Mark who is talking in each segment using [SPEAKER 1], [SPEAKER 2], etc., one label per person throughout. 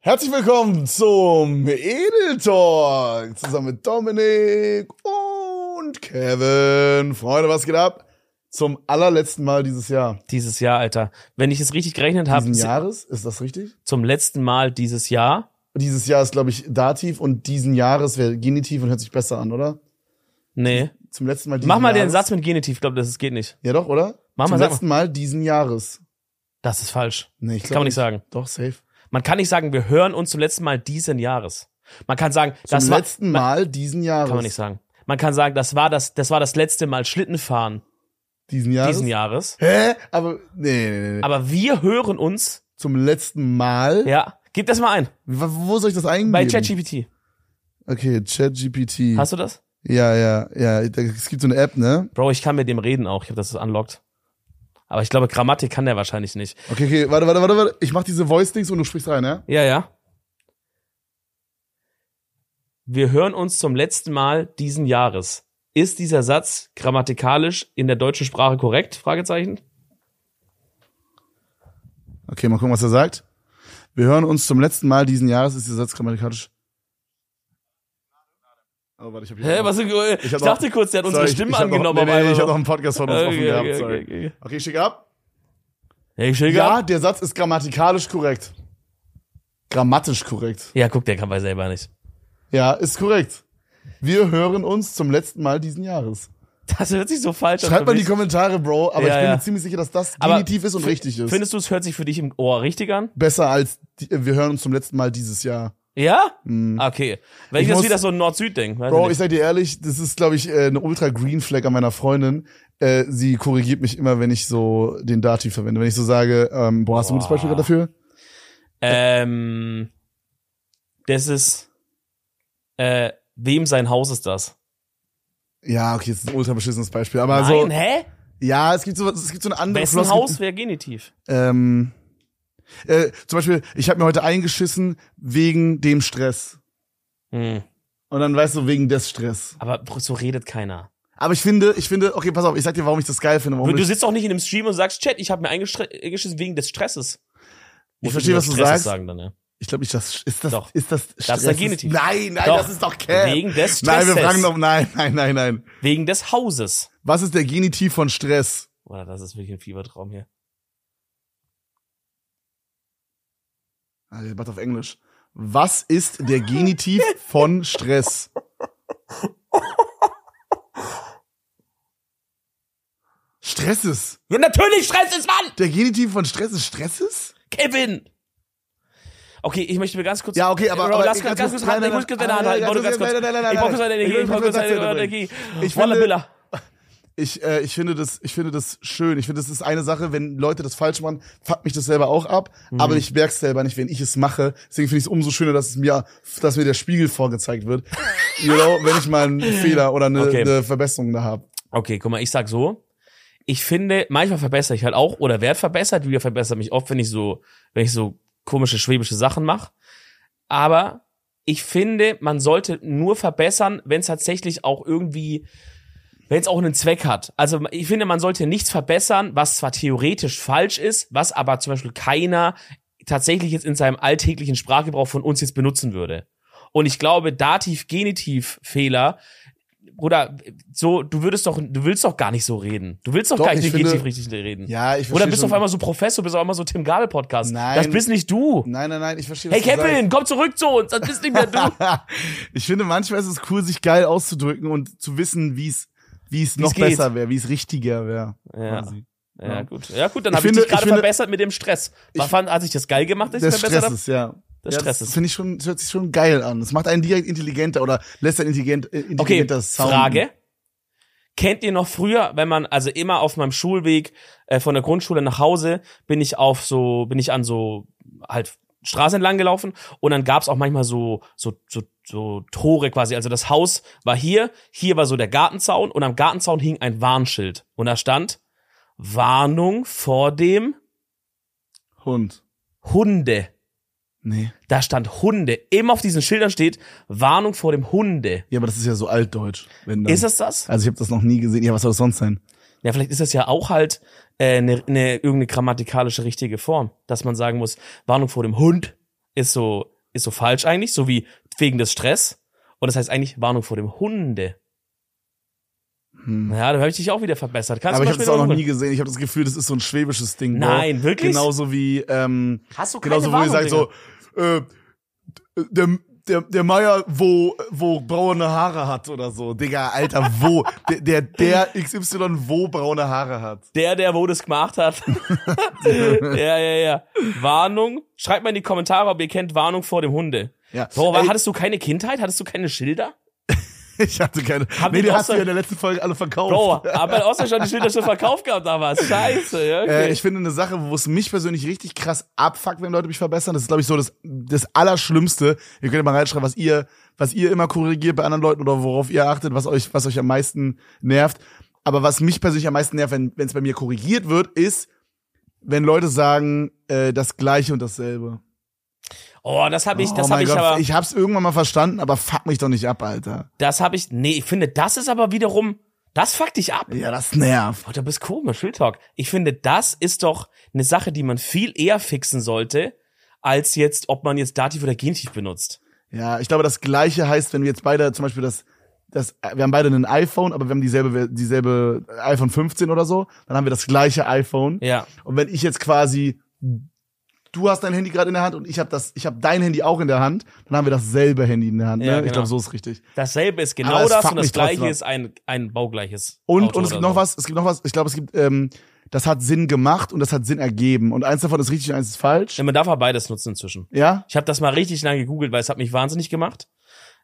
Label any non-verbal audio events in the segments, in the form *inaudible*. [SPEAKER 1] Herzlich willkommen zum Edel Talk zusammen mit Dominik und Kevin. Freunde, was geht ab? Zum allerletzten Mal dieses Jahr.
[SPEAKER 2] Dieses Jahr, Alter. Wenn ich es richtig gerechnet habe,
[SPEAKER 1] Diesen Jahres, ist das richtig?
[SPEAKER 2] zum letzten Mal dieses Jahr.
[SPEAKER 1] Dieses Jahr ist, glaube ich, Dativ und diesen Jahres wäre Genitiv und hört sich besser an, oder?
[SPEAKER 2] Nee.
[SPEAKER 1] Zum letzten Mal diesen
[SPEAKER 2] Mach mal den
[SPEAKER 1] Jahres.
[SPEAKER 2] Satz mit Genitiv, ich glaube, das ist- geht nicht.
[SPEAKER 1] Ja doch, oder?
[SPEAKER 2] Mach mal,
[SPEAKER 1] Zum
[SPEAKER 2] sag
[SPEAKER 1] letzten Mal diesen Jahres.
[SPEAKER 2] Das ist falsch.
[SPEAKER 1] Nee, ich
[SPEAKER 2] Das kann man nicht sagen.
[SPEAKER 1] Doch, safe.
[SPEAKER 2] Man kann nicht sagen, wir hören uns zum letzten Mal diesen Jahres. Man kann sagen,
[SPEAKER 1] Zum
[SPEAKER 2] das war,
[SPEAKER 1] letzten Mal diesen Jahres.
[SPEAKER 2] kann man nicht sagen. Man kann sagen, das war das, das war das letzte Mal Schlittenfahren
[SPEAKER 1] Diesen Jahres?
[SPEAKER 2] diesen Jahres.
[SPEAKER 1] Hä? Aber, nee, nee, nee, nee.
[SPEAKER 2] Aber wir hören uns,
[SPEAKER 1] Zum letzten Mal?
[SPEAKER 2] ja, gib das mal ein.
[SPEAKER 1] W- Wo soll ich das eingeben?
[SPEAKER 2] Bei ChatGPT.
[SPEAKER 1] Okay, ChatGPT.
[SPEAKER 2] Hast du das?
[SPEAKER 1] Ja, ja, ja. da- Es gibt so eine App, ne?
[SPEAKER 2] Bro, ich kann mit dem reden auch. Ich habe das unlocked. Aber ich glaube, Grammatik kann der wahrscheinlich nicht.
[SPEAKER 1] Okay, okay, warte, warte, warte, warte. Ich mach diese Voice-Dings und du sprichst rein, ne?
[SPEAKER 2] Ja, ja. Wir hören uns zum letzten Mal diesen Jahres. Ist dieser Satz grammatikalisch in der deutschen Sprache korrekt? Fragezeichen.
[SPEAKER 1] Okay, mal gucken, was er sagt. Wir hören uns zum letzten Mal diesen Jahres. Ist der Satz grammatikalisch? Oh, warte, ich hab hier
[SPEAKER 2] Hä,
[SPEAKER 1] noch-
[SPEAKER 2] was? Ich,
[SPEAKER 1] Ich
[SPEAKER 2] ich
[SPEAKER 1] hab
[SPEAKER 2] dachte kurz, der hat unsere
[SPEAKER 1] Sorry, ich-
[SPEAKER 2] Stimme
[SPEAKER 1] ich hab
[SPEAKER 2] angenommen.
[SPEAKER 1] Noch, nee, nee, nee, ich
[SPEAKER 2] aber-
[SPEAKER 1] habe noch einen Podcast von uns offen
[SPEAKER 2] okay,
[SPEAKER 1] gehabt,
[SPEAKER 2] okay,
[SPEAKER 1] sorry. Okay,
[SPEAKER 2] okay, okay.
[SPEAKER 1] okay schick ab.
[SPEAKER 2] Hey, Schilger?
[SPEAKER 1] Ja,
[SPEAKER 2] Ja.
[SPEAKER 1] der Satz ist grammatikalisch korrekt. Grammatisch korrekt.
[SPEAKER 2] ja, guck, der kann bei selber nicht. *laughs*
[SPEAKER 1] Ja, ist korrekt. Wir hören uns zum letzten Mal diesen Jahres.
[SPEAKER 2] Das hört sich so falsch an.
[SPEAKER 1] Schreibt
[SPEAKER 2] für
[SPEAKER 1] mal in die
[SPEAKER 2] mich.
[SPEAKER 1] Kommentare, Bro, aber
[SPEAKER 2] Ja,
[SPEAKER 1] ich bin
[SPEAKER 2] ja.
[SPEAKER 1] mir ziemlich sicher, dass das
[SPEAKER 2] Aber
[SPEAKER 1] definitiv ist und richtig ist.
[SPEAKER 2] Findest du, es hört sich für dich im Ohr richtig an?
[SPEAKER 1] Besser als die, äh, wir hören uns zum letzten Mal dieses Jahr.
[SPEAKER 2] Ja? Ah, Okay.
[SPEAKER 1] Mhm. Ich
[SPEAKER 2] Wenn ich, das
[SPEAKER 1] muss-
[SPEAKER 2] wieder so ein Nord-Süd-Ding. weiß
[SPEAKER 1] Bro,
[SPEAKER 2] ich
[SPEAKER 1] ich
[SPEAKER 2] nicht.
[SPEAKER 1] sag dir ehrlich, das ist, glaube ich, äh, eine ultra Green Flag an meiner Freundin. Äh, Sie korrigiert mich immer, wenn ich so den Dativ verwende. Wenn ich so sage, ähm, boah, hast du ein gutes
[SPEAKER 2] Boah.
[SPEAKER 1] Beispiel gerade dafür?
[SPEAKER 2] ähm, das ist, äh, wem sein Haus ist das?
[SPEAKER 1] Ja, okay, das ist ein ultra beschissenes Beispiel. Aber
[SPEAKER 2] Nein,
[SPEAKER 1] so,
[SPEAKER 2] hä?
[SPEAKER 1] ja, es gibt so, es gibt so eine andere
[SPEAKER 2] Wessen
[SPEAKER 1] Floskel-
[SPEAKER 2] Haus wäre Genitiv?
[SPEAKER 1] Ähm, äh, zum Beispiel, ich habe mir heute eingeschissen wegen dem Stress.
[SPEAKER 2] Hm.
[SPEAKER 1] Und dann weißt du, wegen des Stress.
[SPEAKER 2] Aber so redet keiner.
[SPEAKER 1] Aber ich finde, ich finde, okay, pass auf, ich sag dir, warum ich das geil finde. Warum
[SPEAKER 2] Du
[SPEAKER 1] ich,
[SPEAKER 2] sitzt auch nicht in einem Stream und sagst, Chat, ich habe mir eingestre- eingeschissen wegen des Stresses.
[SPEAKER 1] ich
[SPEAKER 2] Musst
[SPEAKER 1] verstehe,
[SPEAKER 2] nur
[SPEAKER 1] was du
[SPEAKER 2] Stresses
[SPEAKER 1] sagst.
[SPEAKER 2] Sagen dann, ja.
[SPEAKER 1] Ich glaube nicht, das ist das
[SPEAKER 2] Doch.
[SPEAKER 1] ist das
[SPEAKER 2] der
[SPEAKER 1] Stress-
[SPEAKER 2] Genitiv.
[SPEAKER 1] Nein, nein,
[SPEAKER 2] Doch.
[SPEAKER 1] das ist doch Cap.
[SPEAKER 2] Wegen des
[SPEAKER 1] Äh, Nein,
[SPEAKER 2] Stresses.
[SPEAKER 1] wir fragen doch nein, nein, nein, nein.
[SPEAKER 2] Wegen des Hauses.
[SPEAKER 1] Was ist der Genitiv von Stress?
[SPEAKER 2] Oder das ist wirklich ein Fiebertraum hier.
[SPEAKER 1] Ah, der macht auf Englisch. Was ist der Genitiv von Stress? Stresses.
[SPEAKER 2] Ja, natürlich Stress ist Mann!
[SPEAKER 1] Der Genitiv von Stress ist Stresses?
[SPEAKER 2] Kevin! Okay, ich möchte mir ganz kurz.
[SPEAKER 1] Ja, okay, aber,
[SPEAKER 2] Bro,
[SPEAKER 1] aber also
[SPEAKER 2] lass ganz, ganz kurz Hand, ich muss kurz deine Hand halten. Warte, ganz kurz. Ich brauche kurz deine Energie, ich brauche kurz deine Energie.
[SPEAKER 1] Ich
[SPEAKER 2] Walla
[SPEAKER 1] finde-
[SPEAKER 2] Billa.
[SPEAKER 1] ich, äh, ich finde das, ich finde das schön. Ich finde, das ist eine Sache, wenn Leute das falsch machen, fuckt mich das selber auch ab.
[SPEAKER 2] Mhm.
[SPEAKER 1] Aber ich merk's selber nicht, wenn ich es mache. Deswegen finde ich es umso schöner, dass es mir, dass mir der Spiegel vorgezeigt
[SPEAKER 2] *laughs*
[SPEAKER 1] wird. you know, wenn ich mal einen Fehler oder eine,
[SPEAKER 2] Okay.
[SPEAKER 1] eine Verbesserung da habe.
[SPEAKER 2] Okay, guck mal, ich sag so. Ich finde, manchmal verbessere ich halt auch oder werd verbessert. Julia verbessert mich oft, wenn ich so, wenn ich so komische schwäbische Sachen mache. Aber ich finde, man sollte nur verbessern, wenn es tatsächlich auch irgendwie, wenn es auch einen Zweck hat. Also ich finde, man sollte nichts verbessern, was zwar theoretisch falsch ist, was aber zum Beispiel keiner tatsächlich jetzt in seinem alltäglichen Sprachgebrauch von uns jetzt benutzen würde. Und ich glaube, Dativ-Genitiv-Fehler Bruder, so, du würdest doch, du willst doch gar nicht so reden. Du willst doch,
[SPEAKER 1] Doch,
[SPEAKER 2] gar nicht
[SPEAKER 1] ich
[SPEAKER 2] negativ
[SPEAKER 1] finde-
[SPEAKER 2] richtig reden.
[SPEAKER 1] Ja, ich verstehe.
[SPEAKER 2] Oder bist du
[SPEAKER 1] schon.
[SPEAKER 2] auf einmal so Professor, bist auf einmal so Tim Gabel Podcast.
[SPEAKER 1] Nein.
[SPEAKER 2] Das bist nicht du.
[SPEAKER 1] Nein, nein, nein, ich verstehe.
[SPEAKER 2] Hey
[SPEAKER 1] was du
[SPEAKER 2] Kevin, komm zurück zu uns. Das bist nicht mehr *laughs* du.
[SPEAKER 1] sagst. *laughs* ich finde, manchmal ist es cool, sich geil auszudrücken und zu wissen, wie es, wie es noch
[SPEAKER 2] geht.
[SPEAKER 1] besser wäre, wie es richtiger wäre.
[SPEAKER 2] Ja.
[SPEAKER 1] quasi.
[SPEAKER 2] Ja, gut. Ja, gut, dann
[SPEAKER 1] Ich
[SPEAKER 2] habe ich
[SPEAKER 1] finde-
[SPEAKER 2] dich
[SPEAKER 1] ich
[SPEAKER 2] gerade
[SPEAKER 1] finde-
[SPEAKER 2] verbessert mit dem Stress. Was
[SPEAKER 1] Ich-
[SPEAKER 2] fand, hat sich das geil gemacht, dass ich
[SPEAKER 1] Des
[SPEAKER 2] verbessert habe?
[SPEAKER 1] Stresses, ja.
[SPEAKER 2] Des
[SPEAKER 1] ja,
[SPEAKER 2] Stresses.
[SPEAKER 1] Das finde ich schon, das hört sich schon geil an. Das macht einen direkt intelligenter oder lässt einen intelligent, äh,
[SPEAKER 2] Okay,
[SPEAKER 1] intelligenter Sound.
[SPEAKER 2] Frage. Kennt ihr noch früher, wenn man, also immer auf meinem Schulweg äh, von der Grundschule nach Hause, bin ich auf so, bin ich an so halt Straße entlang gelaufen und dann gab's auch manchmal so, so, so, so Tore quasi. Also das Haus war hier, hier war so der Gartenzaun und am Gartenzaun hing ein Warnschild. Und da stand Warnung vor dem
[SPEAKER 1] Hund.
[SPEAKER 2] Hunde.
[SPEAKER 1] Nee.
[SPEAKER 2] Da stand Hunde. Eben auf diesen Schildern steht Warnung vor dem Hunde.
[SPEAKER 1] Ja, aber das ist ja so altdeutsch. Wenn dann.
[SPEAKER 2] Ist es das?
[SPEAKER 1] Also ich habe das noch nie gesehen. Ja, was soll das sonst sein?
[SPEAKER 2] Ja, vielleicht ist das ja auch halt äh, ne, ne, irgendeine grammatikalische richtige Form, dass man sagen muss, Warnung vor dem Hund ist so ist so falsch eigentlich, so wie wegen des Stress. Und das heißt eigentlich Warnung vor dem Hunde.
[SPEAKER 1] Hm.
[SPEAKER 2] Ja, da habe ich dich auch wieder verbessert. Kannst
[SPEAKER 1] Aber ich habe
[SPEAKER 2] du
[SPEAKER 1] das
[SPEAKER 2] mal später
[SPEAKER 1] auch noch
[SPEAKER 2] googeln.
[SPEAKER 1] nie gesehen. Ich habe das Gefühl, das ist so ein schwäbisches Ding. Bro.
[SPEAKER 2] Nein, wirklich?
[SPEAKER 1] Genauso wie, ähm,
[SPEAKER 2] Hast du keine
[SPEAKER 1] genauso wie
[SPEAKER 2] Warnung,
[SPEAKER 1] gesagt,
[SPEAKER 2] Digga?
[SPEAKER 1] so, äh, der, der, der Meier, wo, wo braune Haare hat oder so. Digga, Alter, wo? *laughs* der, der, der XY, wo braune Haare hat.
[SPEAKER 2] Der, der wo das gemacht
[SPEAKER 1] *laughs*
[SPEAKER 2] hat. ja, ja, ja. Warnung. Schreibt mal in die Kommentare, ob ihr kennt Warnung vor dem Hunde.
[SPEAKER 1] Ja.
[SPEAKER 2] Bro,
[SPEAKER 1] Ey,
[SPEAKER 2] hattest du keine Kindheit? Hattest du keine Schilder?
[SPEAKER 1] *laughs* ich hatte keine.
[SPEAKER 2] Haben
[SPEAKER 1] nee,
[SPEAKER 2] die
[SPEAKER 1] die
[SPEAKER 2] doch
[SPEAKER 1] hast du
[SPEAKER 2] so-
[SPEAKER 1] ja in der letzten Folge alle verkauft.
[SPEAKER 2] Bro, Oh, aber außer schon die Schilder schon verkauft gehabt damals. Scheiße, ja. Okay.
[SPEAKER 1] Äh, ich finde eine Sache, wo es mich persönlich richtig krass abfuckt, wenn Leute mich verbessern, das ist glaube ich so das, das Allerschlimmste. Ihr könnt ja mal reinschreiben, was ihr, was ihr immer korrigiert bei anderen Leuten oder worauf ihr achtet, was euch, was euch am meisten nervt. Aber was mich persönlich am meisten nervt, wenn es bei mir korrigiert wird, ist, wenn Leute sagen, äh, das Gleiche und dasselbe.
[SPEAKER 2] oh, das habe ich, das
[SPEAKER 1] oh
[SPEAKER 2] habe
[SPEAKER 1] mein
[SPEAKER 2] ich
[SPEAKER 1] Gott,
[SPEAKER 2] aber,
[SPEAKER 1] ich hab's irgendwann mal verstanden, aber fuck mich doch nicht ab, Alter.
[SPEAKER 2] das habe ich, nee, ich finde, das ist aber wiederum, das fuckt dich ab.
[SPEAKER 1] Ja, das nervt.
[SPEAKER 2] Boah, du bist komisch, Real Talk. Ich finde, das ist doch eine Sache, die man viel eher fixen sollte, als jetzt, ob man jetzt Dativ oder Genitiv benutzt.
[SPEAKER 1] Ja, ich glaube, das Gleiche heißt, wenn wir jetzt beide zum Beispiel das, das wir haben beide ein iPhone, aber wir haben dieselbe, dieselbe iPhone 15 oder so, dann haben wir das gleiche iPhone.
[SPEAKER 2] Ja.
[SPEAKER 1] Und wenn ich jetzt quasi, du hast dein Handy gerade in der Hand und ich habe das, ich habe dein Handy auch in der Hand, dann haben wir dasselbe Handy in der Hand. Ne?
[SPEAKER 2] Ja, genau.
[SPEAKER 1] Ich glaube, so ist richtig.
[SPEAKER 2] Dasselbe ist
[SPEAKER 1] Aber
[SPEAKER 2] genau
[SPEAKER 1] es
[SPEAKER 2] das
[SPEAKER 1] fuckt
[SPEAKER 2] und das
[SPEAKER 1] mich trotzdem
[SPEAKER 2] gleiche
[SPEAKER 1] ab.
[SPEAKER 2] ist ein, ein baugleiches.
[SPEAKER 1] Und,
[SPEAKER 2] Auto
[SPEAKER 1] und es
[SPEAKER 2] oder
[SPEAKER 1] gibt noch
[SPEAKER 2] so.
[SPEAKER 1] was, es gibt noch was, ich glaube, es gibt, ähm, das hat Sinn gemacht und das hat Sinn ergeben. Und eins davon ist richtig und eins ist falsch.
[SPEAKER 2] Ja, man darf aber beides nutzen inzwischen.
[SPEAKER 1] Ja?
[SPEAKER 2] Ich habe das mal richtig lange gegoogelt, weil es hat mich wahnsinnig gemacht.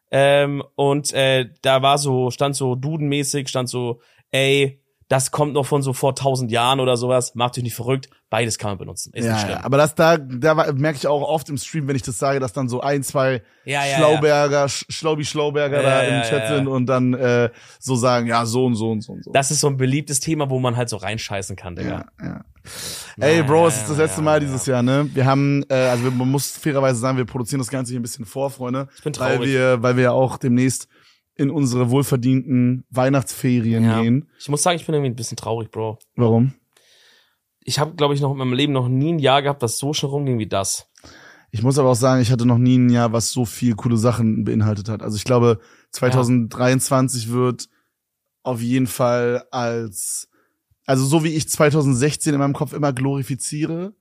[SPEAKER 2] Ähm, und äh, da war so, stand so dudenmäßig, stand so, ey, das kommt noch von so vor 1000 Jahren oder sowas, macht euch nicht verrückt, beides kann man benutzen. Ist nicht
[SPEAKER 1] Ja,
[SPEAKER 2] schlimm.
[SPEAKER 1] ja, aber das da, da war- merke ich auch oft im Stream, wenn ich das sage, dass dann so ein, zwei
[SPEAKER 2] Ja, ja,
[SPEAKER 1] Schlauberger, Sch- Schlaubi Schlauberger
[SPEAKER 2] Ja,
[SPEAKER 1] da
[SPEAKER 2] ja,
[SPEAKER 1] im
[SPEAKER 2] ja,
[SPEAKER 1] Chat
[SPEAKER 2] ja.
[SPEAKER 1] sind und dann äh, so sagen, ja, so und so und so und so.
[SPEAKER 2] Das ist so ein beliebtes Thema, wo man halt so reinscheißen kann, Digga.
[SPEAKER 1] ja, ja. Ey, Bro, es ist das
[SPEAKER 2] ja,
[SPEAKER 1] letzte Mal
[SPEAKER 2] ja.
[SPEAKER 1] dieses Jahr, ne? Wir haben, äh, also wir, man muss fairerweise sagen, wir produzieren das Ganze hier ein bisschen vor, Freunde.
[SPEAKER 2] Ich bin
[SPEAKER 1] Weil
[SPEAKER 2] traurig.
[SPEAKER 1] wir, weil wir ja auch demnächst in unsere wohlverdienten Weihnachtsferien
[SPEAKER 2] Ja.
[SPEAKER 1] gehen.
[SPEAKER 2] Ich muss sagen, ich bin irgendwie ein bisschen traurig, Bro.
[SPEAKER 1] Warum?
[SPEAKER 2] Ich habe, glaube ich, noch in meinem Leben noch nie ein Jahr gehabt, das so schon rumging wie das.
[SPEAKER 1] Ich muss aber auch sagen, ich hatte noch nie ein Jahr, was so viel coole Sachen beinhaltet hat. Also ich glaube, 2023 wird auf jeden Fall als, also so wie ich 2016 in meinem Kopf immer glorifiziere,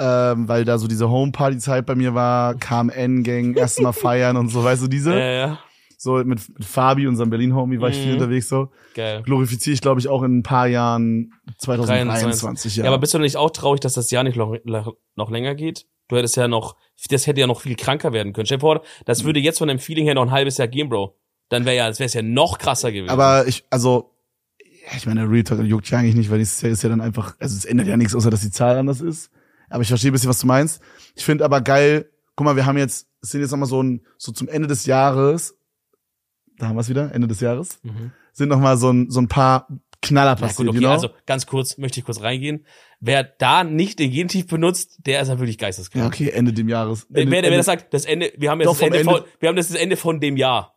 [SPEAKER 1] ähm, weil da so diese Homeparty-Zeit bei mir war, KMN-Gang, erstmal feiern und so, weißt du, diese?
[SPEAKER 2] Ja, ja.
[SPEAKER 1] So mit, mit Fabi, unserem Berlin-Homie, war ich viel
[SPEAKER 2] Mhm.
[SPEAKER 1] unterwegs so.
[SPEAKER 2] Geil.
[SPEAKER 1] Glorifiziere ich, glaube ich, auch in ein paar Jahren 2023,
[SPEAKER 2] Ja.
[SPEAKER 1] ja.
[SPEAKER 2] aber bist du nicht auch traurig, dass das Jahr nicht noch, noch länger geht? Du hättest ja noch, das hätte ja noch viel kranker werden können. Stell dir vor, das würde jetzt von dem Feeling her noch ein halbes Jahr gehen, Bro. Dann wäre ja, das wäre es ja noch krasser gewesen.
[SPEAKER 1] Aber ich, also, ja, ich meine, Real Talk juckt ja eigentlich nicht, weil nächstes Jahr ist ja dann einfach, also es ändert ja nichts, außer dass die Zahl anders ist. Aber ich verstehe ein bisschen, was du meinst. Ich finde aber geil, guck mal, wir haben jetzt, es sind jetzt nochmal so ein, so zum Ende des Jahres, da haben wir es wieder, Ende des Jahres,
[SPEAKER 2] Mhm.
[SPEAKER 1] sind nochmal so ein, so ein paar Knaller
[SPEAKER 2] Ja,
[SPEAKER 1] passiert,
[SPEAKER 2] gut, okay,
[SPEAKER 1] you know?
[SPEAKER 2] also ganz kurz, möchte ich kurz reingehen. Wer da nicht den Gentief benutzt, der ist ja wirklich
[SPEAKER 1] ja,
[SPEAKER 2] geisteskrank.
[SPEAKER 1] okay, Ende dem Jahres.
[SPEAKER 2] wer,
[SPEAKER 1] Ende,
[SPEAKER 2] wer, wer das
[SPEAKER 1] Ende,
[SPEAKER 2] sagt, das Ende, wir haben jetzt
[SPEAKER 1] Doch,
[SPEAKER 2] das
[SPEAKER 1] vom
[SPEAKER 2] Ende von,
[SPEAKER 1] Ende-
[SPEAKER 2] wir haben das, das Ende von dem Jahr.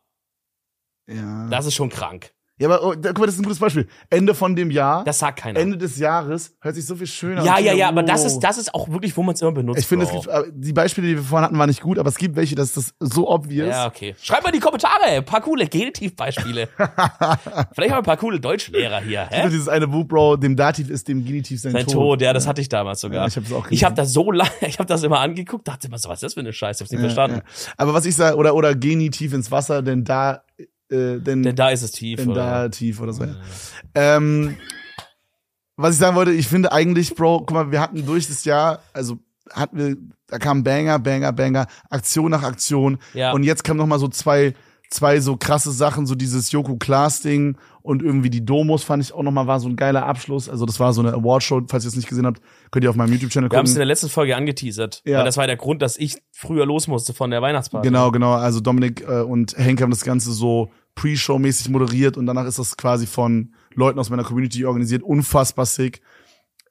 [SPEAKER 1] ja.
[SPEAKER 2] Das ist schon krank.
[SPEAKER 1] ja, aber oh, da, guck mal, das ist ein gutes Beispiel. Ende von dem Jahr,
[SPEAKER 2] Das sagt keiner.
[SPEAKER 1] Ende des Jahres, hört sich so viel schöner
[SPEAKER 2] ja,
[SPEAKER 1] an.
[SPEAKER 2] ja, ja, aber das
[SPEAKER 1] Wow.
[SPEAKER 2] ist, das ist auch wirklich, wo man es immer benutzt.
[SPEAKER 1] Ich finde, es
[SPEAKER 2] Bro.
[SPEAKER 1] gibt, äh, die Beispiele, die wir vorhin hatten, waren nicht gut, aber es gibt welche, dass das so obvious.
[SPEAKER 2] Ja, okay. Schreibt mal in die Kommentare, ey. paar coole
[SPEAKER 1] *laughs*
[SPEAKER 2] Genitivbeispiele. Vielleicht haben wir ein paar coole Deutschlehrer hier.
[SPEAKER 1] Oder
[SPEAKER 2] Hä?
[SPEAKER 1] Dieses eine Buch, Bro, dem Dativ ist dem Genitiv sein,
[SPEAKER 2] Sein
[SPEAKER 1] Tod.
[SPEAKER 2] Tod, ja, das hatte ich damals sogar.
[SPEAKER 1] Ja, ich hab's auch
[SPEAKER 2] ich
[SPEAKER 1] gelesen.
[SPEAKER 2] hab das so lange, *laughs* ich habe das immer angeguckt, dachte immer so, was ist das für eine Scheiße, hab's nicht verstanden.
[SPEAKER 1] Ja. Aber was ich sage, oder, oder Genitiv ins Wasser, denn da, äh, denn,
[SPEAKER 2] Denn da ist es tief.
[SPEAKER 1] denn
[SPEAKER 2] Oder?
[SPEAKER 1] da tief oder so. Ja. Ähm, was ich sagen wollte, ich finde eigentlich, Bro, guck mal, wir hatten durch das Jahr, also hatten wir, da kam Banger, Banger, Banger, Aktion nach Aktion.
[SPEAKER 2] Ja.
[SPEAKER 1] Und jetzt kamen noch mal so zwei, zwei so krasse Sachen, so dieses Joko Klaas Ding und irgendwie die Domos fand ich auch noch mal war so ein geiler Abschluss. Also das war so eine Awardshow, falls ihr es nicht gesehen habt, könnt ihr auf meinem YouTube Channel
[SPEAKER 2] wir haben es in
[SPEAKER 1] gucken.
[SPEAKER 2] der letzten Folge angeteasert.
[SPEAKER 1] Ja.
[SPEAKER 2] Weil das war der Grund, dass ich früher los musste von der Weihnachtsparty.
[SPEAKER 1] Genau, genau. Also Dominik äh, und Henk haben das Ganze so Pre-Show-mäßig moderiert und danach ist das quasi von Leuten aus meiner Community organisiert. Unfassbar sick.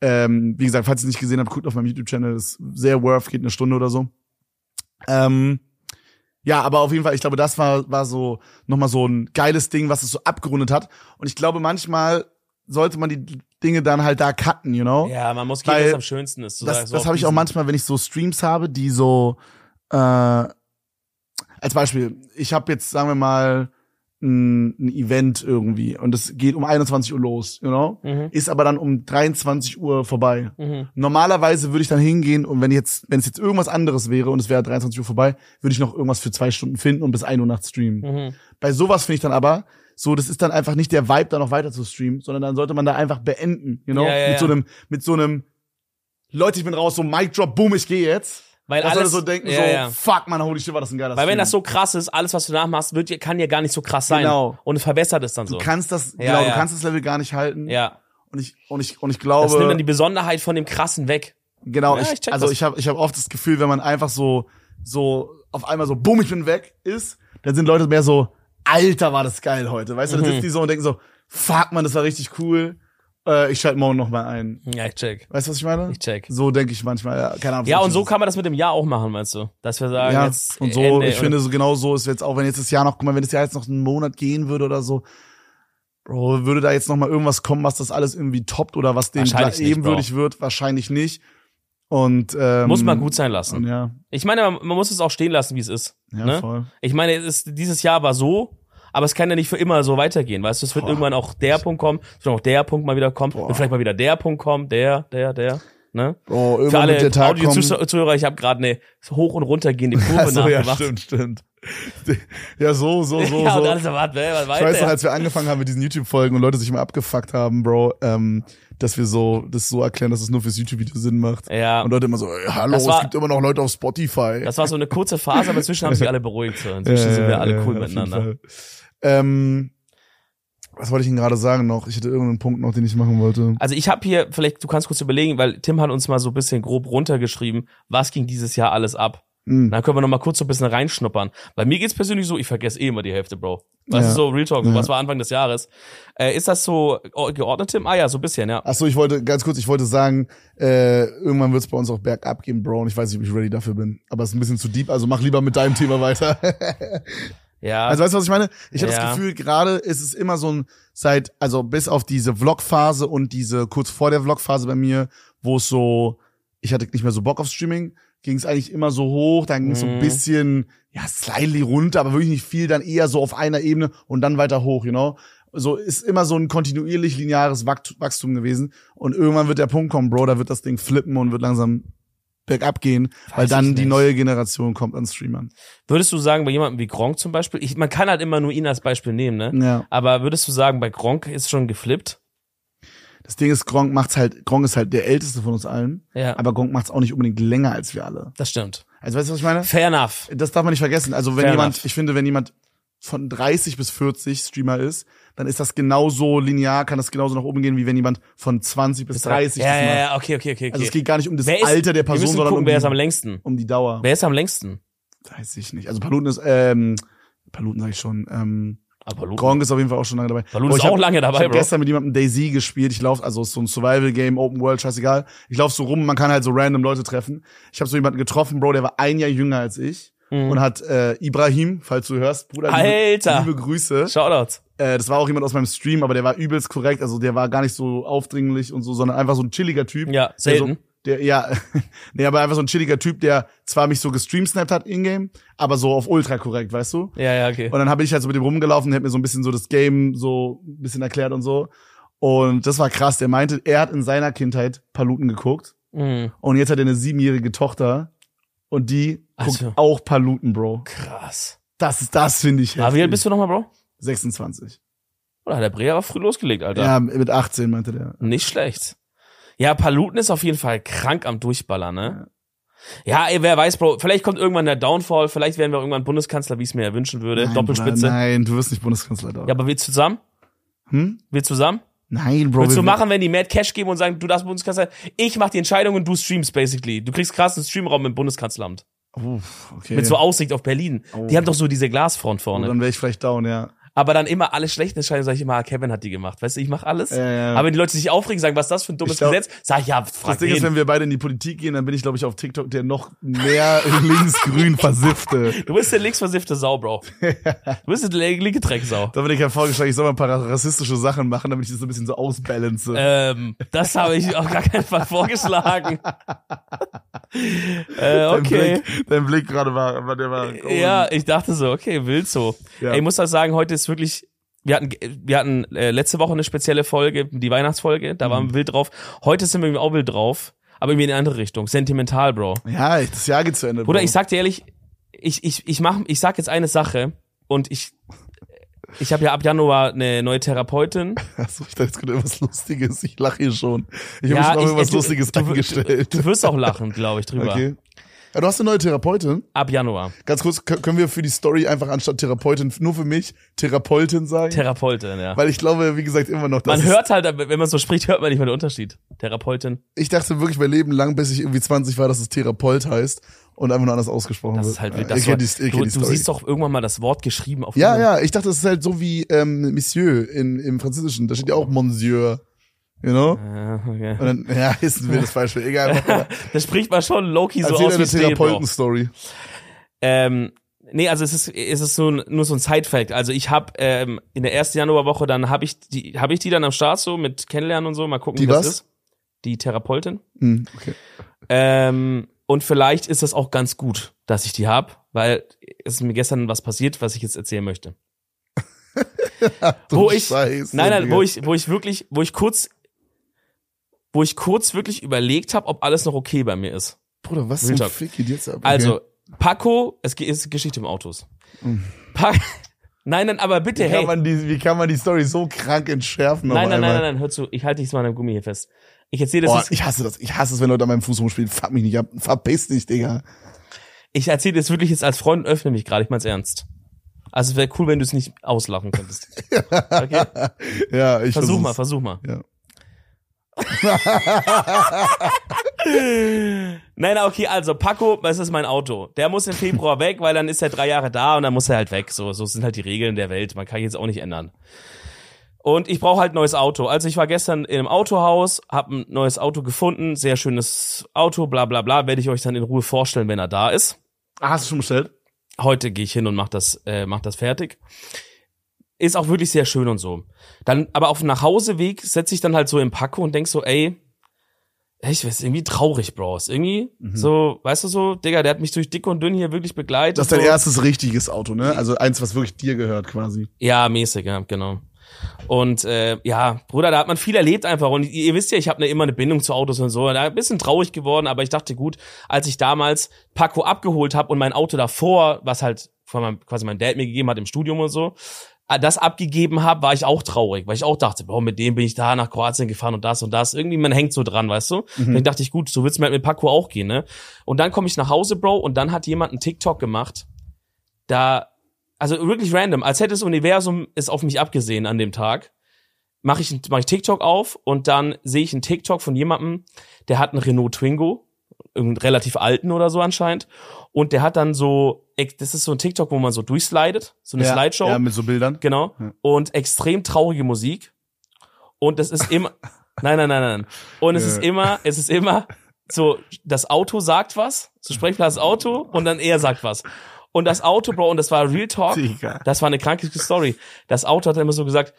[SPEAKER 1] Ähm, wie gesagt, falls ihr es nicht gesehen habt, guckt auf meinem YouTube-Channel. Ist sehr worth, geht eine Stunde oder so. Ähm, ja, aber auf jeden Fall, ich glaube, das war, war so nochmal so ein geiles Ding, was es so abgerundet hat. Und ich glaube, manchmal sollte man die Dinge dann halt da cutten, you know?
[SPEAKER 2] Ja, man muss gehen,
[SPEAKER 1] Weil
[SPEAKER 2] was am schönsten ist. So,
[SPEAKER 1] das
[SPEAKER 2] so
[SPEAKER 1] das
[SPEAKER 2] auf
[SPEAKER 1] habe ich auch
[SPEAKER 2] diesen-
[SPEAKER 1] manchmal, wenn ich so Streams habe, die so, äh, als Beispiel, ich habe jetzt, sagen wir mal, ein, ein Event irgendwie und es geht um 21 Uhr los, you know?
[SPEAKER 2] Mhm.
[SPEAKER 1] Ist aber dann um 23 Uhr vorbei.
[SPEAKER 2] Mhm.
[SPEAKER 1] Normalerweise würde ich dann hingehen und wenn jetzt, wenn es jetzt irgendwas anderes wäre und es wäre 23 Uhr vorbei, würde ich noch irgendwas für zwei Stunden finden und bis 1 Uhr nachts streamen.
[SPEAKER 2] Mhm.
[SPEAKER 1] Bei sowas finde ich dann aber, so, das ist dann einfach nicht der Vibe, da noch weiter zu streamen, sondern dann sollte man da einfach beenden, you know?
[SPEAKER 2] Ja, ja,
[SPEAKER 1] mit
[SPEAKER 2] ja.
[SPEAKER 1] so einem, mit so einem, Leute, ich bin raus, so Mic Drop, boom, ich gehe jetzt.
[SPEAKER 2] Weil
[SPEAKER 1] Das
[SPEAKER 2] alles
[SPEAKER 1] sollte so denken,
[SPEAKER 2] ja,
[SPEAKER 1] so,
[SPEAKER 2] ja.
[SPEAKER 1] fuck, man, holy shit, war das ein geiler
[SPEAKER 2] Weil wenn
[SPEAKER 1] Stream.
[SPEAKER 2] das so krass ist, alles was du nachmachst, wird dir- kann dir gar nicht so krass sein.
[SPEAKER 1] Genau.
[SPEAKER 2] Und es verbessert es dann so.
[SPEAKER 1] Du kannst das,
[SPEAKER 2] Ja,
[SPEAKER 1] genau,
[SPEAKER 2] ja.
[SPEAKER 1] du kannst das Level gar nicht halten.
[SPEAKER 2] ja.
[SPEAKER 1] Und ich, und ich, und ich
[SPEAKER 2] Das nimmt dann die
[SPEAKER 1] glaube,
[SPEAKER 2] Besonderheit von dem krassen weg.
[SPEAKER 1] genau,
[SPEAKER 2] Ja,
[SPEAKER 1] ich,
[SPEAKER 2] ich check
[SPEAKER 1] also
[SPEAKER 2] das.
[SPEAKER 1] ich habe ich hab oft das Gefühl, wenn man einfach so, so, auf einmal so, bumm, ich bin weg, ist, dann sind Leute mehr so, alter, war das geil heute, weißt du, dann
[SPEAKER 2] Mhm.
[SPEAKER 1] sitzen die so und denken so, fuck, man, das war richtig cool, äh, ich schalte morgen nochmal ein.
[SPEAKER 2] Ja, ich check.
[SPEAKER 1] Weißt du, was ich meine?
[SPEAKER 2] Ich check.
[SPEAKER 1] So denke ich manchmal, ja, keine Ahnung.
[SPEAKER 2] Ja,
[SPEAKER 1] ob
[SPEAKER 2] und
[SPEAKER 1] das
[SPEAKER 2] so
[SPEAKER 1] ist-
[SPEAKER 2] kann man das mit dem Jahr auch machen, meinst du? Dass wir sagen,
[SPEAKER 1] ja,
[SPEAKER 2] jetzt.
[SPEAKER 1] und so,
[SPEAKER 2] Ende,
[SPEAKER 1] ich
[SPEAKER 2] oder-
[SPEAKER 1] finde, so genau so ist jetzt auch, wenn jetzt das Jahr noch, guck mal, wenn das Jahr jetzt noch einen Monat gehen würde oder so, Bro, würde da jetzt noch mal irgendwas kommen, was das alles irgendwie toppt oder was dem
[SPEAKER 2] Wahrscheinlich nicht,
[SPEAKER 1] ebenwürdig wird? Wahrscheinlich nicht. Und, ähm,
[SPEAKER 2] Muss man gut sein lassen.
[SPEAKER 1] und Ja,
[SPEAKER 2] Ich meine, man, man muss es auch stehen lassen, wie es ist.
[SPEAKER 1] ja,
[SPEAKER 2] ne?
[SPEAKER 1] voll.
[SPEAKER 2] Ich meine, es ist, dieses Jahr war so, aber es kann ja nicht für immer so weitergehen, weißt du? Es wird
[SPEAKER 1] Boah.
[SPEAKER 2] irgendwann auch der Punkt kommen, es wird auch der Punkt mal wieder kommen,
[SPEAKER 1] Boah.
[SPEAKER 2] wird vielleicht mal wieder der Punkt kommen, der, der, der, ne?
[SPEAKER 1] Bro,
[SPEAKER 2] Für
[SPEAKER 1] Oh, irgendwann wird
[SPEAKER 2] alle
[SPEAKER 1] der Tag kommen.
[SPEAKER 2] Audio-Zuhörer, ich habe gerade eine hoch und runtergehende Kurve
[SPEAKER 1] *laughs* Ach so, ja,
[SPEAKER 2] nachgemacht.
[SPEAKER 1] stimmt, stimmt. Ja, so, so, so,
[SPEAKER 2] *laughs* ja,
[SPEAKER 1] so.
[SPEAKER 2] und alles erwartet, ey, was
[SPEAKER 1] Ich weiß halt noch,
[SPEAKER 2] weiter.
[SPEAKER 1] als wir angefangen haben mit diesen YouTube-Folgen und Leute sich immer abgefuckt haben, Bro, ähm, dass wir so, das so erklären, dass es nur fürs YouTube-Video Sinn macht.
[SPEAKER 2] Ja,
[SPEAKER 1] Und Leute immer so, ey, hallo,
[SPEAKER 2] Das war-
[SPEAKER 1] es gibt immer noch Leute auf Spotify.
[SPEAKER 2] das war so eine kurze Phase, aber inzwischen haben sich alle beruhigt. So. Inzwischen sind wir alle cool
[SPEAKER 1] auf jeden
[SPEAKER 2] miteinander.
[SPEAKER 1] Fall. Ähm, was wollte ich denn gerade sagen noch? Ich hatte irgendeinen Punkt noch, den ich machen wollte.
[SPEAKER 2] Also ich habe hier, vielleicht, du kannst kurz überlegen, weil Tim hat uns mal so ein bisschen grob runtergeschrieben, was ging dieses Jahr alles ab.
[SPEAKER 1] Hm.
[SPEAKER 2] Dann können wir noch mal kurz so ein bisschen reinschnuppern. Bei mir geht's persönlich so, ich vergesse eh immer die Hälfte, Bro. Das
[SPEAKER 1] Ja.
[SPEAKER 2] ist so Real Talk, so,
[SPEAKER 1] Ja.
[SPEAKER 2] was war Anfang des Jahres. Äh, ist das so o- geordnet, Tim? Ah ja, so ein bisschen, ja.
[SPEAKER 1] Ach so, ich wollte, ganz kurz, ich wollte sagen, äh, irgendwann wird's bei uns auch bergab gehen, Bro, und ich weiß nicht, ob ich ready dafür bin. Aber es ist ein bisschen zu deep, also mach lieber mit deinem Thema weiter. *laughs*
[SPEAKER 2] Ja,
[SPEAKER 1] Also weißt du, was ich meine? Ich habe
[SPEAKER 2] Ja.
[SPEAKER 1] das Gefühl, gerade ist es immer so ein, seit, also bis auf diese Vlog-Phase und diese kurz vor der Vlog-Phase bei mir, wo es so, ich hatte nicht mehr so Bock auf Streaming, ging es eigentlich immer so hoch, dann ging es so
[SPEAKER 2] Mhm.
[SPEAKER 1] ein bisschen, ja, slightly runter, aber wirklich nicht viel, dann eher so auf einer Ebene und dann weiter hoch, you know? So ist immer so ein kontinuierlich lineares Wakt- Wachstum gewesen. Und irgendwann wird der Punkt kommen, Bro, da wird das Ding flippen und wird langsam bergab gehen, weil
[SPEAKER 2] ich
[SPEAKER 1] dann die
[SPEAKER 2] nicht.
[SPEAKER 1] neue Generation kommt an Streamern.
[SPEAKER 2] würdest du sagen, bei jemandem wie Gronk zum Beispiel, ich, man kann halt immer nur ihn als Beispiel nehmen, ne?
[SPEAKER 1] Ja.
[SPEAKER 2] Aber würdest du sagen, bei Gronk ist schon geflippt?
[SPEAKER 1] Das Ding ist, Gronk macht's halt, Gronk ist halt der älteste von uns allen,
[SPEAKER 2] Ja,
[SPEAKER 1] aber Gronk macht's auch nicht unbedingt länger als wir alle.
[SPEAKER 2] das stimmt.
[SPEAKER 1] Also weißt du, was ich meine?
[SPEAKER 2] Fair enough.
[SPEAKER 1] Das darf man nicht vergessen. Also wenn
[SPEAKER 2] Fair
[SPEAKER 1] jemand,
[SPEAKER 2] enough.
[SPEAKER 1] ich finde, wenn jemand von 30 bis 40 Streamer ist, dann ist das genauso linear, kann das genauso nach oben gehen, wie wenn jemand von 20 bis 30
[SPEAKER 2] Ja,
[SPEAKER 1] das
[SPEAKER 2] ja,
[SPEAKER 1] macht.
[SPEAKER 2] ja, okay, okay, okay. okay.
[SPEAKER 1] Also es geht gar nicht um das
[SPEAKER 2] Wer ist-
[SPEAKER 1] Alter der
[SPEAKER 2] Wir
[SPEAKER 1] Person,
[SPEAKER 2] müssen
[SPEAKER 1] sondern
[SPEAKER 2] gucken,
[SPEAKER 1] um,
[SPEAKER 2] wer ist am
[SPEAKER 1] die,
[SPEAKER 2] längsten.
[SPEAKER 1] um die Dauer.
[SPEAKER 2] Wer ist am längsten?
[SPEAKER 1] Weiß ich nicht. Also Paluten ist, ähm, Paluten sag ich schon, ähm,
[SPEAKER 2] Aber Lu-
[SPEAKER 1] Gronk ist auf jeden Fall auch schon lange dabei.
[SPEAKER 2] Balloon
[SPEAKER 1] Boah,
[SPEAKER 2] Ah, ist
[SPEAKER 1] ich hab-
[SPEAKER 2] auch lange dabei,
[SPEAKER 1] ich hab
[SPEAKER 2] Bro.
[SPEAKER 1] gestern mit jemandem Daisy gespielt. Ich laufe, also ist so ein Survival-Game, Open World, scheißegal. Ich laufe so rum, man kann halt so random Leute treffen. Ich habe so jemanden getroffen, Bro, der war ein Jahr jünger als ich
[SPEAKER 2] Mhm.
[SPEAKER 1] und hat äh, Ibrahim, falls du hörst, Bruder, liebe,
[SPEAKER 2] Alter.
[SPEAKER 1] liebe Grüße.
[SPEAKER 2] Shoutouts.
[SPEAKER 1] Äh, das war auch jemand aus meinem Stream, aber der war übelst korrekt, also der war gar nicht so aufdringlich und so, sondern einfach so ein chilliger Typ.
[SPEAKER 2] Ja,
[SPEAKER 1] Der so-
[SPEAKER 2] selten.
[SPEAKER 1] Der, ja, *laughs* nee, aber einfach so ein chilliger Typ, der zwar mich so gestreamsnapped hat in-game, aber so auf ultra korrekt, weißt du?
[SPEAKER 2] Ja, ja, okay.
[SPEAKER 1] Und dann habe ich halt so mit dem rumgelaufen, der hat mir so ein bisschen so das Game so ein bisschen erklärt und so. Und das war krass. Der meinte, er hat in seiner Kindheit Paluten geguckt
[SPEAKER 2] Mhm.
[SPEAKER 1] und jetzt hat er eine siebenjährige Tochter und die
[SPEAKER 2] Also.
[SPEAKER 1] guckt auch Paluten, Bro.
[SPEAKER 2] Krass.
[SPEAKER 1] Das ist das finde ich heftig.
[SPEAKER 2] Aber wie alt bist du nochmal, Bro?
[SPEAKER 1] 26.
[SPEAKER 2] Oder der Breer war früh losgelegt, Alter.
[SPEAKER 1] Ja, mit 18 meinte der.
[SPEAKER 2] Nicht schlecht. Ja, Paluten ist auf jeden Fall krank am Durchballern, ne? Ja, ey, wer weiß, Bro, vielleicht kommt irgendwann der Downfall, vielleicht werden wir irgendwann Bundeskanzler, wie ich es mir ja wünschen würde.
[SPEAKER 1] Nein,
[SPEAKER 2] Doppelspitze.
[SPEAKER 1] Bruder, nein, du wirst nicht Bundeskanzler. Dog.
[SPEAKER 2] Ja, aber wir zusammen?
[SPEAKER 1] Hm?
[SPEAKER 2] Wir zusammen?
[SPEAKER 1] Nein, Bro.
[SPEAKER 2] Willst
[SPEAKER 1] wir-
[SPEAKER 2] du machen, wenn die Mad Cash geben und sagen, du darfst Bundeskanzler, ich mach die Entscheidung und du streamst basically. Du kriegst krassen Streamraum im Bundeskanzleramt.
[SPEAKER 1] Uff, okay.
[SPEAKER 2] Mit so Aussicht auf Berlin.
[SPEAKER 1] Oh.
[SPEAKER 2] Die haben doch so diese Glasfront
[SPEAKER 1] Oh,
[SPEAKER 2] vorne.
[SPEAKER 1] dann wäre ich vielleicht down, ja.
[SPEAKER 2] aber dann immer alle schlechten Entscheidungen sage ich immer, ah, Kevin hat die gemacht. Weißt du, ich mache alles.
[SPEAKER 1] Äh,
[SPEAKER 2] Aber wenn die Leute sich aufregen, sagen, was ist das für ein dummes
[SPEAKER 1] Ich glaub-
[SPEAKER 2] Gesetz, sag ich, ja,
[SPEAKER 1] Das
[SPEAKER 2] frag
[SPEAKER 1] Ding ist,
[SPEAKER 2] den.
[SPEAKER 1] wenn wir beide in die Politik gehen, dann bin ich, glaube ich, auf TikTok der noch mehr *laughs* linksgrün versiffte.
[SPEAKER 2] Du bist der linksversiffte
[SPEAKER 1] *laughs*
[SPEAKER 2] Sau, Bro. Du bist der linke Drecksau.
[SPEAKER 1] Da bin ich ja vorgeschlagen, ich soll mal ein paar rassistische Sachen machen, damit ich das so ein bisschen so
[SPEAKER 2] Äh,
[SPEAKER 1] ausbalance. *laughs*
[SPEAKER 2] Ähm, das habe ich auf gar keinen Fall vorgeschlagen. Äh,
[SPEAKER 1] Dein
[SPEAKER 2] okay. Äh,
[SPEAKER 1] Blick, dein Blick gerade war, war, der war.
[SPEAKER 2] Ja, ich dachte so, okay, wild so.
[SPEAKER 1] Ja.
[SPEAKER 2] Ey, ich muss halt sagen, heute ist wirklich. Wir hatten, wir hatten äh, letzte Woche eine spezielle Folge, die Weihnachtsfolge, da
[SPEAKER 1] Mhm.
[SPEAKER 2] waren wir wild drauf. Heute sind wir irgendwie auch wild drauf, aber irgendwie in eine andere Richtung. Sentimental, Bro.
[SPEAKER 1] ja, das Jahr geht zu Ende.
[SPEAKER 2] Bruder,
[SPEAKER 1] Bro. *laughs*
[SPEAKER 2] ich sag dir ehrlich, ich, ich, ich, mach, ich sag jetzt eine Sache und ich. Ich habe ja ab Januar eine neue Therapeutin.
[SPEAKER 1] Achso, ich dachte, jetzt kommt irgendwas Lustiges. Ich lache hier schon. Ich habe
[SPEAKER 2] Ja,
[SPEAKER 1] ja, schon auf
[SPEAKER 2] ich-
[SPEAKER 1] irgendwas
[SPEAKER 2] du-
[SPEAKER 1] Lustiges eingestellt.
[SPEAKER 2] Du wirst auch lachen, glaube ich, drüber.
[SPEAKER 1] okay. Ja, du hast eine neue Therapeutin.
[SPEAKER 2] Ab Januar.
[SPEAKER 1] Ganz kurz, kö- können wir für die Story einfach anstatt Therapeutin, nur für mich, Therapeutin sagen?
[SPEAKER 2] Therapeutin, ja.
[SPEAKER 1] Weil ich glaube, wie gesagt, immer noch, dass
[SPEAKER 2] Man
[SPEAKER 1] es-
[SPEAKER 2] hört halt, wenn man so spricht, hört man nicht mehr den Unterschied. Therapeutin,
[SPEAKER 1] ich dachte wirklich mein Leben lang, bis ich irgendwie 20 war, dass es Therapeut heißt und einfach nur anders ausgesprochen
[SPEAKER 2] das
[SPEAKER 1] wird.
[SPEAKER 2] ist halt
[SPEAKER 1] Ja,
[SPEAKER 2] wild. Das
[SPEAKER 1] ihr kennt
[SPEAKER 2] war-
[SPEAKER 1] die, ihr
[SPEAKER 2] du,
[SPEAKER 1] kennt die
[SPEAKER 2] du
[SPEAKER 1] Story.
[SPEAKER 2] siehst doch irgendwann mal das Wort geschrieben auf
[SPEAKER 1] ja,
[SPEAKER 2] einem-
[SPEAKER 1] ja, ich dachte, es ist halt so wie ähm, Monsieur in, im Französischen. Da steht ja auch Monsieur. You know?
[SPEAKER 2] Ah, okay.
[SPEAKER 1] Und dann, ja, *laughs* ist ein wildes Beispiel.
[SPEAKER 2] *laughs*
[SPEAKER 1] Egal. mach weiter.
[SPEAKER 2] Das spricht man schon Loki so
[SPEAKER 1] Erzähl
[SPEAKER 2] aus wie
[SPEAKER 1] deine
[SPEAKER 2] es steht, Bro.
[SPEAKER 1] Therapeuten-Story.
[SPEAKER 2] Ähm, nee, also es ist, es ist so, ein- nur so ein Side-Fact. Also ich habe ähm, in der ersten Januarwoche, dann habe ich die, habe ich die dann am Start so mit Kennenlernen und so, mal gucken,
[SPEAKER 1] Die
[SPEAKER 2] wie das
[SPEAKER 1] was?
[SPEAKER 2] ist. Die Therapeutin.
[SPEAKER 1] Hm, okay. *laughs*
[SPEAKER 2] Ähm, und vielleicht ist das auch ganz gut, dass ich die hab, weil es ist mir gestern was passiert, was ich jetzt erzählen möchte.
[SPEAKER 1] Du
[SPEAKER 2] Wo ich-
[SPEAKER 1] Scheiße,
[SPEAKER 2] Nein, nein,
[SPEAKER 1] Digga.
[SPEAKER 2] wo ich, wo ich wirklich, wo ich kurz, wo ich kurz wirklich überlegt habe, ob alles noch okay bei mir ist.
[SPEAKER 1] Bruder, was
[SPEAKER 2] Real
[SPEAKER 1] zum
[SPEAKER 2] Talk.
[SPEAKER 1] Fick geht jetzt ab? Okay.
[SPEAKER 2] Also, Paco, es ge- ist Geschichte im Autos.
[SPEAKER 1] Mhm.
[SPEAKER 2] Pa *laughs* nein, nein, aber bitte,
[SPEAKER 1] Wie
[SPEAKER 2] hey.
[SPEAKER 1] kann, man die, wie kann man die Story so krank entschärfen? auf
[SPEAKER 2] Nein, nein,
[SPEAKER 1] einmal?
[SPEAKER 2] nein, nein, nein, hör zu, ich halte dich mal an dem Gummi hier fest. Ich erzähle das,
[SPEAKER 1] Oh,
[SPEAKER 2] jetzt-
[SPEAKER 1] ich hasse das. Ich hasse es, wenn Leute an meinem Fuß rumspielen. Fuck mich nicht ab. Verpiss dich, Digga.
[SPEAKER 2] ich erzähle das wirklich jetzt als Freund und öffne mich gerade, ich mein's ernst. Also, es wäre cool, wenn du es nicht
[SPEAKER 1] *laughs*
[SPEAKER 2] auslachen könntest. Okay?
[SPEAKER 1] Ja, ich versuch's.
[SPEAKER 2] Versuch mal, versuch mal.
[SPEAKER 1] Ja.
[SPEAKER 2] *laughs* Nein, na, okay, also Paco, das ist mein Auto. Der muss im Februar weg, weil dann ist er drei Jahre da und dann muss er halt weg. So, so sind halt die Regeln der Welt. Man kann jetzt auch nicht ändern. Und ich brauche halt ein neues Auto. Also ich war gestern im Autohaus, habe ein neues Auto gefunden, sehr schönes Auto, bla bla bla. Werde ich euch dann in Ruhe vorstellen, wenn er da ist.
[SPEAKER 1] Ah, hast du schon bestellt?
[SPEAKER 2] Heute gehe ich hin und mach das, äh, mach das fertig. Ist auch wirklich sehr schön und so. Dann, aber auf dem Nachhauseweg setze ich dann halt so im Paco und denk so, ey, ey, ich weiß, irgendwie traurig, Bro. Ist irgendwie
[SPEAKER 1] Mhm.
[SPEAKER 2] so, weißt du so, Digga, der hat mich durch dick und dünn hier wirklich begleitet.
[SPEAKER 1] Das ist dein
[SPEAKER 2] so.
[SPEAKER 1] erstes richtiges Auto, ne? Also eins, was wirklich dir gehört, quasi.
[SPEAKER 2] Ja, mäßig, ja, genau. Und äh, ja, Bruder, da hat man viel erlebt einfach. Und ihr, ihr wisst ja, ich habe ne, immer eine Bindung zu Autos und so. Da ein bisschen traurig geworden, aber ich dachte, gut, als ich damals Paco abgeholt habe und mein Auto davor, was halt von meinem, quasi mein Dad mir gegeben hat im Studium und so, äh, das abgegeben habe, war ich auch traurig, weil ich auch dachte, boah, mit dem bin ich da nach Kroatien gefahren und das und das. Irgendwie, man hängt so dran, weißt du?
[SPEAKER 1] Mhm.
[SPEAKER 2] Dann dachte ich, gut, so wird's mir halt mit Paco auch gehen, ne? Und dann komme ich nach Hause, Bro, und dann hat jemand einen TikTok gemacht, da also wirklich random, als hätte das Universum es auf mich abgesehen an dem Tag, mache ich, mach ich TikTok auf und dann sehe ich einen TikTok von jemandem, der hat einen Renault Twingo, einen relativ alten oder so anscheinend, und der hat dann so, ex- das ist so ein TikTok, wo man so durchslidet, so eine Slideshow,
[SPEAKER 1] Ja, mit so Bildern.
[SPEAKER 2] genau,
[SPEAKER 1] Ja.
[SPEAKER 2] und extrem traurige Musik und das
[SPEAKER 1] *laughs*
[SPEAKER 2] ist immer, nein, nein, nein, nein, und es
[SPEAKER 1] Ja.
[SPEAKER 2] ist immer, es ist immer so, das Auto sagt was, so Sprechplatz Auto und dann er sagt was. Und das Auto, Bro, und das war Real Talk.
[SPEAKER 1] Digga.
[SPEAKER 2] Das war eine kranke Story. Das Auto hat immer so gesagt,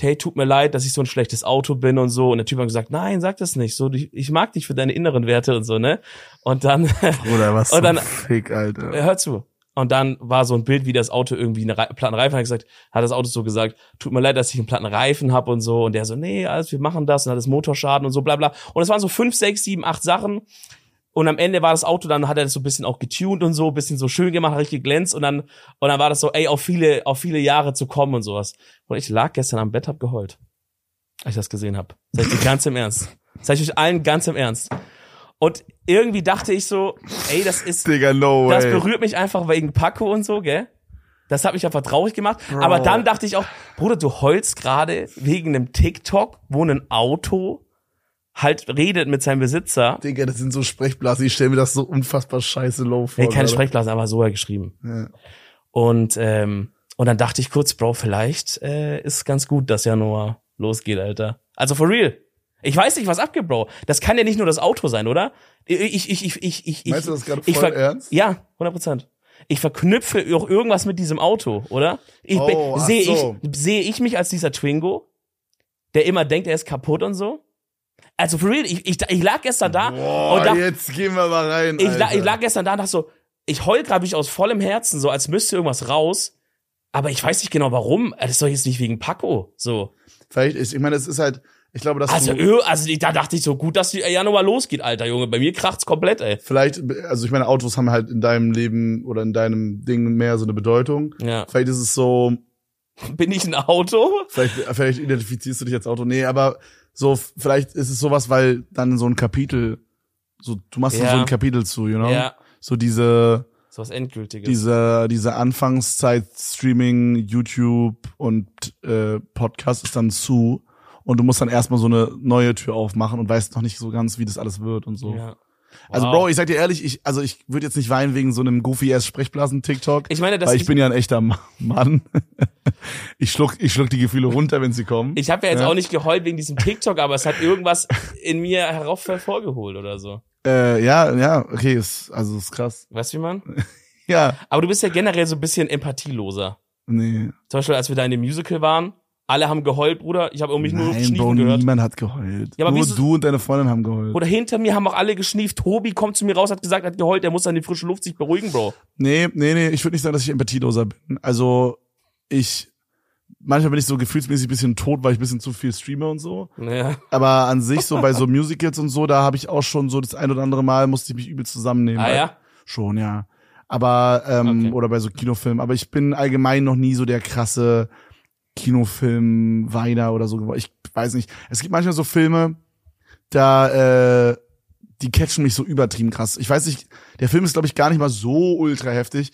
[SPEAKER 2] hey, tut mir leid, dass ich so ein schlechtes Auto bin und so. Und der Typ hat gesagt, nein, sag das nicht. So, ich, ich mag dich für deine inneren Werte und so, ne? Und dann,
[SPEAKER 1] Bruder, was
[SPEAKER 2] Und
[SPEAKER 1] zum
[SPEAKER 2] dann-
[SPEAKER 1] Fick, Alter.
[SPEAKER 2] hör zu. Und dann war so ein Bild, wie das Auto irgendwie einen Re platten Reifen hat gesagt, hat das Auto so gesagt, tut mir leid, dass ich einen platten Reifen habe und so. Und der so, nee, alles, wir machen das. Und hat das Motorschaden und so, bla bla. Und es waren so fünf, sechs, sieben, acht Sachen. Und am Ende war das Auto, dann hat er das so ein bisschen auch getuned und so, ein bisschen so schön gemacht, hat richtig geglänzt und dann, und dann war das so, ey, auf viele, auf viele Jahre zu kommen und sowas. Und ich lag gestern am Bett, hab geheult. Als ich das gesehen hab. Sag ich dir ganz im Ernst. Sag ich euch allen ganz im Ernst. Und irgendwie dachte ich so, ey, das ist,
[SPEAKER 1] Digga, no
[SPEAKER 2] das
[SPEAKER 1] way.
[SPEAKER 2] berührt mich einfach wegen Paco und so, gell? Das hat mich einfach traurig gemacht. Aber dann dachte ich auch, Bruder, du heulst gerade wegen einem TikTok, wo ein Auto halt redet mit seinem Besitzer.
[SPEAKER 1] Digga, das sind so Sprechblasen. Ich stelle mir das so unfassbar scheiße low vor.
[SPEAKER 2] Nee, keine
[SPEAKER 1] gerade.
[SPEAKER 2] Sprechblase, aber so hat er geschrieben.
[SPEAKER 1] Ja.
[SPEAKER 2] Und, ähm, und dann dachte ich kurz, Bro, vielleicht äh, ist ganz gut, dass Januar losgeht, Alter. Also for real. Ich weiß nicht, was abgeht, Bro. Das kann ja nicht nur das Auto sein, oder? Ich, ich, ich, ich, ich, ich,
[SPEAKER 1] Meinst du das gerade
[SPEAKER 2] ich
[SPEAKER 1] voll
[SPEAKER 2] ver-
[SPEAKER 1] ernst?
[SPEAKER 2] Ja, 100 Prozent. Ich verknüpfe auch irgendwas mit diesem Auto, oder? Ich bin-
[SPEAKER 1] Oh, ach
[SPEAKER 2] sehe
[SPEAKER 1] so.
[SPEAKER 2] ich, sehe ich mich als dieser Twingo, der immer denkt, er ist kaputt und so? also for real, ich, ich, ich lag gestern da und
[SPEAKER 1] Boah,
[SPEAKER 2] dachte,
[SPEAKER 1] jetzt gehen wir mal rein.
[SPEAKER 2] ich, la,
[SPEAKER 1] Alter.
[SPEAKER 2] ich lag gestern da und dachte so, ich heul gerade mich aus vollem Herzen, so als müsste irgendwas raus. Aber ich weiß nicht genau warum. Das ist doch jetzt nicht wegen Paco. So.
[SPEAKER 1] Vielleicht ist, ich meine, es ist halt, ich glaube, dass
[SPEAKER 2] Also,
[SPEAKER 1] du,
[SPEAKER 2] ö, also ich- da dachte ich so, gut, dass die äh, Januar losgeht, Alter Junge. Bei mir kracht's komplett, ey.
[SPEAKER 1] vielleicht, also ich meine, Autos haben halt in deinem Leben oder in deinem Ding mehr so eine Bedeutung.
[SPEAKER 2] Ja. *laughs*
[SPEAKER 1] Vielleicht ist es so,
[SPEAKER 2] Bin ich ein Auto?
[SPEAKER 1] vielleicht, vielleicht identifizierst du dich als Auto. Nee, aber so, vielleicht ist es sowas, weil dann so ein Kapitel, so, du machst dann
[SPEAKER 2] Ja.
[SPEAKER 1] so ein Kapitel zu, you know?
[SPEAKER 2] Ja.
[SPEAKER 1] So diese,
[SPEAKER 2] So was Endgültiges.
[SPEAKER 1] diese, diese Anfangszeit Streaming, YouTube und äh, Podcast ist dann zu. Und du musst dann erstmal so eine neue Tür aufmachen und weißt noch nicht so ganz, wie das alles wird und so.
[SPEAKER 2] ja.
[SPEAKER 1] Also,
[SPEAKER 2] Wow.
[SPEAKER 1] Bro, ich sag dir ehrlich, ich, also ich würde jetzt nicht weinen wegen so einem goofy-ass Sprechblasen-TikTok.
[SPEAKER 2] Ich meine, dass
[SPEAKER 1] weil ich,
[SPEAKER 2] ich-
[SPEAKER 1] bin ja ein echter Ma- Mann. *laughs* ich schluck, ich schluck die Gefühle runter, wenn sie kommen.
[SPEAKER 2] Ich habe ja jetzt
[SPEAKER 1] Ja.
[SPEAKER 2] auch nicht geheult wegen diesem TikTok, aber es hat irgendwas in mir herauf hervorgeholt oder so.
[SPEAKER 1] äh, ja, ja, okay, ist, also ist krass.
[SPEAKER 2] Weißt du, wie man?
[SPEAKER 1] Ja,
[SPEAKER 2] Aber du bist ja generell so ein bisschen empathieloser.
[SPEAKER 1] nee.
[SPEAKER 2] Zum Beispiel, als wir da in dem Musical waren, alle haben geheult, Bruder. Ich habe irgendwie nur
[SPEAKER 1] Nein,
[SPEAKER 2] geschniefen
[SPEAKER 1] Bro,
[SPEAKER 2] gehört.
[SPEAKER 1] niemand hat geheult.
[SPEAKER 2] Ja, aber
[SPEAKER 1] Nur
[SPEAKER 2] wieso-
[SPEAKER 1] du und deine Freundin haben geheult.
[SPEAKER 2] Oder hinter mir haben auch alle geschnieft. Tobi kommt zu mir raus, hat gesagt, er hat geheult, er muss an die frische Luft sich beruhigen, Bro.
[SPEAKER 1] Nee, nee, nee, ich würde nicht sagen, dass ich empathieloser bin. Also, ich, manchmal bin ich so gefühlsmäßig ein bisschen tot, weil ich ein bisschen zu viel streame und so.
[SPEAKER 2] Ja. Ah,
[SPEAKER 1] Aber an sich, so bei so Musicals und so, da habe ich auch schon so das ein oder andere Mal, musste ich mich übel zusammennehmen.
[SPEAKER 2] Ah
[SPEAKER 1] Weil-
[SPEAKER 2] ja.
[SPEAKER 1] Schon, ja. Aber, ähm,
[SPEAKER 2] Okay.
[SPEAKER 1] oder bei so Kinofilmen. Aber ich bin allgemein noch nie so der krasse Kinofilm-Weiner oder so geworden. Ich weiß nicht. Es gibt manchmal so Filme, da, äh, die catchen mich so übertrieben krass. Ich weiß nicht, der Film ist, glaube ich, gar nicht mal so ultra heftig.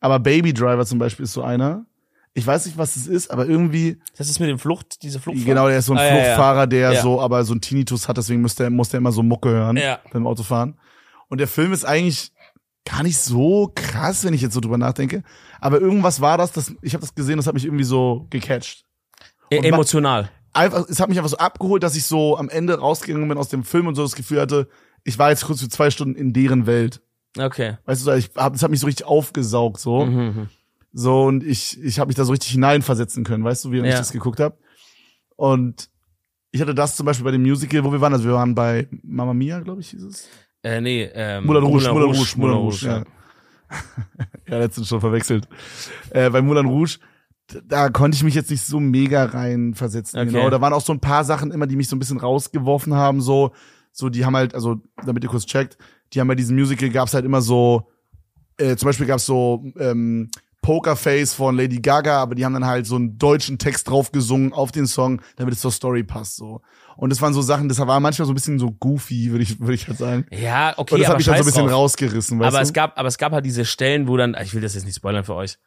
[SPEAKER 1] Aber Baby Driver zum Beispiel ist so einer. Ich weiß nicht, was es ist, aber irgendwie,
[SPEAKER 2] Das ist mit dem Flucht, diese Flucht.
[SPEAKER 1] genau, der ist so ein
[SPEAKER 2] Ah, ja, ja.
[SPEAKER 1] Fluchtfahrer, der
[SPEAKER 2] Ja.
[SPEAKER 1] so, aber so ein Tinnitus hat, deswegen muss der, muss der immer so Mucke hören
[SPEAKER 2] Ja.
[SPEAKER 1] beim Autofahren. Und der Film ist eigentlich gar nicht so krass, wenn ich jetzt so drüber nachdenke. Aber irgendwas war das, das ich habe das gesehen, das hat mich irgendwie so gecatcht.
[SPEAKER 2] E
[SPEAKER 1] Und ma-
[SPEAKER 2] emotional.
[SPEAKER 1] Einfach, es hat mich einfach so abgeholt, dass ich so am Ende rausgegangen bin aus dem Film und so das Gefühl hatte, ich war jetzt kurz für zwei Stunden in deren Welt.
[SPEAKER 2] Okay.
[SPEAKER 1] Weißt du, so, ich hab, das hat mich so richtig aufgesaugt, so.
[SPEAKER 2] Mhm.
[SPEAKER 1] So, und ich, ich habe mich da so richtig hineinversetzen können, weißt du, wie ich
[SPEAKER 2] Ja.
[SPEAKER 1] das geguckt habe. Und ich hatte das zum Beispiel bei dem Musical, wo wir waren, also wir waren bei Mamma Mia, glaube ich, hieß es.
[SPEAKER 2] Äh, nee, ähm,
[SPEAKER 1] Moulin Rouge, Moulin Rouge,
[SPEAKER 2] Moulin
[SPEAKER 1] Moulin Rouge, ja. *laughs* ja, letztens schon verwechselt. Äh, bei Moulin Rouge, d- da konnte ich mich jetzt nicht so mega reinversetzen.
[SPEAKER 2] Okay.
[SPEAKER 1] Genau, da waren auch so ein paar Sachen immer, die mich so ein bisschen rausgeworfen haben, so, so, die haben halt, also, damit ihr kurz checkt, die haben bei diesem Musical gab's halt immer so, äh, zum Beispiel gab's so, ähm, Pokerface von Lady Gaga, aber die haben dann halt so einen deutschen Text drauf gesungen auf den Song, damit es zur Story passt, so. Und das waren so Sachen, das war manchmal so ein bisschen so goofy, würde ich, würde ich halt sagen.
[SPEAKER 2] Ja, okay,
[SPEAKER 1] Und das
[SPEAKER 2] aber
[SPEAKER 1] hat mich dann so ein
[SPEAKER 2] scheiß
[SPEAKER 1] bisschen
[SPEAKER 2] drauf.
[SPEAKER 1] rausgerissen, weißt
[SPEAKER 2] aber
[SPEAKER 1] du?
[SPEAKER 2] es gab, aber es gab halt diese Stellen, wo dann, ich will das jetzt nicht spoilern für euch,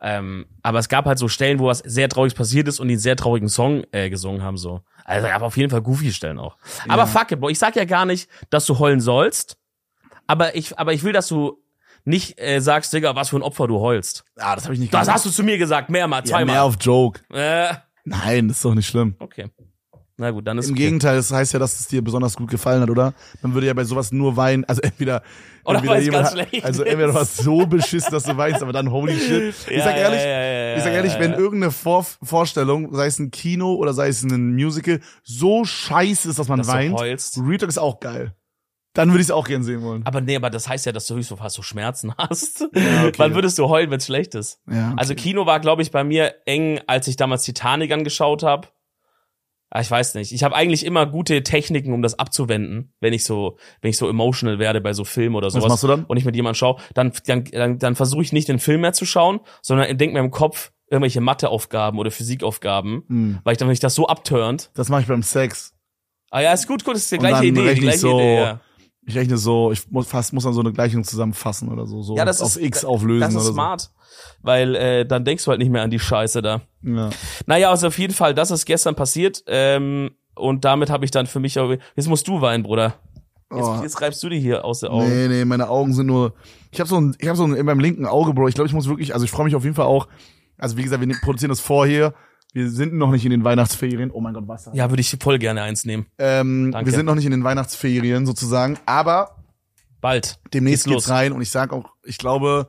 [SPEAKER 2] ähm, aber es gab halt so Stellen, wo was sehr Trauriges passiert ist und die einen sehr traurigen Song äh, gesungen haben so. Also gab auf jeden Fall goofy Stellen auch. Aber
[SPEAKER 1] Ja.
[SPEAKER 2] fuck it, Bro, ich sag ja gar nicht, dass du heulen sollst, aber ich, aber ich will, dass du nicht äh, sagst, Digga, was für ein Opfer du heulst.
[SPEAKER 1] Ah, das habe ich nicht
[SPEAKER 2] Das
[SPEAKER 1] gemacht.
[SPEAKER 2] hast du zu mir gesagt, mehrmals,
[SPEAKER 1] ja, mehr
[SPEAKER 2] zweimal.
[SPEAKER 1] auf Joke.
[SPEAKER 2] äh,
[SPEAKER 1] Nein, das ist doch nicht schlimm.
[SPEAKER 2] okay. Na gut, dann ist
[SPEAKER 1] Im
[SPEAKER 2] okay.
[SPEAKER 1] Gegenteil, das heißt ja, dass es dir besonders gut gefallen hat, oder? Man würde ja bei sowas nur weinen, also entweder,
[SPEAKER 2] Oder
[SPEAKER 1] entweder
[SPEAKER 2] weil's
[SPEAKER 1] jemand
[SPEAKER 2] ganz
[SPEAKER 1] hat-
[SPEAKER 2] schlecht
[SPEAKER 1] also entweder du
[SPEAKER 2] ist.
[SPEAKER 1] warst so beschissen, dass du weinst, aber dann holy shit. Ich
[SPEAKER 2] *laughs* Ja,
[SPEAKER 1] sag
[SPEAKER 2] ja,
[SPEAKER 1] ehrlich,
[SPEAKER 2] ja, ja, ja,
[SPEAKER 1] ich sag ehrlich,
[SPEAKER 2] ja,
[SPEAKER 1] wenn
[SPEAKER 2] ja.
[SPEAKER 1] irgendeine Vor Vorstellung, sei es ein Kino oder sei es ein Musical, so scheiße ist, dass man
[SPEAKER 2] Dass du
[SPEAKER 1] weint,
[SPEAKER 2] heulst.
[SPEAKER 1] Real Talk ist auch geil. Dann würde ich es auch gern sehen wollen.
[SPEAKER 2] Aber nee, aber das heißt ja, dass du höchstens fast so Schmerzen *laughs* hast.
[SPEAKER 1] Ja, okay.
[SPEAKER 2] Wann würdest du heulen, wenn's schlecht ist?
[SPEAKER 1] Ja.
[SPEAKER 2] Also Kino war, glaube ich, bei mir eng, als ich damals Titanic angeschaut habe. Ah, Ich weiß nicht. Ich habe eigentlich immer gute Techniken, um das abzuwenden, wenn ich so, wenn ich so emotional werde bei so Filmen oder
[SPEAKER 1] Was
[SPEAKER 2] sowas.
[SPEAKER 1] machst du dann?
[SPEAKER 2] Und ich mit jemandem schaue, dann, dann, dann, dann versuche ich nicht den Film mehr zu schauen, sondern denke mir im Kopf irgendwelche Matheaufgaben oder Physikaufgaben,
[SPEAKER 1] Hm,
[SPEAKER 2] weil ich dann, wenn ich das so abturnt,
[SPEAKER 1] Das mache ich beim Sex.
[SPEAKER 2] ah ja, ist gut, gut, ist die
[SPEAKER 1] Und
[SPEAKER 2] gleiche
[SPEAKER 1] dann
[SPEAKER 2] Idee, die
[SPEAKER 1] rechne ich
[SPEAKER 2] gleiche
[SPEAKER 1] so-
[SPEAKER 2] Idee, ja.
[SPEAKER 1] Ich rechne so, ich muss fast muss dann so eine Gleichung zusammenfassen oder so, so
[SPEAKER 2] Ja, das
[SPEAKER 1] auf
[SPEAKER 2] ist-
[SPEAKER 1] X auflösen
[SPEAKER 2] Das ist
[SPEAKER 1] oder
[SPEAKER 2] smart, weil äh, dann denkst du halt nicht mehr an die Scheiße da.
[SPEAKER 1] so. Ja.
[SPEAKER 2] Naja, also auf jeden Fall, das ist gestern passiert. Ähm, und damit habe ich dann für mich auch. Jetzt musst du weinen, Bruder. Jetzt,
[SPEAKER 1] Oh.
[SPEAKER 2] jetzt reibst du dir hier aus der Augen.
[SPEAKER 1] Nee, nee, meine Augen sind nur ich habe so ein ich habe so ein in meinem linken Auge, Bro, ich glaube, ich muss wirklich, also ich freue mich auf jeden Fall auch. Also wie gesagt, wir produzieren das vor hier. Wir sind noch nicht in den Weihnachtsferien. Oh mein Gott, Wasser.
[SPEAKER 2] Ja, würde ich voll gerne eins nehmen.
[SPEAKER 1] Ähm,
[SPEAKER 2] Danke.
[SPEAKER 1] wir sind noch nicht in den Weihnachtsferien sozusagen, aber
[SPEAKER 2] Bald.
[SPEAKER 1] demnächst
[SPEAKER 2] Geht's
[SPEAKER 1] geht's,
[SPEAKER 2] los.
[SPEAKER 1] rein und ich sag auch, ich glaube,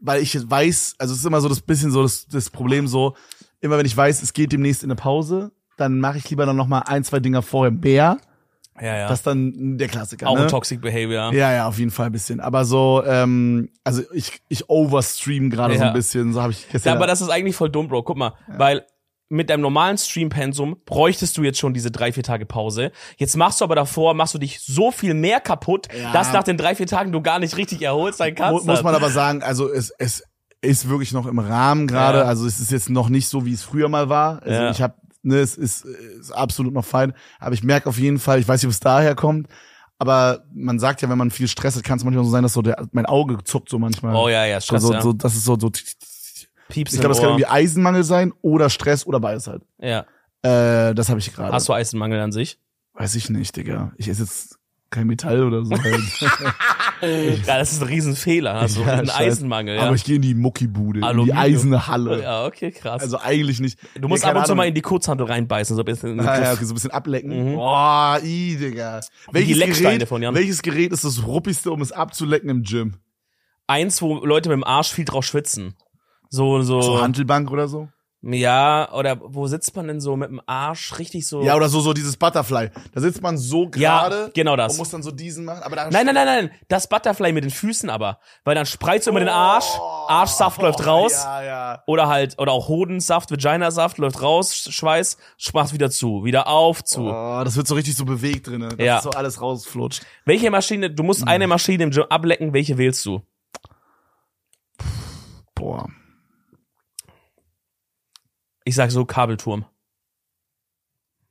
[SPEAKER 1] weil ich weiß, also es ist immer so das bisschen so das, das Problem so, immer wenn ich weiß, es geht demnächst in eine Pause, dann mache ich lieber dann noch mal ein, zwei Dinger vorher mehr,
[SPEAKER 2] Ja, ja.
[SPEAKER 1] Das ist dann der Klassiker.
[SPEAKER 2] auch
[SPEAKER 1] ne?
[SPEAKER 2] ein Toxic Behavior.
[SPEAKER 1] Ja, ja, auf jeden Fall ein bisschen. Aber so, ähm, also ich, ich overstream gerade so
[SPEAKER 2] Ja.
[SPEAKER 1] ein bisschen. So habe ich
[SPEAKER 2] Ja,
[SPEAKER 1] gestern.
[SPEAKER 2] aber das ist eigentlich voll dumm, Bro. Guck mal, weil mit deinem normalen Stream-Pensum bräuchtest du jetzt schon diese drei, vier Tage Pause. Jetzt machst du aber davor, machst du dich so viel mehr kaputt,
[SPEAKER 1] Ja.
[SPEAKER 2] dass nach den drei, vier Tagen du gar nicht richtig erholt sein
[SPEAKER 1] mu
[SPEAKER 2] kannst.
[SPEAKER 1] muss man aber sagen, also es, es ist wirklich noch im Rahmen gerade.
[SPEAKER 2] Ja.
[SPEAKER 1] Also es ist jetzt noch nicht so, wie es früher mal war. Also
[SPEAKER 2] Ja.
[SPEAKER 1] ich habe, ne, es ist, ist absolut noch fein. Aber ich merke auf jeden Fall, ich weiß nicht, ob es daher kommt. Aber man sagt ja, wenn man viel Stress hat, kann es manchmal so sein, dass so der, mein Auge zuckt so manchmal.
[SPEAKER 2] oh ja, ja,
[SPEAKER 1] So,
[SPEAKER 2] Stress,
[SPEAKER 1] so,
[SPEAKER 2] ja.
[SPEAKER 1] so, das ist so, so ich
[SPEAKER 2] Pieps
[SPEAKER 1] glaube,
[SPEAKER 2] im
[SPEAKER 1] es kann
[SPEAKER 2] Ohr.
[SPEAKER 1] irgendwie Eisenmangel sein oder Stress oder beides halt.
[SPEAKER 2] ja.
[SPEAKER 1] Äh, das habe ich gerade.
[SPEAKER 2] Hast du Eisenmangel an sich?
[SPEAKER 1] Weiß ich nicht, Digga. Ich esse jetzt kein Metall oder
[SPEAKER 2] *laughs*
[SPEAKER 1] so. Halt.
[SPEAKER 2] Ja, das ist ein Riesenfehler. Hast du
[SPEAKER 1] Ja,
[SPEAKER 2] einen
[SPEAKER 1] scheiß.
[SPEAKER 2] Eisenmangel, ja.
[SPEAKER 1] Aber ich gehe in die Muckibude, in die
[SPEAKER 2] Aluminium.
[SPEAKER 1] eisene Halle.
[SPEAKER 2] ja, okay, krass.
[SPEAKER 1] Also eigentlich nicht.
[SPEAKER 2] du musst
[SPEAKER 1] Ja,
[SPEAKER 2] ab
[SPEAKER 1] keine
[SPEAKER 2] und zu
[SPEAKER 1] Ahnung.
[SPEAKER 2] mal in die Kurzhandel reinbeißen, so ein bisschen.
[SPEAKER 1] Ah, ja, okay, so ein bisschen ablecken.
[SPEAKER 2] Mhm.
[SPEAKER 1] Boah, i, Digga. Welches
[SPEAKER 2] Lecksteine
[SPEAKER 1] Gerät,
[SPEAKER 2] von Jan.
[SPEAKER 1] welches Gerät ist das ruppigste, um es abzulecken im Gym?
[SPEAKER 2] Eins, wo Leute mit dem Arsch viel drauf schwitzen. So, so.
[SPEAKER 1] So Handelbank oder so?
[SPEAKER 2] Ja, oder wo sitzt man denn so mit dem Arsch richtig so?
[SPEAKER 1] Ja, oder so, so dieses Butterfly. Da sitzt man so
[SPEAKER 2] Ja,
[SPEAKER 1] gerade
[SPEAKER 2] genau das.
[SPEAKER 1] und muss dann so diesen machen. Aber da
[SPEAKER 2] nein, nein, nein, nein, das Butterfly mit den Füßen aber, weil dann spreizt du immer den Arsch, Arschsaft läuft raus
[SPEAKER 1] Oh. Ja, ja.
[SPEAKER 2] oder halt oder auch Hodensaft, Vaginasaft läuft raus, Sch- Schweiß, sch- macht wieder zu, wieder auf zu.
[SPEAKER 1] Oh, das wird so richtig so bewegt drinne. dass
[SPEAKER 2] Ja.
[SPEAKER 1] so alles rausflutscht.
[SPEAKER 2] Welche Maschine? Du musst
[SPEAKER 1] Hm.
[SPEAKER 2] eine Maschine im Gym ablecken, welche wählst du?
[SPEAKER 1] Boah.
[SPEAKER 2] Ich sag so Kabelturm.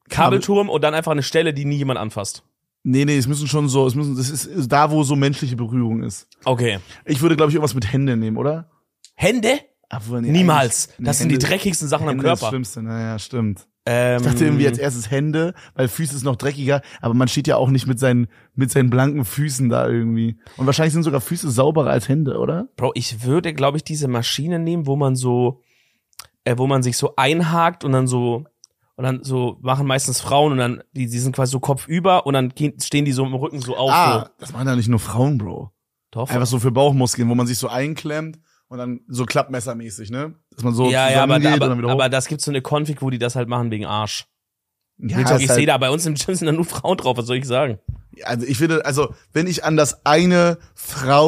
[SPEAKER 2] Kabelturm und dann einfach eine Stelle, die nie jemand anfasst.
[SPEAKER 1] Nee, nee, es müssen schon so, es müssen, das ist ist da, wo so menschliche Berührung ist.
[SPEAKER 2] Okay.
[SPEAKER 1] Ich würde, glaube ich, irgendwas mit Händen nehmen, oder?
[SPEAKER 2] Hände?
[SPEAKER 1] Obwohl, nee,
[SPEAKER 2] Niemals.
[SPEAKER 1] eigentlich- nee,
[SPEAKER 2] Das sind die
[SPEAKER 1] Hände-
[SPEAKER 2] dreckigsten Sachen am
[SPEAKER 1] Hände Das
[SPEAKER 2] Körper.
[SPEAKER 1] Schlimmste, naja, stimmt.
[SPEAKER 2] Ähm,
[SPEAKER 1] Ich dachte irgendwie als erstes Hände, weil Füße ist noch dreckiger, aber man steht ja auch nicht mit seinen, mit seinen blanken Füßen da irgendwie. Und wahrscheinlich sind sogar Füße sauberer als Hände, oder?
[SPEAKER 2] Bro, ich würde, glaube ich, diese Maschine nehmen, wo man so, äh, wo man sich so einhakt und dann so, und dann so machen meistens Frauen und dann, die, die sind quasi so kopfüber und dann gehen, stehen die so im Rücken so auf.
[SPEAKER 1] ah,
[SPEAKER 2] so.
[SPEAKER 1] das machen ja nicht nur Frauen, Bro.
[SPEAKER 2] Doch.
[SPEAKER 1] Einfach so für Bauchmuskeln, wo man sich so einklemmt und dann so klappmessermäßig, ne? Dass man so
[SPEAKER 2] ja, ja, aber,
[SPEAKER 1] zusammengeht und dann
[SPEAKER 2] aber,
[SPEAKER 1] wieder hoch.
[SPEAKER 2] aber das gibt so eine Config, wo die das halt machen wegen Arsch.
[SPEAKER 1] ja,
[SPEAKER 2] Real Talk,
[SPEAKER 1] ist
[SPEAKER 2] ich
[SPEAKER 1] halt-
[SPEAKER 2] sehe da bei uns im Gym sind *laughs* da nur Frauen drauf, was soll ich sagen?
[SPEAKER 1] Also ich finde, also wenn ich an das eine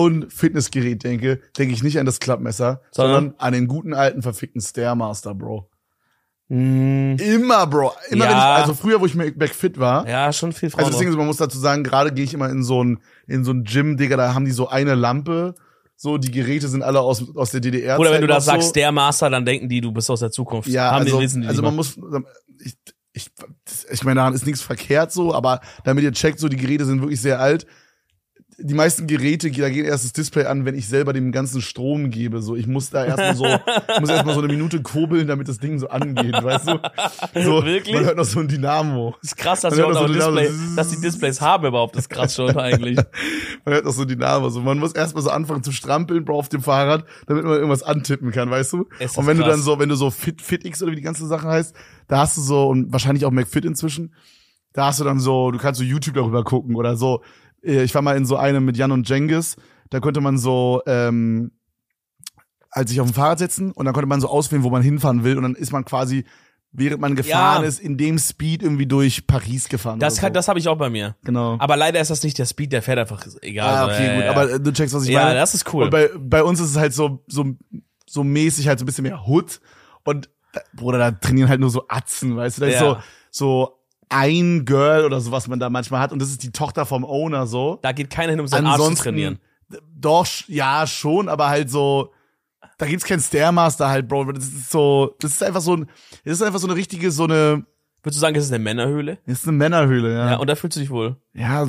[SPEAKER 1] Frauen-Fitnessgerät denke, denke ich nicht an das Klappmesser, sondern,
[SPEAKER 2] Sondern?
[SPEAKER 1] an den guten alten verfickten Stairmaster, Bro.
[SPEAKER 2] Hm,
[SPEAKER 1] Immer, Bro. Immer
[SPEAKER 2] Ja.
[SPEAKER 1] wenn ich, also früher, wo ich mir McFit war,
[SPEAKER 2] ja, schon viel Frauen
[SPEAKER 1] also das Ding
[SPEAKER 2] drauf.
[SPEAKER 1] ist, man muss dazu sagen, gerade gehe ich immer in so ein, in so ein Gym, Digga, da haben die so eine Lampe, so die Geräte sind alle aus, aus der DDR.
[SPEAKER 2] Oder wenn du
[SPEAKER 1] da
[SPEAKER 2] das sagst, der Master, dann denken die, du bist aus der Zukunft.
[SPEAKER 1] halt ja,
[SPEAKER 2] Haben
[SPEAKER 1] also,
[SPEAKER 2] die wissen die
[SPEAKER 1] also
[SPEAKER 2] nicht
[SPEAKER 1] man
[SPEAKER 2] mal.
[SPEAKER 1] muss, ich, ich, ich meine, daran ist nichts verkehrt so, aber damit ihr checkt, so die Geräte sind wirklich sehr alt. Die meisten Geräte, da geht erst das Display an, wenn ich selber dem ganzen Strom gebe. So, ich muss da erstmal so, ich muss erstmal so eine Minute kurbeln, damit das Ding so angeht, weißt du? So,
[SPEAKER 2] *laughs* Wirklich?
[SPEAKER 1] Man hört noch so ein Dynamo.
[SPEAKER 2] ist krass, dass,
[SPEAKER 1] man
[SPEAKER 2] sie
[SPEAKER 1] hört
[SPEAKER 2] überhaupt
[SPEAKER 1] das
[SPEAKER 2] auch
[SPEAKER 1] so genau
[SPEAKER 2] Display,
[SPEAKER 1] so-
[SPEAKER 2] dass die Displays haben überhaupt, ist krass schon
[SPEAKER 1] *laughs*
[SPEAKER 2] eigentlich.
[SPEAKER 1] Man hört noch so Dynamo. So, man muss erstmal so anfangen zu strampeln, Bro, auf dem Fahrrad, damit man irgendwas antippen kann, weißt du?
[SPEAKER 2] Es ist
[SPEAKER 1] Und wenn du
[SPEAKER 2] krass.
[SPEAKER 1] dann so, wenn du so Fit, FitX oder wie die ganze Sache heißt, da hast du so, und wahrscheinlich auch McFit inzwischen, da hast du dann so, du kannst so YouTube darüber gucken oder so. Äh, Ich war mal in so einem mit Jan und Jengis, da konnte man so, ähm, halt sich auf dem Fahrrad setzen und dann konnte man so auswählen, wo man hinfahren will und dann ist man quasi, während man gefahren
[SPEAKER 2] Ja.
[SPEAKER 1] ist, in dem Speed irgendwie durch Paris gefahren.
[SPEAKER 2] Das,
[SPEAKER 1] oder
[SPEAKER 2] kann,
[SPEAKER 1] so.
[SPEAKER 2] das habe ich auch bei mir.
[SPEAKER 1] genau.
[SPEAKER 2] Aber leider ist das nicht der Speed, der fährt einfach ist egal.
[SPEAKER 1] Ah,
[SPEAKER 2] so,
[SPEAKER 1] okay,
[SPEAKER 2] ja,
[SPEAKER 1] gut.
[SPEAKER 2] ja,
[SPEAKER 1] Aber
[SPEAKER 2] ja.
[SPEAKER 1] äh, du checkst, was ich
[SPEAKER 2] ja,
[SPEAKER 1] meine.
[SPEAKER 2] das ist cool.
[SPEAKER 1] Und bei, bei uns ist es halt so, so, so mäßig halt so ein bisschen mehr Hood. Und da, Bruder, da trainieren halt nur so Atzen, weißt du? Da ist so,
[SPEAKER 2] Ja.
[SPEAKER 1] so ein Girl oder so, was man da manchmal hat. Und das ist die Tochter vom Owner so.
[SPEAKER 2] da geht keiner hin, um seinen Arsch zu trainieren.
[SPEAKER 1] d- Doch, sch- ja, schon, aber halt so. Da gibt's keinen Stairmaster halt, Bro. Das ist so, das ist einfach so ein, das ist einfach so eine richtige, so eine,
[SPEAKER 2] Würdest du sagen, das ist eine Männerhöhle?
[SPEAKER 1] das ist eine Männerhöhle,
[SPEAKER 2] Ja,
[SPEAKER 1] ja.
[SPEAKER 2] und da fühlst du dich wohl.
[SPEAKER 1] Ja,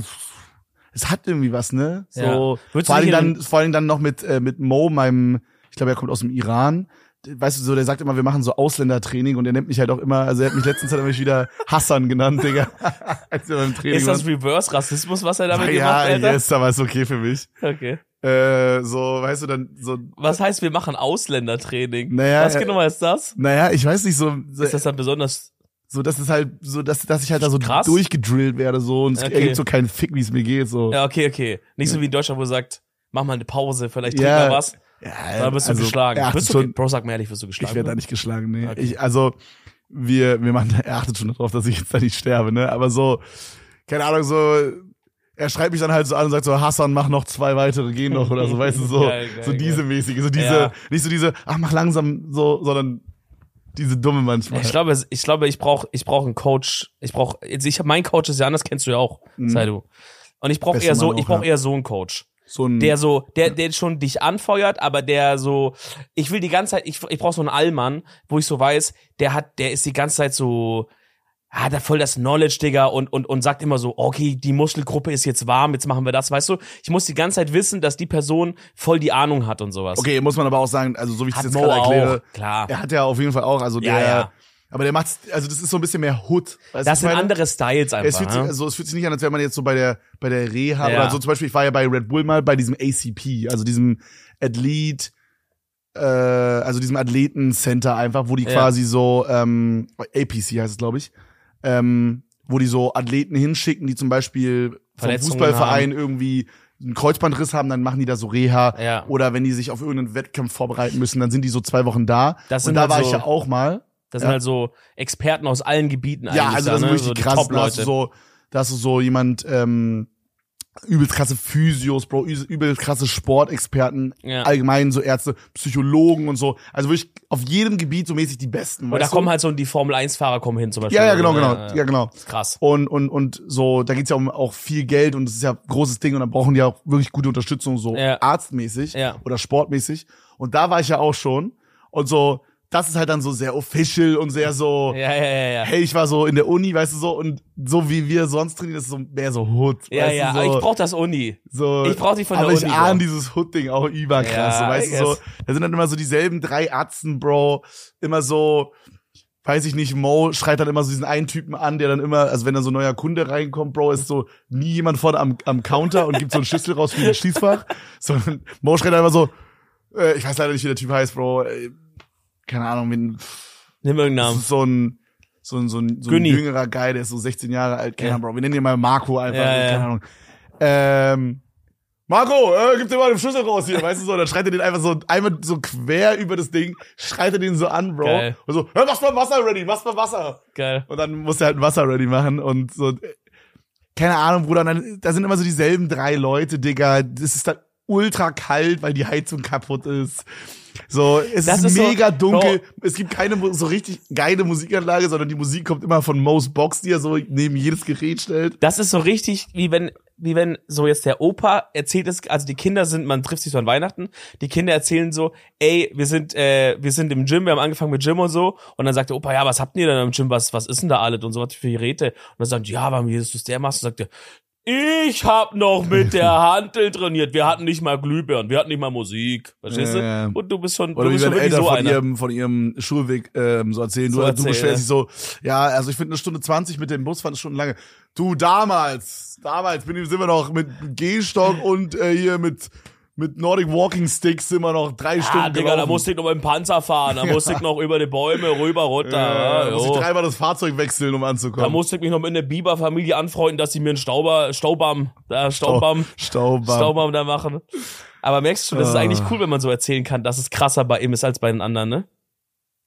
[SPEAKER 1] es hat irgendwie was, ne? So,
[SPEAKER 2] Ja. Würdest
[SPEAKER 1] vor
[SPEAKER 2] du
[SPEAKER 1] allem
[SPEAKER 2] hier
[SPEAKER 1] dann, vor allem dann noch mit, äh, mit Mo, meinem, ich glaube, er kommt aus dem Iran. Weißt du, so, der sagt immer, wir machen so Ausländertraining und er nennt mich halt auch immer, also er hat mich letztens hat er mich wieder Hassan genannt,
[SPEAKER 2] *laughs*
[SPEAKER 1] Digga. Als wir beim Training
[SPEAKER 2] Ist das
[SPEAKER 1] waren.
[SPEAKER 2] Reverse-Rassismus, was er damit
[SPEAKER 1] ja,
[SPEAKER 2] gemacht hat?
[SPEAKER 1] yes, aber ist okay für mich.
[SPEAKER 2] Okay.
[SPEAKER 1] Äh, so, weißt du, dann so,
[SPEAKER 2] Was heißt, wir machen Ausländertraining?
[SPEAKER 1] Naja,
[SPEAKER 2] was
[SPEAKER 1] äh,
[SPEAKER 2] genau heißt das?
[SPEAKER 1] naja, ich weiß nicht, so, so,
[SPEAKER 2] Ist das dann besonders
[SPEAKER 1] so dass es halt, so, dass, dass ich halt da so
[SPEAKER 2] Krass.
[SPEAKER 1] durchgedrillt werde, so, und es
[SPEAKER 2] Okay.
[SPEAKER 1] ergibt so keinen Fick, wie es mir geht, so.
[SPEAKER 2] Ja, okay, okay. Nicht so wie in Deutschland, wo ihr sagt, mach mal eine Pause, vielleicht trink
[SPEAKER 1] Ja.
[SPEAKER 2] mal was.
[SPEAKER 1] Ja, also,
[SPEAKER 2] Dann bist du geschlagen.
[SPEAKER 1] er achtet
[SPEAKER 2] Bist du,
[SPEAKER 1] schon,
[SPEAKER 2] Bro, sag mir ehrlich, wirst du geschlagen? ne?
[SPEAKER 1] Ich werde da nicht geschlagen, nee. *laughs*
[SPEAKER 2] Okay.
[SPEAKER 1] Ich, also, wir, wir machen, er achtet schon darauf, dass ich jetzt da nicht sterbe, ne? Aber so, keine Ahnung, so, er schreibt mich dann halt so an und sagt so, Hassan, mach noch zwei weitere, geh noch oder
[SPEAKER 2] *laughs*
[SPEAKER 1] so, weißt du, so,
[SPEAKER 2] Geil, geil,
[SPEAKER 1] so
[SPEAKER 2] geil.
[SPEAKER 1] diese mäßige, so diese,
[SPEAKER 2] Ja.
[SPEAKER 1] nicht so diese, ach, mach langsam, so, sondern diese dumme manchmal.
[SPEAKER 2] Ich glaube, es- ich glaube, ich brauche, ich brauche einen Coach. Ich brauche, jetzt ich habe meinen Coach ist ja anders, kennst du ja auch, sei du. Und ich brauche
[SPEAKER 1] Mhm. Beste
[SPEAKER 2] eher so,
[SPEAKER 1] Mann
[SPEAKER 2] ich
[SPEAKER 1] auch,
[SPEAKER 2] brauche
[SPEAKER 1] ja.
[SPEAKER 2] eher so einen Coach,
[SPEAKER 1] so ein,
[SPEAKER 2] der so, der, der schon dich anfeuert, aber der so, ich will die ganze Zeit, ich, ich brauche so einen Allmann, wo ich so weiß, der hat, der ist die ganze Zeit so, ah, da voll das Knowledge, Digga, und, und, und sagt immer so, okay, die Muskelgruppe ist jetzt warm, jetzt machen wir das, weißt du? Ich muss die ganze Zeit wissen, dass die Person voll die Ahnung hat und sowas.
[SPEAKER 1] okay, muss man aber auch sagen, also so wie ich das
[SPEAKER 2] Hat
[SPEAKER 1] jetzt
[SPEAKER 2] Mo
[SPEAKER 1] gerade erkläre,
[SPEAKER 2] auch, klar.
[SPEAKER 1] er hat ja auf jeden Fall auch, also
[SPEAKER 2] Ja,
[SPEAKER 1] der,
[SPEAKER 2] ja.
[SPEAKER 1] aber der macht's, also das ist so ein bisschen mehr Hood. weißt du, was
[SPEAKER 2] das
[SPEAKER 1] also ich
[SPEAKER 2] sind
[SPEAKER 1] meine?
[SPEAKER 2] andere Styles einfach.
[SPEAKER 1] Es fühlt, sich,
[SPEAKER 2] ne?
[SPEAKER 1] also, es fühlt sich nicht an, als wäre man jetzt so bei der, bei der Reha
[SPEAKER 2] Ja.
[SPEAKER 1] oder so. Zum Beispiel, ich war ja bei Red Bull mal bei diesem ACP, also diesem Athlete, äh, also diesem Athletencenter einfach, wo die
[SPEAKER 2] Ja.
[SPEAKER 1] quasi so, ähm, APC heißt es, glaube ich, ähm, wo die so Athleten hinschicken, die zum Beispiel vom
[SPEAKER 2] Verletzungen
[SPEAKER 1] Fußballverein irgendwie einen Kreuzbandriss haben, dann machen die da so Reha.
[SPEAKER 2] Ja.
[SPEAKER 1] Oder wenn die sich auf irgendeinen Wettkampf vorbereiten müssen, dann sind die so zwei Wochen da.
[SPEAKER 2] Das sind
[SPEAKER 1] Und da
[SPEAKER 2] halt
[SPEAKER 1] war
[SPEAKER 2] so-
[SPEAKER 1] ich ja auch mal.
[SPEAKER 2] Das sind
[SPEAKER 1] Ja.
[SPEAKER 2] halt so Experten aus allen Gebieten eigentlich.
[SPEAKER 1] Ja, also das
[SPEAKER 2] da,
[SPEAKER 1] sind
[SPEAKER 2] ne?
[SPEAKER 1] wirklich die
[SPEAKER 2] so die
[SPEAKER 1] krassen. Da hast du so,
[SPEAKER 2] Top-Leute.
[SPEAKER 1] da hast du so jemand, ähm, übelst krasse Physios, Bro, übel- übelst krasse Sportexperten,
[SPEAKER 2] Ja.
[SPEAKER 1] allgemein so Ärzte, Psychologen und so. Also wirklich auf jedem Gebiet so mäßig die Besten.
[SPEAKER 2] Und da
[SPEAKER 1] weißt du?
[SPEAKER 2] kommen halt so die Formel-1-Fahrer kommen hin zum Beispiel.
[SPEAKER 1] ja, ja, genau, genau,
[SPEAKER 2] Ja,
[SPEAKER 1] ja,
[SPEAKER 2] ja.
[SPEAKER 1] genau.
[SPEAKER 2] Krass.
[SPEAKER 1] Und, und, und so, da geht's ja um auch viel Geld und das ist ja ein großes Ding und da brauchen die auch wirklich gute Unterstützung, so
[SPEAKER 2] Ja.
[SPEAKER 1] arztmäßig
[SPEAKER 2] Ja.
[SPEAKER 1] oder sportmäßig. Und da war ich ja auch schon. Und so, das ist halt dann so sehr official und sehr so, *laughs*
[SPEAKER 2] Ja, ja, ja, ja.
[SPEAKER 1] hey, ich war so in der Uni, weißt du so, und so wie wir sonst trainieren, ist so mehr so Hood.
[SPEAKER 2] Ja,
[SPEAKER 1] weißt
[SPEAKER 2] ja,
[SPEAKER 1] du,
[SPEAKER 2] aber
[SPEAKER 1] so,
[SPEAKER 2] ich brauch das Uni.
[SPEAKER 1] so,
[SPEAKER 2] ich brauch die von
[SPEAKER 1] aber
[SPEAKER 2] der
[SPEAKER 1] ich
[SPEAKER 2] Uni,
[SPEAKER 1] ahne
[SPEAKER 2] Bro.
[SPEAKER 1] dieses Hood-Ding auch überkrass,
[SPEAKER 2] Ja,
[SPEAKER 1] so, weißt
[SPEAKER 2] I
[SPEAKER 1] du so.
[SPEAKER 2] guess.
[SPEAKER 1] Da sind dann immer so dieselben drei Atzen, Bro, immer so, weiß ich nicht, Mo schreit dann immer so diesen einen Typen an, der dann immer, also wenn da so ein neuer Kunde reinkommt, Bro, ist so nie jemand vorne am, am Counter und gibt so einen Schlüssel raus für das Schließfach, *laughs* sondern Mo schreit dann immer so, äh, ich weiß leider nicht, wie der Typ heißt, Bro, äh, keine Ahnung, wen,
[SPEAKER 2] Nimm
[SPEAKER 1] das
[SPEAKER 2] irgendeinen.
[SPEAKER 1] ist so ein, so ein, so ein, so ein
[SPEAKER 2] Günni.
[SPEAKER 1] jüngerer Guy, der ist so 16 Jahre alt. Keine
[SPEAKER 2] Ja.
[SPEAKER 1] Ahnung, Bro. Wir nennen ihn mal Marco einfach.
[SPEAKER 2] Ja, ja.
[SPEAKER 1] Keine Ahnung. Ähm, Marco, äh, gib dir mal den Schlüssel raus hier, weißt du so. Dann schreit er den einfach so, einmal so quer über das Ding, schreit er den so an, Bro.
[SPEAKER 2] Geil.
[SPEAKER 1] Und so, hör, mach's mal Wasser ready, mach's mal Wasser.
[SPEAKER 2] Geil.
[SPEAKER 1] Und dann muss er halt ein Wasser ready machen und so. äh, Keine Ahnung, Bruder. Und dann, da sind immer so dieselben drei Leute, Digga. Das ist dann ultra kalt, weil die Heizung kaputt ist. So, es
[SPEAKER 2] Das
[SPEAKER 1] ist,
[SPEAKER 2] ist so-
[SPEAKER 1] mega dunkel. Es gibt keine mu- so richtig geile Musikanlage, sondern die Musik kommt immer von Mo's Box, die er so neben jedes Gerät stellt.
[SPEAKER 2] Das ist so richtig, wie wenn, wie wenn so jetzt der Opa erzählt es, also die Kinder sind, man trifft sich so an Weihnachten, die Kinder erzählen so, ey, wir sind, äh, wir sind im Gym, wir haben angefangen mit Gym und so, und dann sagt der Opa, ja, was habt ihr denn im Gym, was, was ist denn da alles und so, was für Geräte? Und dann sagen die, ja, warum Jesus der machst, und sagt er, ich hab noch
[SPEAKER 1] *laughs*
[SPEAKER 2] mit der Hantel trainiert, wir hatten nicht mal Glühbirnen, wir hatten nicht mal Musik, verstehst
[SPEAKER 1] Ja, ja.
[SPEAKER 2] du? Und du bist schon,
[SPEAKER 1] Oder
[SPEAKER 2] du
[SPEAKER 1] wie
[SPEAKER 2] bist schon
[SPEAKER 1] seine
[SPEAKER 2] wirklich
[SPEAKER 1] Eltern
[SPEAKER 2] so
[SPEAKER 1] von,
[SPEAKER 2] einer.
[SPEAKER 1] ihrem, von ihrem Schulweg ähm, so erzählen.
[SPEAKER 2] So
[SPEAKER 1] du, du
[SPEAKER 2] erzählen,
[SPEAKER 1] beschwerst
[SPEAKER 2] ja.
[SPEAKER 1] dich so, ja, also ich finde eine Stunde 20 mit dem Bus fand ich schon lange. Du, damals, damals bin, ich- sind wir noch mit Gehstock und äh, hier mit, mit Nordic Walking Sticks sind wir noch drei
[SPEAKER 2] Ah,
[SPEAKER 1] Stunden
[SPEAKER 2] Digga, da
[SPEAKER 1] gelaufen.
[SPEAKER 2] musste ich noch mit dem Panzer
[SPEAKER 1] *laughs*
[SPEAKER 2] fahren, da musste ich noch über die Bäume rüber, runter.
[SPEAKER 1] äh,
[SPEAKER 2] Ja,
[SPEAKER 1] da muss
[SPEAKER 2] jo.
[SPEAKER 1] ich dreimal das Fahrzeug wechseln, um anzukommen.
[SPEAKER 2] Da musste ich mich noch mit einer Biber-Familie anfreunden, dass sie mir einen Stauber, Staubam, da Staubam,
[SPEAKER 1] Staubbaum.
[SPEAKER 2] Staubam da machen. Aber merkst du, das ist
[SPEAKER 1] Ah.
[SPEAKER 2] eigentlich cool, wenn man so erzählen kann, dass es krasser bei ihm ist als bei den anderen, ne?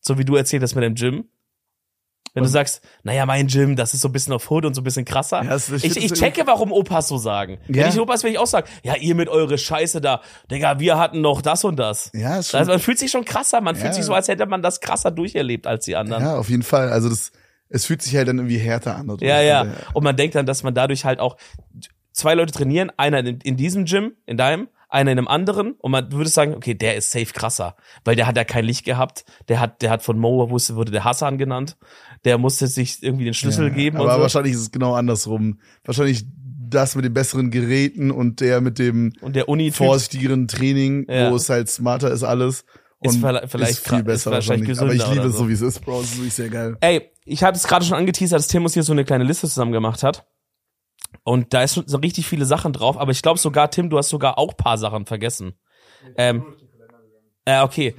[SPEAKER 2] So wie du erzählt hast mit dem Gym. Wenn du sagst, naja, mein Gym, das ist so ein bisschen auf Hood und so ein bisschen krasser.
[SPEAKER 1] Ja, das- das
[SPEAKER 2] ich,
[SPEAKER 1] stimmt,
[SPEAKER 2] ich
[SPEAKER 1] das
[SPEAKER 2] checke, warum Opas so sagen.
[SPEAKER 1] Ja.
[SPEAKER 2] Wenn ich Opas will ich auch sagen, ja, ihr mit eure Scheiße da, Digga, wir hatten noch das und das.
[SPEAKER 1] Ja, ist schon,
[SPEAKER 2] Also man fühlt sich schon krasser, man
[SPEAKER 1] Ja.
[SPEAKER 2] fühlt sich so, als hätte man das krasser durcherlebt als die anderen.
[SPEAKER 1] ja, auf jeden Fall. Also das, es fühlt sich halt dann irgendwie härter an. oder?
[SPEAKER 2] Ja, ja. Und man denkt dann, dass man dadurch halt auch zwei Leute trainieren, einer in, in diesem Gym, in deinem, einer in einem anderen und man würde sagen, okay, der ist safe krasser, weil der hat ja kein Licht gehabt, der hat, der hat von Moa wusste, wurde der Hassan genannt, der musste sich irgendwie den Schlüssel
[SPEAKER 1] Ja,
[SPEAKER 2] geben
[SPEAKER 1] Aber
[SPEAKER 2] und so.
[SPEAKER 1] wahrscheinlich ist es genau andersrum. Wahrscheinlich das mit den besseren Geräten und der mit dem
[SPEAKER 2] Und der Uni
[SPEAKER 1] vorsichtigeren Training,
[SPEAKER 2] Ja.
[SPEAKER 1] wo es halt smarter ist alles.
[SPEAKER 2] Ist
[SPEAKER 1] Und
[SPEAKER 2] verla- vielleicht
[SPEAKER 1] ist viel
[SPEAKER 2] gra-
[SPEAKER 1] besser
[SPEAKER 2] ist vielleicht
[SPEAKER 1] wahrscheinlich. Aber ich
[SPEAKER 2] gesünder
[SPEAKER 1] liebe
[SPEAKER 2] oder
[SPEAKER 1] es so,
[SPEAKER 2] so.
[SPEAKER 1] wie es ist, Bro. Es ist wirklich sehr geil.
[SPEAKER 2] Ey, ich habe es gerade schon angeteasert, dass Tim uns hier so eine kleine Liste zusammen gemacht hat. Und da ist schon so richtig viele Sachen drauf, aber ich glaube sogar, Tim, du hast sogar auch paar Sachen vergessen. Ähm, äh, okay.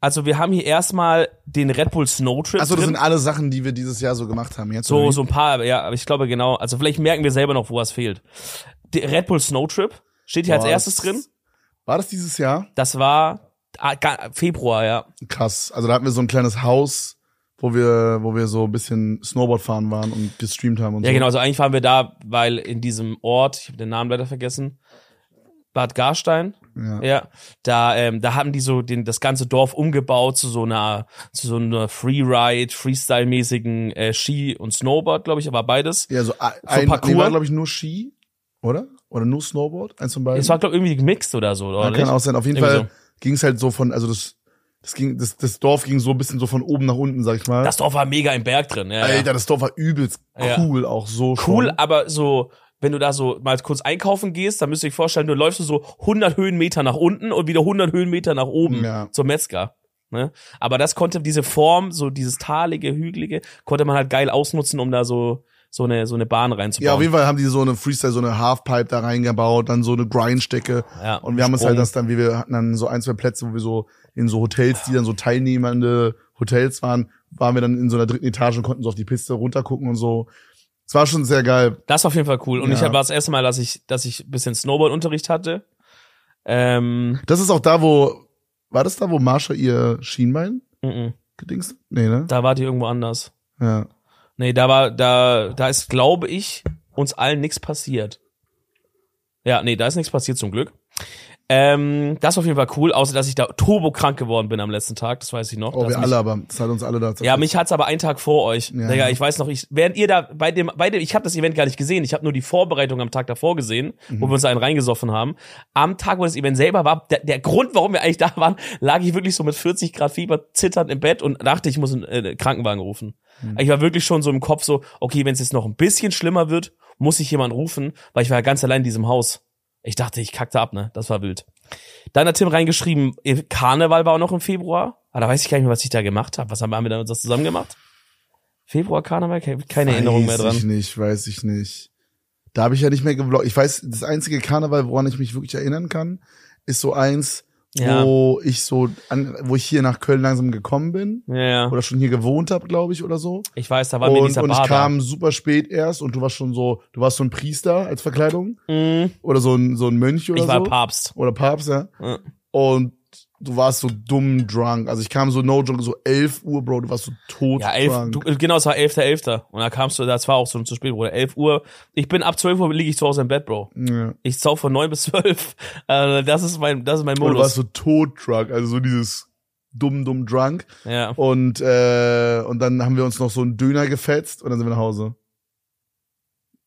[SPEAKER 2] Also wir haben hier erstmal den Red Bull Snowtrip.
[SPEAKER 1] Achso, das
[SPEAKER 2] drin.
[SPEAKER 1] sind alle Sachen, die wir dieses Jahr so gemacht haben. Jetzt
[SPEAKER 2] so,
[SPEAKER 1] oder wie?
[SPEAKER 2] so ein paar, aber ja, aber ich glaube genau. Also vielleicht merken wir selber noch, wo was fehlt. Der Red Bull Snowtrip steht hier als
[SPEAKER 1] Boah,
[SPEAKER 2] erstes
[SPEAKER 1] das-
[SPEAKER 2] drin.
[SPEAKER 1] War das dieses Jahr?
[SPEAKER 2] Das war ah, ga- Februar, ja.
[SPEAKER 1] Krass. Also da hatten wir so ein kleines Haus, wo wir, wo wir so ein bisschen Snowboard fahren waren und gestreamt haben und
[SPEAKER 2] Ja,
[SPEAKER 1] so.
[SPEAKER 2] genau, also eigentlich waren wir da, weil in diesem Ort, ich habe den Namen leider vergessen, Bad Garstein,
[SPEAKER 1] Ja.
[SPEAKER 2] ja, da, ähm, da haben die so den, das ganze Dorf umgebaut zu so einer, zu so einer Freeride, Freestyle-mäßigen äh, Ski- und Snowboard, glaube ich, aber beides.
[SPEAKER 1] Ja, so ein, ein
[SPEAKER 2] Parcours?
[SPEAKER 1] nee, war, glaube ich, nur Ski, oder? Oder nur Snowboard? Eins von beiden.
[SPEAKER 2] Es war, glaube ich, irgendwie gemixt oder so, oder
[SPEAKER 1] ja, kann
[SPEAKER 2] nicht?
[SPEAKER 1] auch sein. Auf jeden
[SPEAKER 2] Irgendwie
[SPEAKER 1] Fall ging's halt so von, also das, das ging, das, das Dorf ging so ein bisschen so von oben nach unten, sag ich mal.
[SPEAKER 2] Das Dorf war mega im Berg drin, ja. ja.
[SPEAKER 1] Alter, das Dorf war übelst
[SPEAKER 2] Ja.
[SPEAKER 1] cool, auch so
[SPEAKER 2] Cool,
[SPEAKER 1] schon.
[SPEAKER 2] aber so, wenn du da so mal kurz einkaufen gehst, dann müsst ihr euch vorstellen, du läufst so 100 Höhenmeter nach unten und wieder 100 Höhenmeter nach oben
[SPEAKER 1] Ja.
[SPEAKER 2] zum Metzger. Ne? Aber das konnte diese Form, so dieses talige, hügelige, konnte man halt geil ausnutzen, um da so so eine so eine Bahn reinzubauen.
[SPEAKER 1] Ja, auf jeden Fall haben die so eine Freestyle, so eine Halfpipe da reingebaut, dann so eine Grindstecke.
[SPEAKER 2] Ja,
[SPEAKER 1] Und wir haben uns
[SPEAKER 2] Sprung.
[SPEAKER 1] halt das dann, wie wir hatten dann so ein, zwei Plätze, wo wir so in so Hotels, die dann so teilnehmende Hotels waren, waren wir dann in so einer dritten Etage und konnten so auf die Piste runtergucken und so. Es war schon sehr geil.
[SPEAKER 2] Das war auf jeden Fall cool. Und ich
[SPEAKER 1] Ja.
[SPEAKER 2] war das erste Mal, dass ich dass ich ein bisschen Snowboard-Unterricht hatte. Ähm,
[SPEAKER 1] Das ist auch da, wo, war das da, wo Marsha ihr Schienbein
[SPEAKER 2] mm, mm.
[SPEAKER 1] gedingst? Nee, ne?
[SPEAKER 2] da war die irgendwo anders.
[SPEAKER 1] Ja.
[SPEAKER 2] Nee, da war, da, da ist, glaube ich, uns allen nichts passiert. Ja, nee, da ist nichts passiert zum Glück. Ähm, das war auf jeden Fall cool, außer dass ich da turbokrank geworden bin am letzten Tag, das weiß ich noch.
[SPEAKER 1] Oh,
[SPEAKER 2] dass
[SPEAKER 1] wir
[SPEAKER 2] mich,
[SPEAKER 1] alle, aber das hat uns alle da
[SPEAKER 2] Ja, mich hat's aber einen Tag vor euch.
[SPEAKER 1] Ja.
[SPEAKER 2] Digga, ich weiß noch, ich, während ihr da bei dem, bei dem, ich habe das Event gar nicht gesehen, ich habe nur die Vorbereitung am Tag davor gesehen, wo wir uns einen reingesoffen haben. Am Tag, wo das Event selber war, der, der Grund, warum wir eigentlich da waren, lag ich wirklich so mit 40 Grad Fieber zitternd im Bett und dachte, ich muss einen äh, Krankenwagen rufen. Ich war wirklich schon so im Kopf so, okay, wenn es jetzt noch ein bisschen schlimmer wird, muss ich jemand rufen, weil ich war ja ganz allein in diesem Haus. Ich dachte, ich kackte ab, ne? Das war wild. Dann hat Tim reingeschrieben, eh, Karneval war auch noch im Februar. Aber da weiß ich gar nicht mehr, was ich da gemacht habe. Was haben haben wir dann das zusammen gemacht? Februar Karneval? Ke- Keine Erinnerung mehr
[SPEAKER 1] Weiß ich
[SPEAKER 2] dran.
[SPEAKER 1] nicht, weiß ich nicht. Da habe ich ja nicht mehr geblockt. Ich weiß, das einzige Karneval, woran ich mich wirklich erinnern kann, ist so eins,
[SPEAKER 2] Ja.
[SPEAKER 1] wo ich so, an, wo ich hier nach Köln langsam gekommen bin
[SPEAKER 2] Ja, ja.
[SPEAKER 1] oder schon hier gewohnt habe, glaube ich, oder so.
[SPEAKER 2] Ich weiß, da waren wir in
[SPEAKER 1] Und,
[SPEAKER 2] dieser
[SPEAKER 1] und
[SPEAKER 2] Bar.
[SPEAKER 1] ich kam super spät erst und du warst schon so, du warst so ein Priester als Verkleidung
[SPEAKER 2] da. Mm,
[SPEAKER 1] oder so ein, so ein Mönch oder
[SPEAKER 2] ich war
[SPEAKER 1] so.
[SPEAKER 2] Papst.
[SPEAKER 1] Oder Papst, ja.
[SPEAKER 2] Ja.
[SPEAKER 1] Und du warst so dumm drunk. Also ich kam so no joke, so 11 Uhr, Bro, du warst so tot
[SPEAKER 2] Ja, elf,
[SPEAKER 1] drunk.
[SPEAKER 2] du, genau, es war 11.11. Und da kamst du, das war auch so zu spät, Bruder. 11 Uhr. Ich bin ab 12 Uhr liege ich zu Hause im Bett, Bro.
[SPEAKER 1] ja.
[SPEAKER 2] Ich zaufe von 9 bis 12. *laughs* Äh, das ist mein, das ist mein
[SPEAKER 1] Und du warst
[SPEAKER 2] Modus.
[SPEAKER 1] so tot drunk, also so dieses dumm, dumm drunk.
[SPEAKER 2] Ja.
[SPEAKER 1] Und, äh, und dann haben wir uns noch so einen Döner gefetzt und dann sind wir nach Hause.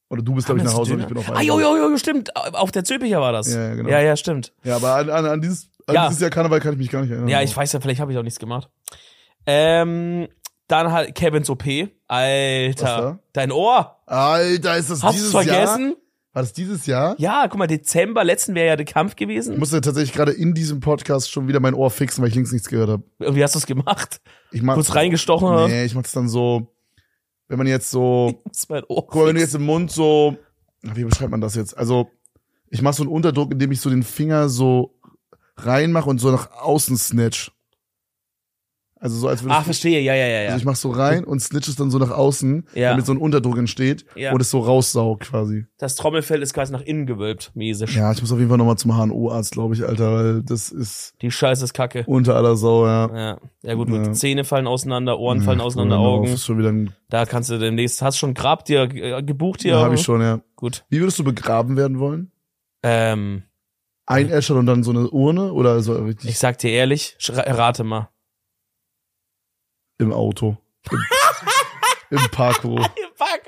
[SPEAKER 1] Oder du bist, glaube ich, nach Hause und ich bin auf
[SPEAKER 2] Ah, jo, jo, jo, stimmt. Auf der Zülpicher war das.
[SPEAKER 1] Ja, ja, genau.
[SPEAKER 2] ja, ja, stimmt.
[SPEAKER 1] Ja, aber an, an, an, dieses, an
[SPEAKER 2] Ja.
[SPEAKER 1] dieses Jahr Karneval kann ich mich gar nicht erinnern.
[SPEAKER 2] Ja, ich weiß ja, vielleicht habe ich auch nichts gemacht. Ähm, dann halt Kevins OP.
[SPEAKER 1] Was
[SPEAKER 2] Alter,
[SPEAKER 1] da?
[SPEAKER 2] dein Ohr.
[SPEAKER 1] Alter, ist das
[SPEAKER 2] Hast du
[SPEAKER 1] dieses Jahr?
[SPEAKER 2] vergessen?
[SPEAKER 1] War das dieses Jahr?
[SPEAKER 2] Ja, guck mal, Dezember, letzten wäre ja der Kampf
[SPEAKER 1] Ich
[SPEAKER 2] gewesen.
[SPEAKER 1] musste tatsächlich gerade in diesem Podcast schon wieder mein Ohr fixen, weil ich links nichts gehört habe.
[SPEAKER 2] Und Wie hast du es gemacht?
[SPEAKER 1] Ich mach,
[SPEAKER 2] Kurz reingestochen oder?
[SPEAKER 1] Nee, ich mach's dann so, wenn man jetzt so,
[SPEAKER 2] Das *laughs* ist mein Ohr.
[SPEAKER 1] guck mal, wenn du jetzt im Mund so, na, wie beschreibt man das jetzt? Also, ich mach so einen Unterdruck, indem ich so den Finger so reinmache und so nach außen snitch. Also so als würde
[SPEAKER 2] Ach,
[SPEAKER 1] ich,
[SPEAKER 2] Ah, verstehe, ja, ja, ja, ja.
[SPEAKER 1] also ich mach so rein und snitch es dann so nach außen,
[SPEAKER 2] Ja.
[SPEAKER 1] damit so ein Unterdruck entsteht
[SPEAKER 2] Ja.
[SPEAKER 1] und es so raussaugt quasi.
[SPEAKER 2] das Trommelfell ist quasi nach innen gewölbt, mäßig.
[SPEAKER 1] Ja, ich muss auf jeden Fall nochmal zum HNO-Arzt, glaube ich, Alter, weil das ist
[SPEAKER 2] Die Scheiße ist kacke.
[SPEAKER 1] unter aller Sau, ja.
[SPEAKER 2] Ja, ja gut,
[SPEAKER 1] Ja.
[SPEAKER 2] die Zähne fallen auseinander, Ohren fallen
[SPEAKER 1] Ja,
[SPEAKER 2] auseinander,
[SPEAKER 1] Bruder,
[SPEAKER 2] Augen.
[SPEAKER 1] Ist schon wieder ein,
[SPEAKER 2] Da kannst du demnächst, hast schon Grab dir äh, gebucht hier?
[SPEAKER 1] ja, habe ich schon, ja.
[SPEAKER 2] Gut.
[SPEAKER 1] Wie würdest du begraben werden wollen?
[SPEAKER 2] Ähm,
[SPEAKER 1] Einäschern und dann so eine Urne oder so richtig
[SPEAKER 2] ich sag dir ehrlich, schra- rate mal.
[SPEAKER 1] im Auto. Im, im Parko.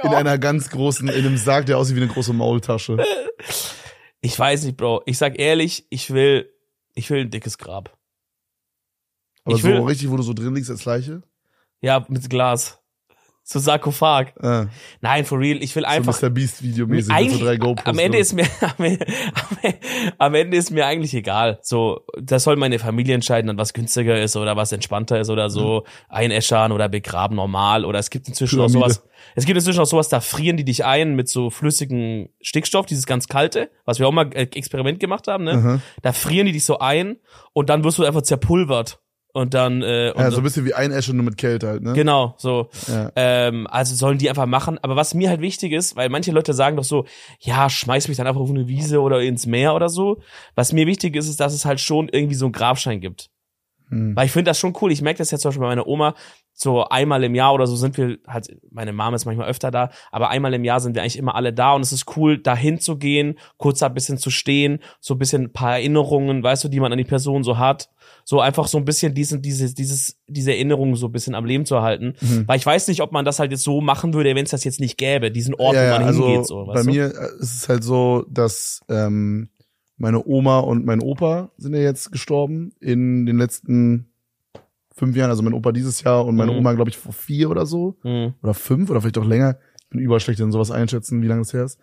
[SPEAKER 1] In einer ganz großen, in einem Sarg, der aussieht wie eine große Maultasche.
[SPEAKER 2] Ich weiß nicht, Bro. Ich sag ehrlich, ich will, ich will ein dickes Grab.
[SPEAKER 1] Aber
[SPEAKER 2] Ich
[SPEAKER 1] so
[SPEAKER 2] will-
[SPEAKER 1] richtig, wo du so drin liegst als Leiche.
[SPEAKER 2] Ja, mit Glas. So Sarkophag.
[SPEAKER 1] Äh,
[SPEAKER 2] Nein, for real. Ich will einfach.
[SPEAKER 1] so Mr. Beast Video mäßig mit so
[SPEAKER 2] eigentlich,
[SPEAKER 1] drei GoPros.
[SPEAKER 2] am Ende
[SPEAKER 1] drin.
[SPEAKER 2] ist mir *laughs* am Ende, am Ende ist mir eigentlich egal. So, das soll meine Familie entscheiden, dann was günstiger ist oder was entspannter ist oder
[SPEAKER 1] Mhm.
[SPEAKER 2] so. Einäschern oder begraben normal oder es gibt inzwischen auch
[SPEAKER 1] Pyramide.
[SPEAKER 2] sowas. Es gibt inzwischen auch sowas, da frieren die dich ein mit so flüssigem Stickstoff, dieses ganz kalte, was wir auch mal äh, Experiment gemacht haben, ne?
[SPEAKER 1] Aha.
[SPEAKER 2] Da frieren die dich so ein und dann wirst du einfach zerpulvert und dann äh, und
[SPEAKER 1] ja, so ein bisschen wie Einäschern nur mit Kälte halt, ne?
[SPEAKER 2] Genau, so.
[SPEAKER 1] Ja.
[SPEAKER 2] Ähm, also sollen die einfach machen. Aber was mir halt wichtig ist, weil manche Leute sagen doch so, ja, schmeiß mich dann einfach auf eine Wiese oder ins Meer oder so. Was mir wichtig ist, ist, dass es halt schon irgendwie so einen Grabstein gibt.
[SPEAKER 1] Hm.
[SPEAKER 2] Weil ich finde das schon cool. Ich merke das jetzt zum Beispiel bei meiner Oma. So einmal im Jahr oder so sind wir halt, meine Mama ist manchmal öfter da, aber einmal im Jahr sind wir eigentlich immer alle da und es ist cool, da hinzugehen, kurz da ein bisschen zu stehen, so ein bisschen ein paar Erinnerungen, weißt du, die man an die Person so hat. So einfach so ein bisschen diesen, dieses, dieses, diese Erinnerungen so ein bisschen am Leben zu erhalten.
[SPEAKER 1] Mhm.
[SPEAKER 2] Weil ich weiß nicht, ob man das halt jetzt so machen würde, wenn es das jetzt nicht gäbe, diesen Ort,
[SPEAKER 1] Ja,
[SPEAKER 2] wo
[SPEAKER 1] ja,
[SPEAKER 2] man
[SPEAKER 1] also
[SPEAKER 2] hingeht. So,
[SPEAKER 1] bei
[SPEAKER 2] weißt du?
[SPEAKER 1] mir äh, ist es halt so, dass ähm, meine Oma und mein Opa sind ja jetzt gestorben in den letzten fünf Jahren. Also mein Opa dieses Jahr und meine
[SPEAKER 2] Mhm.
[SPEAKER 1] Oma, glaube ich, vor vier oder so.
[SPEAKER 2] Mhm.
[SPEAKER 1] oder fünf oder vielleicht auch länger. Ich bin überschlecht in sowas einschätzen, wie lange das her ist.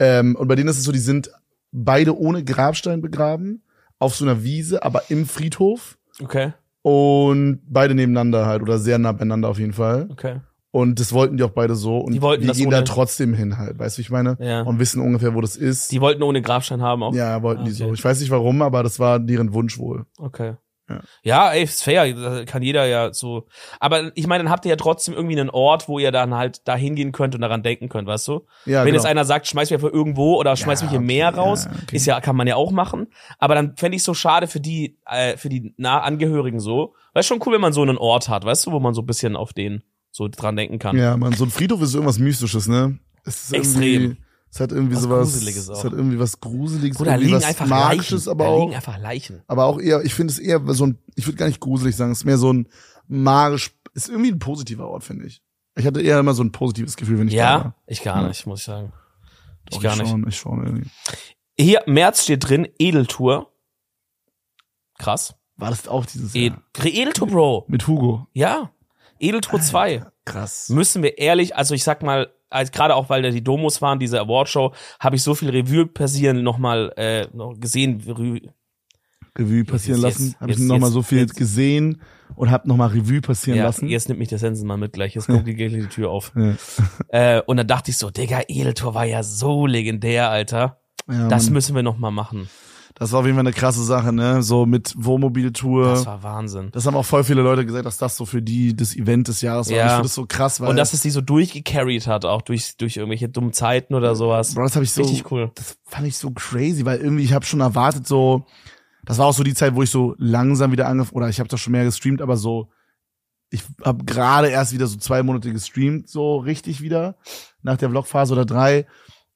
[SPEAKER 1] Ähm, und bei denen ist es so, die sind beide ohne Grabstein begraben, auf so einer Wiese, aber im Friedhof
[SPEAKER 2] Okay,
[SPEAKER 1] und beide nebeneinander halt oder sehr nah beieinander auf jeden Fall.
[SPEAKER 2] okay.
[SPEAKER 1] Und das wollten die auch beide so und
[SPEAKER 2] Die wollten das
[SPEAKER 1] gehen
[SPEAKER 2] ohne-
[SPEAKER 1] da trotzdem hin halt, weißt du, wie ich meine?
[SPEAKER 2] Ja.
[SPEAKER 1] Und wissen ungefähr, wo das ist.
[SPEAKER 2] Die wollten ohne Grabstein haben auch.
[SPEAKER 1] ja, wollten die
[SPEAKER 2] Ah,
[SPEAKER 1] so.
[SPEAKER 2] okay.
[SPEAKER 1] Ich weiß nicht warum, aber das war deren Wunsch wohl.
[SPEAKER 2] Okay.
[SPEAKER 1] Ja.
[SPEAKER 2] Ja. ey, ist fair, da kann jeder ja so. Aber ich meine, dann habt ihr ja trotzdem irgendwie einen Ort, wo ihr dann halt da hingehen könnt und daran denken könnt, weißt du?
[SPEAKER 1] Ja,
[SPEAKER 2] Wenn
[SPEAKER 1] genau.
[SPEAKER 2] jetzt einer sagt, schmeiß mich einfach irgendwo oder schmeiß
[SPEAKER 1] Ja,
[SPEAKER 2] mich im
[SPEAKER 1] okay,
[SPEAKER 2] Meer raus,
[SPEAKER 1] ja, okay.
[SPEAKER 2] ist ja, kann man ja auch machen. Aber dann fände ich so schade für die, äh, für die nah Angehörigen so. Weil es schon cool, wenn man so einen Ort hat, weißt du, wo man so ein bisschen auf den so dran denken kann.
[SPEAKER 1] Ja, man, so ein Friedhof ist irgendwas Mystisches, ne? Es ist irgendwie,
[SPEAKER 2] Extrem.
[SPEAKER 1] Es hat irgendwie
[SPEAKER 2] Was
[SPEAKER 1] sowas.
[SPEAKER 2] Gruseliges auch.
[SPEAKER 1] Es hat irgendwie was Gruseliges,
[SPEAKER 2] Oder da
[SPEAKER 1] irgendwie
[SPEAKER 2] liegen
[SPEAKER 1] was
[SPEAKER 2] einfach
[SPEAKER 1] Magisches,
[SPEAKER 2] Leichen.
[SPEAKER 1] aber
[SPEAKER 2] da
[SPEAKER 1] auch.
[SPEAKER 2] liegen einfach Leichen.
[SPEAKER 1] Aber auch eher, ich finde es eher so ein, ich würde gar nicht gruselig sagen, es ist mehr so ein magisch, ist irgendwie ein positiver Ort, finde ich. Ich hatte eher immer so ein positives Gefühl, wenn ich da
[SPEAKER 2] ja,
[SPEAKER 1] war.
[SPEAKER 2] ich gar
[SPEAKER 1] Ja.
[SPEAKER 2] nicht, muss ich sagen. Ich
[SPEAKER 1] Doch,
[SPEAKER 2] gar nicht.
[SPEAKER 1] Schon, ich schon irgendwie.
[SPEAKER 2] Hier, März steht drin, Edeltour. Krass.
[SPEAKER 1] War das auch dieses
[SPEAKER 2] E
[SPEAKER 1] Jahr?
[SPEAKER 2] Edeltour, Bro.
[SPEAKER 1] Mit Hugo.
[SPEAKER 2] Ja. Edeltour 2.
[SPEAKER 1] Krass.
[SPEAKER 2] Müssen wir ehrlich, also ich sag mal, als, gerade auch weil da die Domos waren, diese Awardshow, habe ich so viel Revue passieren nochmal äh, noch gesehen. Revue-
[SPEAKER 1] Revue passieren
[SPEAKER 2] Jetzt,
[SPEAKER 1] lassen.
[SPEAKER 2] jetzt,
[SPEAKER 1] Habe ich
[SPEAKER 2] jetzt,
[SPEAKER 1] nochmal
[SPEAKER 2] jetzt,
[SPEAKER 1] so viel
[SPEAKER 2] jetzt.
[SPEAKER 1] gesehen und habe nochmal Revue passieren
[SPEAKER 2] Ja,
[SPEAKER 1] lassen.
[SPEAKER 2] jetzt nimmt mich der Sensen mal mit gleich. Jetzt guckt die, geht die Tür auf.
[SPEAKER 1] Ja.
[SPEAKER 2] Äh, und dann dachte ich so, Digga, Edeltour war ja so legendär, Alter.
[SPEAKER 1] Ja,
[SPEAKER 2] Das
[SPEAKER 1] Mann.
[SPEAKER 2] müssen wir nochmal machen.
[SPEAKER 1] Das war auf jeden Fall eine krasse Sache, ne? So mit Wohnmobiltour.
[SPEAKER 2] Das
[SPEAKER 1] Das,
[SPEAKER 2] war Wahnsinn.
[SPEAKER 1] haben auch voll viele Leute gesagt, dass das so für die das Event des Jahres war.
[SPEAKER 2] Ja.
[SPEAKER 1] Ich finde das so krass, weil
[SPEAKER 2] Und dass es die so durchgecarried hat, auch durch, durch irgendwelche dummen Zeiten oder sowas.
[SPEAKER 1] Bro, das habe ich so
[SPEAKER 2] Richtig cool.
[SPEAKER 1] das fand ich so crazy, weil irgendwie ich habe schon erwartet so das war auch so die Zeit, wo ich so langsam wieder angefangen oder ich habe doch schon mehr gestreamt, aber so ich habe gerade erst wieder so zwei Monate gestreamt, so richtig wieder nach der Vlogphase oder drei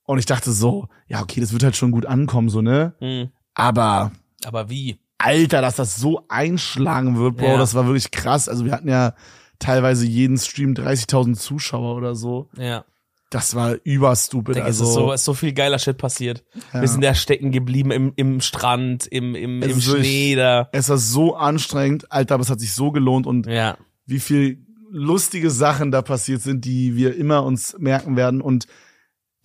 [SPEAKER 1] und ich dachte so, ja, okay, das wird halt schon gut ankommen so, ne?
[SPEAKER 2] Hm.
[SPEAKER 1] Aber
[SPEAKER 2] Aber wie?
[SPEAKER 1] Alter, dass das so einschlagen wird, Bro,
[SPEAKER 2] Ja.
[SPEAKER 1] das war wirklich krass. Also wir hatten ja teilweise jeden Stream 30.000 Zuschauer oder so.
[SPEAKER 2] Ja.
[SPEAKER 1] Das war überstupid.
[SPEAKER 2] Digga,
[SPEAKER 1] also
[SPEAKER 2] es ist so, es ist so viel geiler Shit passiert.
[SPEAKER 1] ja.
[SPEAKER 2] Wir sind da stecken geblieben im, im Strand, im, im,
[SPEAKER 1] Es
[SPEAKER 2] im
[SPEAKER 1] ist so-
[SPEAKER 2] Schnee da.
[SPEAKER 1] es war so anstrengend, Alter, aber es hat sich so gelohnt und
[SPEAKER 2] Ja,
[SPEAKER 1] wie viel lustige Sachen da passiert sind, die wir immer uns merken werden. Und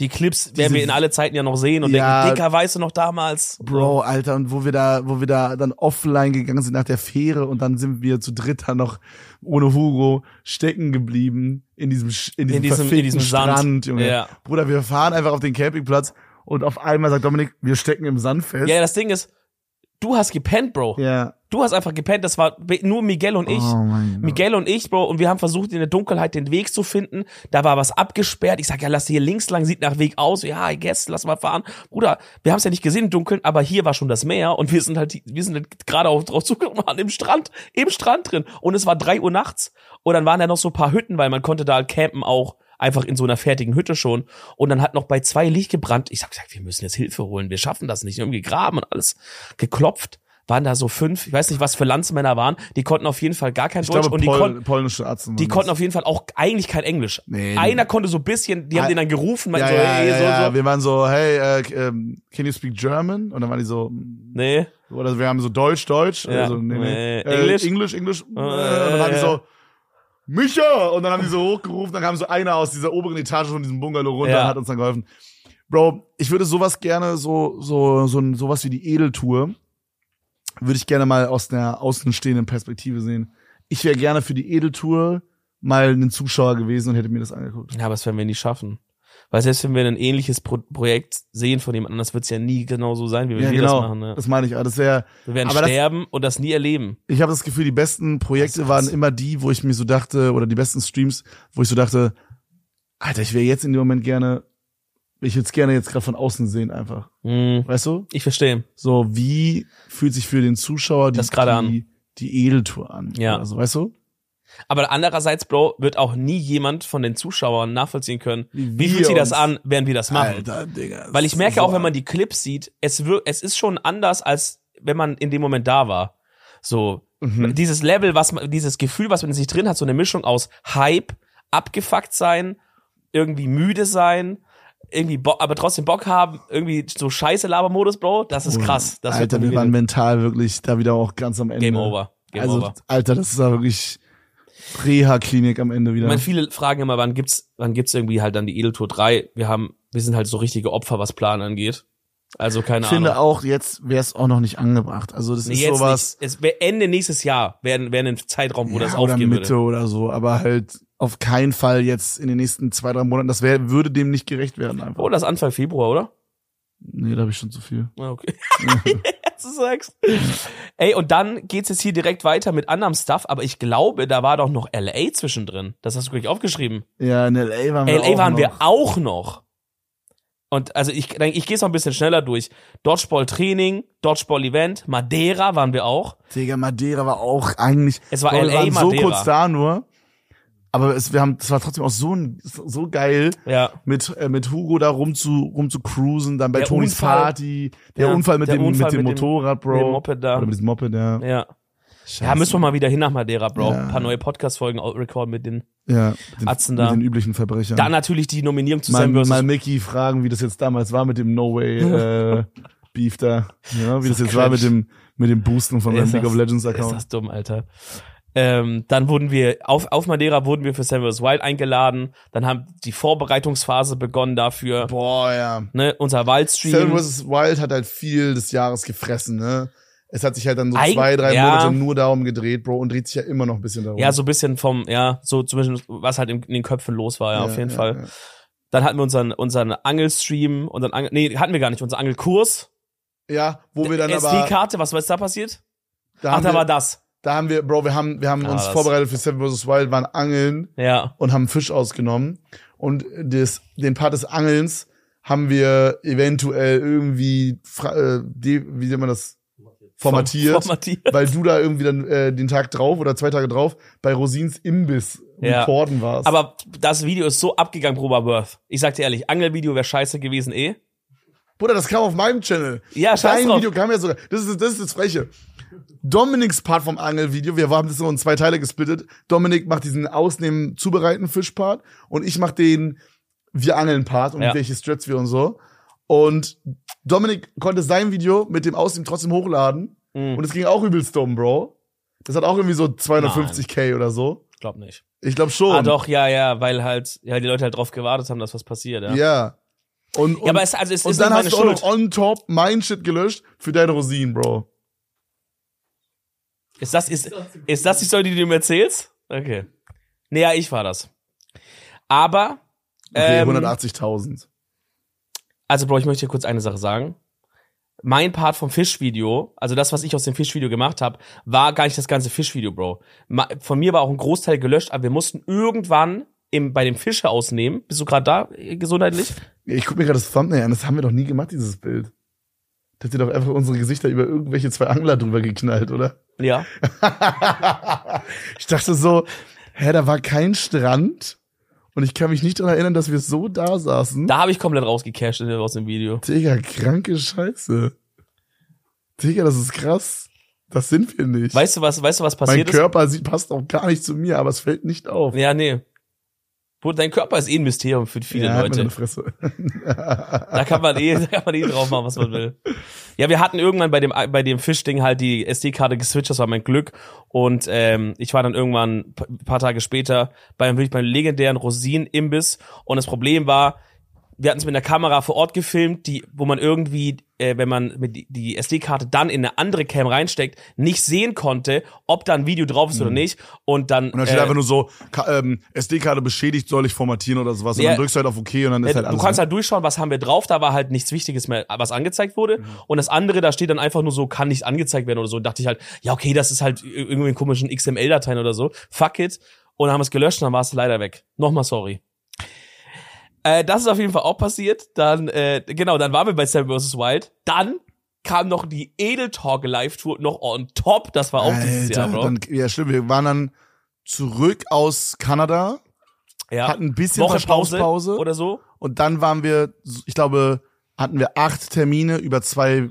[SPEAKER 2] die Clips
[SPEAKER 1] Diese-
[SPEAKER 2] werden wir in alle Zeiten ja noch sehen und
[SPEAKER 1] Ja.
[SPEAKER 2] denken, Dicker, weißt du noch damals?
[SPEAKER 1] Bro, Alter, und wo wir da, wo wir da dann offline gegangen sind nach der Fähre und dann sind wir zu dritt dann noch ohne Hugo stecken geblieben in diesem, Sch- in diesem,
[SPEAKER 2] In diesem- in
[SPEAKER 1] verfickten
[SPEAKER 2] diesem Sand.
[SPEAKER 1] Strand, Junge.
[SPEAKER 2] Ja.
[SPEAKER 1] Bruder, wir fahren einfach auf den Campingplatz und auf einmal sagt Dominik, wir stecken im Sand fest.
[SPEAKER 2] Ja, das Ding ist, du hast gepennt, Bro.
[SPEAKER 1] Ja.
[SPEAKER 2] Du hast einfach gepennt, das war be- nur Miguel und ich.
[SPEAKER 1] Oh mein Gott.
[SPEAKER 2] Miguel und ich, Bro, und wir haben versucht, in der Dunkelheit den Weg zu finden. Da war was abgesperrt. Ich sag, ja, lass hier links lang, sieht nach Weg aus. Ja, I guess, lass mal fahren. Bruder, wir haben es ja nicht gesehen im Dunkeln, aber hier war schon das Meer und wir sind halt, wir sind halt gerade auch drauf zugekommen, an dem Strand, im Strand drin. Und es war drei Uhr nachts. Und dann waren da noch so ein paar Hütten, weil man konnte da halt campen auch einfach in so einer fertigen Hütte schon. Und dann hat noch bei zwei Licht gebrannt. Ich hab gesagt, wir müssen jetzt Hilfe holen. Wir schaffen das nicht. Irgendwie graben und alles geklopft. Waren da so fünf, ich weiß nicht, was für Landsmänner waren. Die konnten auf jeden Fall gar kein
[SPEAKER 1] Ich
[SPEAKER 2] Deutsch
[SPEAKER 1] glaube,
[SPEAKER 2] und die
[SPEAKER 1] Pol-
[SPEAKER 2] konnten,
[SPEAKER 1] polnische Arzt.
[SPEAKER 2] die konnten auf jeden Fall auch eigentlich kein Englisch.
[SPEAKER 1] Nee,
[SPEAKER 2] Einer konnte so ein bisschen, die haben
[SPEAKER 1] Ah,
[SPEAKER 2] den dann gerufen,
[SPEAKER 1] ja,
[SPEAKER 2] meinten so,
[SPEAKER 1] ja,
[SPEAKER 2] hey,
[SPEAKER 1] ja,
[SPEAKER 2] so,
[SPEAKER 1] ja.
[SPEAKER 2] so.
[SPEAKER 1] Wir waren so, hey, äh, k- ähm, can you speak German? Und dann waren die so, mm,
[SPEAKER 2] Nee,
[SPEAKER 1] oder wir haben so Deutsch, Deutsch.
[SPEAKER 2] Ja.
[SPEAKER 1] Also, nee, nee.
[SPEAKER 2] Äh, Englisch?
[SPEAKER 1] Äh, Englisch, Englisch. Äh, und
[SPEAKER 2] äh,
[SPEAKER 1] dann waren die
[SPEAKER 2] äh.
[SPEAKER 1] so, Micha! Und dann haben die so hochgerufen, dann kam so einer aus dieser oberen Etage von diesem Bungalow runter
[SPEAKER 2] Ja.
[SPEAKER 1] und hat uns dann geholfen. Bro, ich würde sowas gerne, so, so, so, ein- sowas wie die Edeltour, würde ich gerne mal aus einer außenstehenden Perspektive sehen. Ich wäre gerne für die Edeltour mal ein Zuschauer gewesen und hätte mir das angeguckt.
[SPEAKER 2] ja, aber das werden wir nicht schaffen. Weil selbst wenn wir ein ähnliches Pro Projekt sehen von jemand anders, wird's ja nie genau so sein, wie wir das machen. Ne?
[SPEAKER 1] Das meine ich. Aber Das wär,
[SPEAKER 2] Wir werden
[SPEAKER 1] aber das-
[SPEAKER 2] sterben und das nie erleben.
[SPEAKER 1] ich habe das Gefühl, die besten
[SPEAKER 2] Das
[SPEAKER 1] Projekte
[SPEAKER 2] ist
[SPEAKER 1] waren
[SPEAKER 2] krass.
[SPEAKER 1] immer die, wo ich mir so dachte, oder die besten Streams, wo ich so dachte, Alter, ich wäre jetzt in dem Moment gerne, ich würde es gerne jetzt gerade von außen sehen einfach.
[SPEAKER 2] Hm,
[SPEAKER 1] Weißt du?
[SPEAKER 2] ich verstehe.
[SPEAKER 1] So, wie fühlt sich für den Zuschauer die,
[SPEAKER 2] Das gerade
[SPEAKER 1] die, die Edeltour an.
[SPEAKER 2] Ja.
[SPEAKER 1] Also, weißt du?
[SPEAKER 2] Aber andererseits, Bro, wird auch nie jemand von den Zuschauern nachvollziehen können,
[SPEAKER 1] Wie
[SPEAKER 2] wie
[SPEAKER 1] wir
[SPEAKER 2] fühlt sich das
[SPEAKER 1] uns-
[SPEAKER 2] an, während wir das machen.
[SPEAKER 1] Alter, Digga.
[SPEAKER 2] Weil ich merke auch, wenn
[SPEAKER 1] man
[SPEAKER 2] man die Clips sieht, es, wir- es ist schon anders, als wenn man in dem Moment da war. So,
[SPEAKER 1] Mhm.
[SPEAKER 2] dieses Level, was man, dieses Gefühl, was man in sich drin hat, so eine Mischung aus Hype, abgefuckt sein, irgendwie müde sein, irgendwie, bo aber trotzdem Bock haben, irgendwie so scheiße Labermodus, Bro, das ist krass. Das wird
[SPEAKER 1] Alter, wir
[SPEAKER 2] kompliziert.
[SPEAKER 1] waren mental wirklich da wieder auch ganz am Ende.
[SPEAKER 2] Game over. Game
[SPEAKER 1] also,
[SPEAKER 2] over.
[SPEAKER 1] Alter, das ist da wirklich Reha-Klinik am Ende wieder.
[SPEAKER 2] Ich meine, viele fragen immer, wann gibt's, wann gibt's irgendwie halt dann die Edeltour 3? Wir haben, wir sind halt so richtige Opfer, was Plan angeht. Also keine
[SPEAKER 1] ich finde
[SPEAKER 2] Ahnung.
[SPEAKER 1] auch, jetzt wäre es auch noch nicht angebracht. Also, das
[SPEAKER 2] Nee,
[SPEAKER 1] ist
[SPEAKER 2] jetzt
[SPEAKER 1] sowas.
[SPEAKER 2] nicht. Es wär Ende nächstes Jahr werden werden ein Zeitraum, wo das
[SPEAKER 1] Ja, oder
[SPEAKER 2] aufgehen
[SPEAKER 1] Mitte
[SPEAKER 2] würde.
[SPEAKER 1] oder so, aber halt auf keinen Fall jetzt in den nächsten zwei, drei Monaten. Das wär, würde dem nicht gerecht werden einfach.
[SPEAKER 2] Oh, das ist Anfang Februar, oder?
[SPEAKER 1] Nee, da habe ich schon zu viel.
[SPEAKER 2] Ah, Okay. *laughs* Jetzt du sagst. Ey, und dann geht's jetzt hier direkt weiter mit anderem Stuff, aber ich glaube, da war doch noch LA zwischendrin. Das hast du gleich aufgeschrieben.
[SPEAKER 1] Ja, in L.A. waren wir
[SPEAKER 2] LA
[SPEAKER 1] auch
[SPEAKER 2] waren
[SPEAKER 1] noch.
[SPEAKER 2] wir auch noch. Und also ich, ich gehe es noch ein bisschen schneller durch. Dodgeball Training, Dodgeball Event, Madeira waren wir auch.
[SPEAKER 1] Digga, Madeira war auch eigentlich.
[SPEAKER 2] Es war
[SPEAKER 1] Boah, wir
[SPEAKER 2] LA
[SPEAKER 1] waren so
[SPEAKER 2] Madeira.
[SPEAKER 1] kurz da nur. Aber es, wir haben, es war trotzdem auch so, ein- so geil,
[SPEAKER 2] Ja.
[SPEAKER 1] mit, äh, mit Hugo da rum zu, rum zu cruisen, dann bei
[SPEAKER 2] Der
[SPEAKER 1] Tonys
[SPEAKER 2] Unfall.
[SPEAKER 1] Party, der
[SPEAKER 2] Ja,
[SPEAKER 1] Unfall mit
[SPEAKER 2] der
[SPEAKER 1] dem,
[SPEAKER 2] Unfall
[SPEAKER 1] mit dem
[SPEAKER 2] mit dem-
[SPEAKER 1] Motorrad, Bro.
[SPEAKER 2] Mit dem Moped da.
[SPEAKER 1] Oder mit dem Moped, ja.
[SPEAKER 2] Ja.
[SPEAKER 1] Scheiße.
[SPEAKER 2] ja, müssen wir mal wieder hin nach Madeira, Bro.
[SPEAKER 1] Ja.
[SPEAKER 2] Ein paar neue Podcast-Folgen au- recorden mit den.
[SPEAKER 1] ja, mit den,
[SPEAKER 2] Atzen da.
[SPEAKER 1] Mit den üblichen Verbrechern.
[SPEAKER 2] Dann natürlich die Nominierung zu
[SPEAKER 1] mal,
[SPEAKER 2] Sam vs.
[SPEAKER 1] mal Mickey fragen, wie das jetzt damals war mit dem No
[SPEAKER 2] *laughs*
[SPEAKER 1] Way äh, Beef da. Ja, wie das jetzt war mit dem mit dem Boosten von meinem
[SPEAKER 2] Ist
[SPEAKER 1] League of
[SPEAKER 2] das-
[SPEAKER 1] Legends
[SPEAKER 2] Ist
[SPEAKER 1] Account.
[SPEAKER 2] das dumm, Alter. Ähm, dann wurden wir, auf, auf Madeira wurden wir für Sam vs. Wild eingeladen. Dann haben die Vorbereitungsphase begonnen dafür.
[SPEAKER 1] Boah, ja.
[SPEAKER 2] Ne, unser
[SPEAKER 1] Seven
[SPEAKER 2] Waldstream.
[SPEAKER 1] vs. Wild hat halt viel des Jahres gefressen, ne? Es hat sich halt dann so
[SPEAKER 2] Eig-
[SPEAKER 1] zwei, drei
[SPEAKER 2] ja.
[SPEAKER 1] Monate nur darum gedreht, Bro, und dreht sich ja immer noch ein bisschen darum.
[SPEAKER 2] Ja, so ein bisschen vom, ja, so zumindest was halt in, in den Köpfen los war, ja, auf jeden Fall.
[SPEAKER 1] ja.
[SPEAKER 2] Dann hatten wir unseren, unseren Angelstream, unseren Angel, nee, hatten wir gar nicht, unseren Angelkurs.
[SPEAKER 1] Ja, wo wir dann aber
[SPEAKER 2] SD-Karte, was weiß da passiert?
[SPEAKER 1] da
[SPEAKER 2] Ach,
[SPEAKER 1] haben,
[SPEAKER 2] da war
[SPEAKER 1] wir,
[SPEAKER 2] das. da.
[SPEAKER 1] da haben wir, Bro, wir haben wir haben
[SPEAKER 2] Ja,
[SPEAKER 1] uns
[SPEAKER 2] das-
[SPEAKER 1] vorbereitet für Seven vs. Wild, waren angeln
[SPEAKER 2] Ja.
[SPEAKER 1] und haben Fisch ausgenommen. Und des, den Part des Angelns haben wir eventuell irgendwie, fra- äh, de, wie nennt man das, formatiert.
[SPEAKER 2] Formatiert.
[SPEAKER 1] Weil du da irgendwie dann äh, den Tag drauf oder zwei Tage drauf bei Rosins Imbiss
[SPEAKER 2] Ja.
[SPEAKER 1] recorden warst.
[SPEAKER 2] Aber das Video ist so abgegangen, Proberworth. Ich sag dir ehrlich, Angelvideo wäre scheiße gewesen eh.
[SPEAKER 1] Bruder, das kam auf meinem Channel.
[SPEAKER 2] Ja, scheiß
[SPEAKER 1] Dein
[SPEAKER 2] drauf.
[SPEAKER 1] Video kam ja sogar. Das ist das, ist das Freche. Dominiks Part vom Angelvideo, wir haben das so in zwei Teile gesplittet. Dominik macht diesen Ausnehmen zubereiten Fischpart und ich mach den wir angeln Part und
[SPEAKER 2] Ja.
[SPEAKER 1] welche Straps wir und so. Und Dominik konnte sein Video mit dem Ausnehmen trotzdem hochladen
[SPEAKER 2] Hm,
[SPEAKER 1] und es ging auch übelst dumm, Bro. Das hat auch irgendwie so 250k oder so.
[SPEAKER 2] glaub nicht.
[SPEAKER 1] Ich glaube schon.
[SPEAKER 2] Ah, doch, ja, ja, weil halt, ja, die Leute halt drauf gewartet haben, dass was passiert, ja.
[SPEAKER 1] Ja. Und, und,
[SPEAKER 2] ja aber es, also es
[SPEAKER 1] und
[SPEAKER 2] ist
[SPEAKER 1] dann
[SPEAKER 2] nicht meine
[SPEAKER 1] hast du auch
[SPEAKER 2] Schuld.
[SPEAKER 1] noch on top mein Shit gelöscht für deine Rosinen, Bro.
[SPEAKER 2] Ist das, ist, ist das die Story, die du mir erzählst? Okay. Nee, ja, ich war das. Aber,
[SPEAKER 1] Okay,
[SPEAKER 2] ähm,
[SPEAKER 1] 180.000.
[SPEAKER 2] also Bro, ich möchte dir kurz eine Sache sagen. Mein Part vom Fischvideo, also das, was ich aus dem Fischvideo gemacht habe, war gar nicht das ganze Fischvideo, Bro. Ma- Von mir war auch ein Großteil gelöscht, aber wir mussten irgendwann im, bei dem Fische ausnehmen. Bist du gerade da, äh, gesundheitlich?
[SPEAKER 1] Ich guck mir gerade das Thumbnail an, das haben wir doch nie gemacht, dieses Bild. Da hat ihr doch einfach unsere Gesichter über irgendwelche zwei Angler drüber geknallt,
[SPEAKER 2] *laughs*
[SPEAKER 1] oder?
[SPEAKER 2] Ja.
[SPEAKER 1] Ich dachte so, hä, da war kein Strand und ich kann mich nicht dran erinnern, dass wir so da saßen.
[SPEAKER 2] Da habe ich komplett rausgecasht in- aus dem Video.
[SPEAKER 1] Digga, kranke Scheiße. Digga, das ist krass. Das sind wir nicht.
[SPEAKER 2] Weißt du, was, weißt du, was
[SPEAKER 1] mein
[SPEAKER 2] passiert ist?
[SPEAKER 1] Körper sieht, passt auch gar nicht zu mir, aber es fällt nicht auf.
[SPEAKER 2] Ja, nee. Bruder, Dein Körper ist eh ein Mysterium für viele
[SPEAKER 1] Ja, halt mal
[SPEAKER 2] Leute.
[SPEAKER 1] deine Fresse.
[SPEAKER 2] Da kann man eh, *laughs* da kann man eh drauf machen, was
[SPEAKER 1] *laughs*
[SPEAKER 2] man will. Ja, wir hatten irgendwann bei dem, bei dem Fischding halt die SD-Karte geswitcht, das war mein Glück. Und ähm, ich war dann irgendwann p- ein paar Tage später beim wirklich beim legendären Rosinen-Imbiss. Und das Problem war, wir hatten es mit einer Kamera vor Ort gefilmt, die, wo man irgendwie, äh, wenn man mit die- die SD-Karte dann in eine andere Cam reinsteckt, nicht sehen konnte, ob da ein Video drauf ist oder nicht. Und dann,
[SPEAKER 1] Mhm. Und dann steht
[SPEAKER 2] äh,
[SPEAKER 1] einfach nur so, Ka- ähm, SD-Karte beschädigt, soll ich formatieren oder sowas. Und
[SPEAKER 2] Ja.
[SPEAKER 1] dann drückst du halt auf OK und dann ist
[SPEAKER 2] Ja,
[SPEAKER 1] halt
[SPEAKER 2] du
[SPEAKER 1] alles.
[SPEAKER 2] kannst
[SPEAKER 1] ne?
[SPEAKER 2] halt durchschauen, was haben wir drauf, da war halt nichts Wichtiges mehr, was angezeigt wurde.
[SPEAKER 1] Mhm.
[SPEAKER 2] Und das andere, da steht dann einfach nur so, kann nicht angezeigt werden oder so. Und dachte ich halt, ja, okay, das ist halt ir- irgendwie in komischen XML-Dateien oder so. Fuck it. Und dann haben wir es gelöscht und dann war es leider weg. Nochmal sorry. Äh, das ist auf jeden Fall auch passiert. Dann, äh, genau, dann waren wir bei Sam vs. Wild. Dann kam noch die Edeltalk Live Tour noch on top. Das war auch dieses Jahr, Bro.
[SPEAKER 1] Dann, ja, stimmt. Wir waren dann zurück aus Kanada,
[SPEAKER 2] ja.
[SPEAKER 1] hatten ein bisschen
[SPEAKER 2] Woche Pause
[SPEAKER 1] Verschnaufpause.
[SPEAKER 2] oder so.
[SPEAKER 1] Und dann waren wir, ich glaube, hatten wir acht Termine über zwei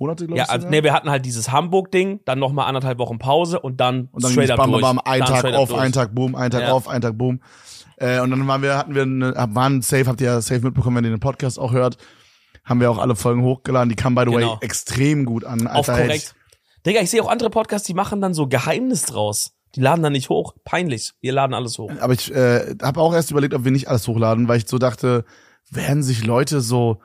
[SPEAKER 1] Monate, glaube
[SPEAKER 2] Ja,
[SPEAKER 1] ich.
[SPEAKER 2] also,
[SPEAKER 1] sogar.
[SPEAKER 2] nee, wir hatten halt dieses Hamburg-Ding, dann nochmal anderthalb Wochen Pause und dann,
[SPEAKER 1] und dann
[SPEAKER 2] straight
[SPEAKER 1] ging's
[SPEAKER 2] up
[SPEAKER 1] bam, bam,
[SPEAKER 2] durch.
[SPEAKER 1] bam, ein
[SPEAKER 2] Dann
[SPEAKER 1] Tag
[SPEAKER 2] straight up
[SPEAKER 1] auf,
[SPEAKER 2] durch.
[SPEAKER 1] ein Tag boom, ein Tag
[SPEAKER 2] Ja.
[SPEAKER 1] auf, ein Tag boom. Äh, und dann waren wir, hatten wir, eine, waren safe, habt ihr ja safe mitbekommen, wenn ihr den Podcast auch hört, haben wir auch alle Folgen hochgeladen. Die kamen, by the way,
[SPEAKER 2] Genau.
[SPEAKER 1] extrem gut an.
[SPEAKER 2] Auf
[SPEAKER 1] Alter, hätte ich-
[SPEAKER 2] korrekt. Digga, ich sehe auch andere Podcasts, die machen dann so Geheimnis draus. Die laden dann nicht hoch. Peinlich. Wir laden alles hoch.
[SPEAKER 1] Aber ich äh, habe auch erst überlegt, ob wir nicht alles hochladen, weil ich so dachte, werden sich Leute so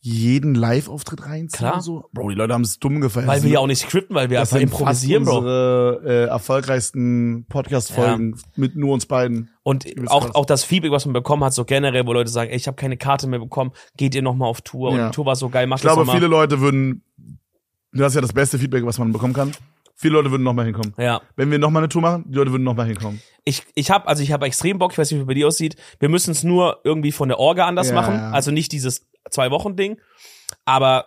[SPEAKER 1] jeden Live-Auftritt reinziehen?
[SPEAKER 2] Klar.
[SPEAKER 1] und So? Bro, die Leute haben es dumm gefeiert.
[SPEAKER 2] Weil
[SPEAKER 1] Das
[SPEAKER 2] wir
[SPEAKER 1] sind-
[SPEAKER 2] ja auch nicht scripten, weil wir
[SPEAKER 1] das
[SPEAKER 2] einfach
[SPEAKER 1] sind
[SPEAKER 2] improvisieren,
[SPEAKER 1] fast
[SPEAKER 2] Bro.
[SPEAKER 1] unsere äh, erfolgreichsten Podcast-Folgen mit nur uns beiden.
[SPEAKER 2] Und
[SPEAKER 1] Übelst krass.
[SPEAKER 2] auch, auch das Feedback, was man bekommen hat, so generell, wo Leute sagen, ey, ich habe keine Karte mehr bekommen, geht ihr nochmal auf Tour
[SPEAKER 1] Ja.
[SPEAKER 2] und die Tour war so geil, macht
[SPEAKER 1] Ich glaube,
[SPEAKER 2] das nochmal.
[SPEAKER 1] viele Leute würden, das ist ja das beste Feedback, was man bekommen kann. Viele Leute würden nochmal hinkommen.
[SPEAKER 2] Ja.
[SPEAKER 1] Wenn wir nochmal eine Tour machen, die Leute würden nochmal hinkommen.
[SPEAKER 2] Ich, ich habe also ich habe extrem Bock, ich weiß nicht, wie bei dir aussieht. Wir müssen es nur irgendwie von der Orga anders
[SPEAKER 1] Ja,
[SPEAKER 2] machen,
[SPEAKER 1] ja.
[SPEAKER 2] also nicht dieses zwei Wochen Ding, aber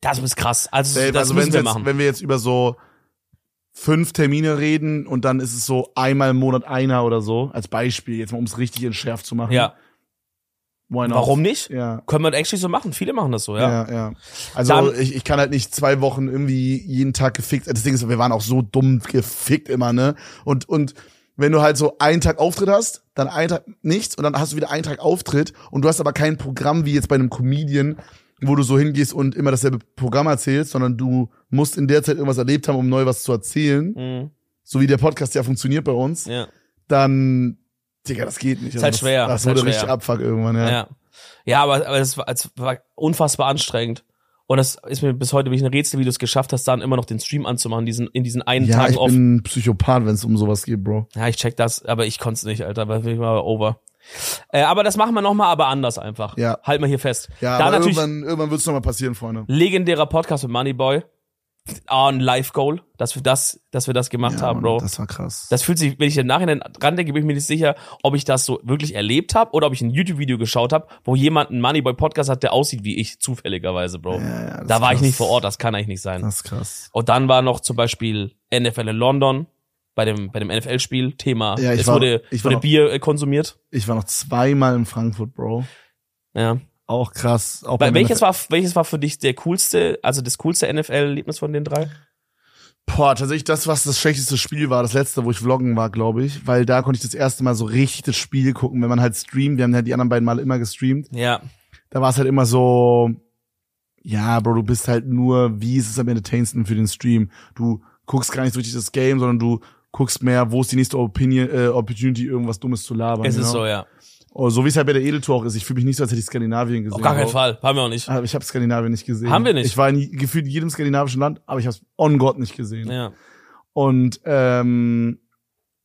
[SPEAKER 2] das ist krass. Also
[SPEAKER 1] Safe,
[SPEAKER 2] das
[SPEAKER 1] also wenn
[SPEAKER 2] müssen
[SPEAKER 1] wir,
[SPEAKER 2] wir
[SPEAKER 1] jetzt,
[SPEAKER 2] machen.
[SPEAKER 1] wenn wir jetzt über so fünf Termine reden und dann ist es so einmal im Monat einer oder so, als Beispiel, jetzt mal um es richtig entschärft zu machen.
[SPEAKER 2] Ja,
[SPEAKER 1] Why not?
[SPEAKER 2] warum nicht?
[SPEAKER 1] Ja.
[SPEAKER 2] Können wir actually so machen. Viele machen das so, ja.
[SPEAKER 1] Ja. ja, Also
[SPEAKER 2] Dann-
[SPEAKER 1] ich, ich kann halt nicht zwei Wochen irgendwie jeden Tag gefickt. Das Ding ist, wir waren auch so dumm gefickt immer, ne? Und und wenn du halt so einen Tag Auftritt hast, dann einen Tag nichts und dann hast du wieder einen Tag Auftritt und du hast aber kein Programm wie jetzt bei einem Comedian, wo du so hingehst und immer dasselbe Programm erzählst, sondern du musst in der Zeit irgendwas erlebt haben, um neu was zu erzählen,
[SPEAKER 2] Mhm.
[SPEAKER 1] so wie der Podcast ja funktioniert bei uns,
[SPEAKER 2] ja.
[SPEAKER 1] dann Digga, das geht nicht. Also
[SPEAKER 2] Ist halt schwer,
[SPEAKER 1] Das, das
[SPEAKER 2] ist halt
[SPEAKER 1] wurde richtig
[SPEAKER 2] schwer.
[SPEAKER 1] Abfuck irgendwann, ja.
[SPEAKER 2] Ja, ja aber, aber es, war, es war unfassbar anstrengend. Und das ist mir bis heute wirklich ein Rätsel, wie du es geschafft hast, dann immer noch den Stream anzumachen, diesen, in diesen einen
[SPEAKER 1] Ja,
[SPEAKER 2] Tag
[SPEAKER 1] ich
[SPEAKER 2] off.
[SPEAKER 1] bin Psychopath, wenn es um sowas geht, Bro.
[SPEAKER 2] Ja, ich check das, aber ich konnte es nicht, Alter, weil ich war over. Äh, aber das machen wir nochmal, aber anders einfach.
[SPEAKER 1] Ja.
[SPEAKER 2] Halt mal hier fest.
[SPEAKER 1] Ja,
[SPEAKER 2] Dann
[SPEAKER 1] aber
[SPEAKER 2] natürlich
[SPEAKER 1] irgendwann, irgendwann wird's nochmal passieren, Freunde.
[SPEAKER 2] legendärer Podcast mit Moneyboy. Ah, ein Live-Goal, dass wir das, dass wir das gemacht
[SPEAKER 1] ja,
[SPEAKER 2] haben,
[SPEAKER 1] Mann,
[SPEAKER 2] Bro.
[SPEAKER 1] Das war krass.
[SPEAKER 2] Das fühlt sich, wenn ich im Nachhinein dran denke, bin ich mir nicht sicher, ob ich das so wirklich erlebt habe oder ob ich ein YouTube-Video geschaut habe, wo jemand einen Moneyboy-Podcast hat, der aussieht wie ich, zufälligerweise, Bro.
[SPEAKER 1] ja, ja, das ist
[SPEAKER 2] da war ich
[SPEAKER 1] krass.
[SPEAKER 2] nicht vor Ort, das kann eigentlich nicht sein.
[SPEAKER 1] Das ist krass.
[SPEAKER 2] Und dann war noch zum Beispiel NFL in London bei dem, bei dem NFL-Spiel Thema.
[SPEAKER 1] Ja, ich
[SPEAKER 2] es
[SPEAKER 1] war-
[SPEAKER 2] wurde,
[SPEAKER 1] ich war
[SPEAKER 2] wurde
[SPEAKER 1] noch-
[SPEAKER 2] Bier äh, konsumiert.
[SPEAKER 1] Ich war noch zweimal in Frankfurt, Bro.
[SPEAKER 2] Ja.
[SPEAKER 1] Auch krass. Auch
[SPEAKER 2] Weil,
[SPEAKER 1] beim
[SPEAKER 2] welches,
[SPEAKER 1] NFL.
[SPEAKER 2] war, welches war für dich der coolste, also das coolste NFL-Erlebnis von den drei?
[SPEAKER 1] Boah, tatsächlich das, was das schlechteste Spiel war, das letzte, wo ich vloggen war, glaube ich. Weil da konnte ich das erste Mal so richtig das Spiel gucken, wenn man halt streamt. Wir haben halt die anderen beiden Mal immer gestreamt.
[SPEAKER 2] Ja.
[SPEAKER 1] Da war es halt immer so, ja, Bro, du bist halt nur, wie ist es am entertainsten für den Stream? Du guckst gar nicht so richtig das Game, sondern du guckst mehr, wo ist die nächste Opinion, äh, Opportunity, irgendwas Dummes zu labern.
[SPEAKER 2] Es ist
[SPEAKER 1] genau.
[SPEAKER 2] so, ja.
[SPEAKER 1] Oh, so wie es halt bei der Edeltour auch ist. Ich fühle mich nicht so, als hätte ich Skandinavien gesehen.
[SPEAKER 2] Auf gar keinen
[SPEAKER 1] Bro.
[SPEAKER 2] Fall. Haben wir auch nicht.
[SPEAKER 1] Aber ich habe Skandinavien nicht gesehen.
[SPEAKER 2] Haben wir nicht?
[SPEAKER 1] Ich war in gefühlt jedem skandinavischen Land, aber ich habe es on God nicht gesehen.
[SPEAKER 2] Ja.
[SPEAKER 1] Und ähm,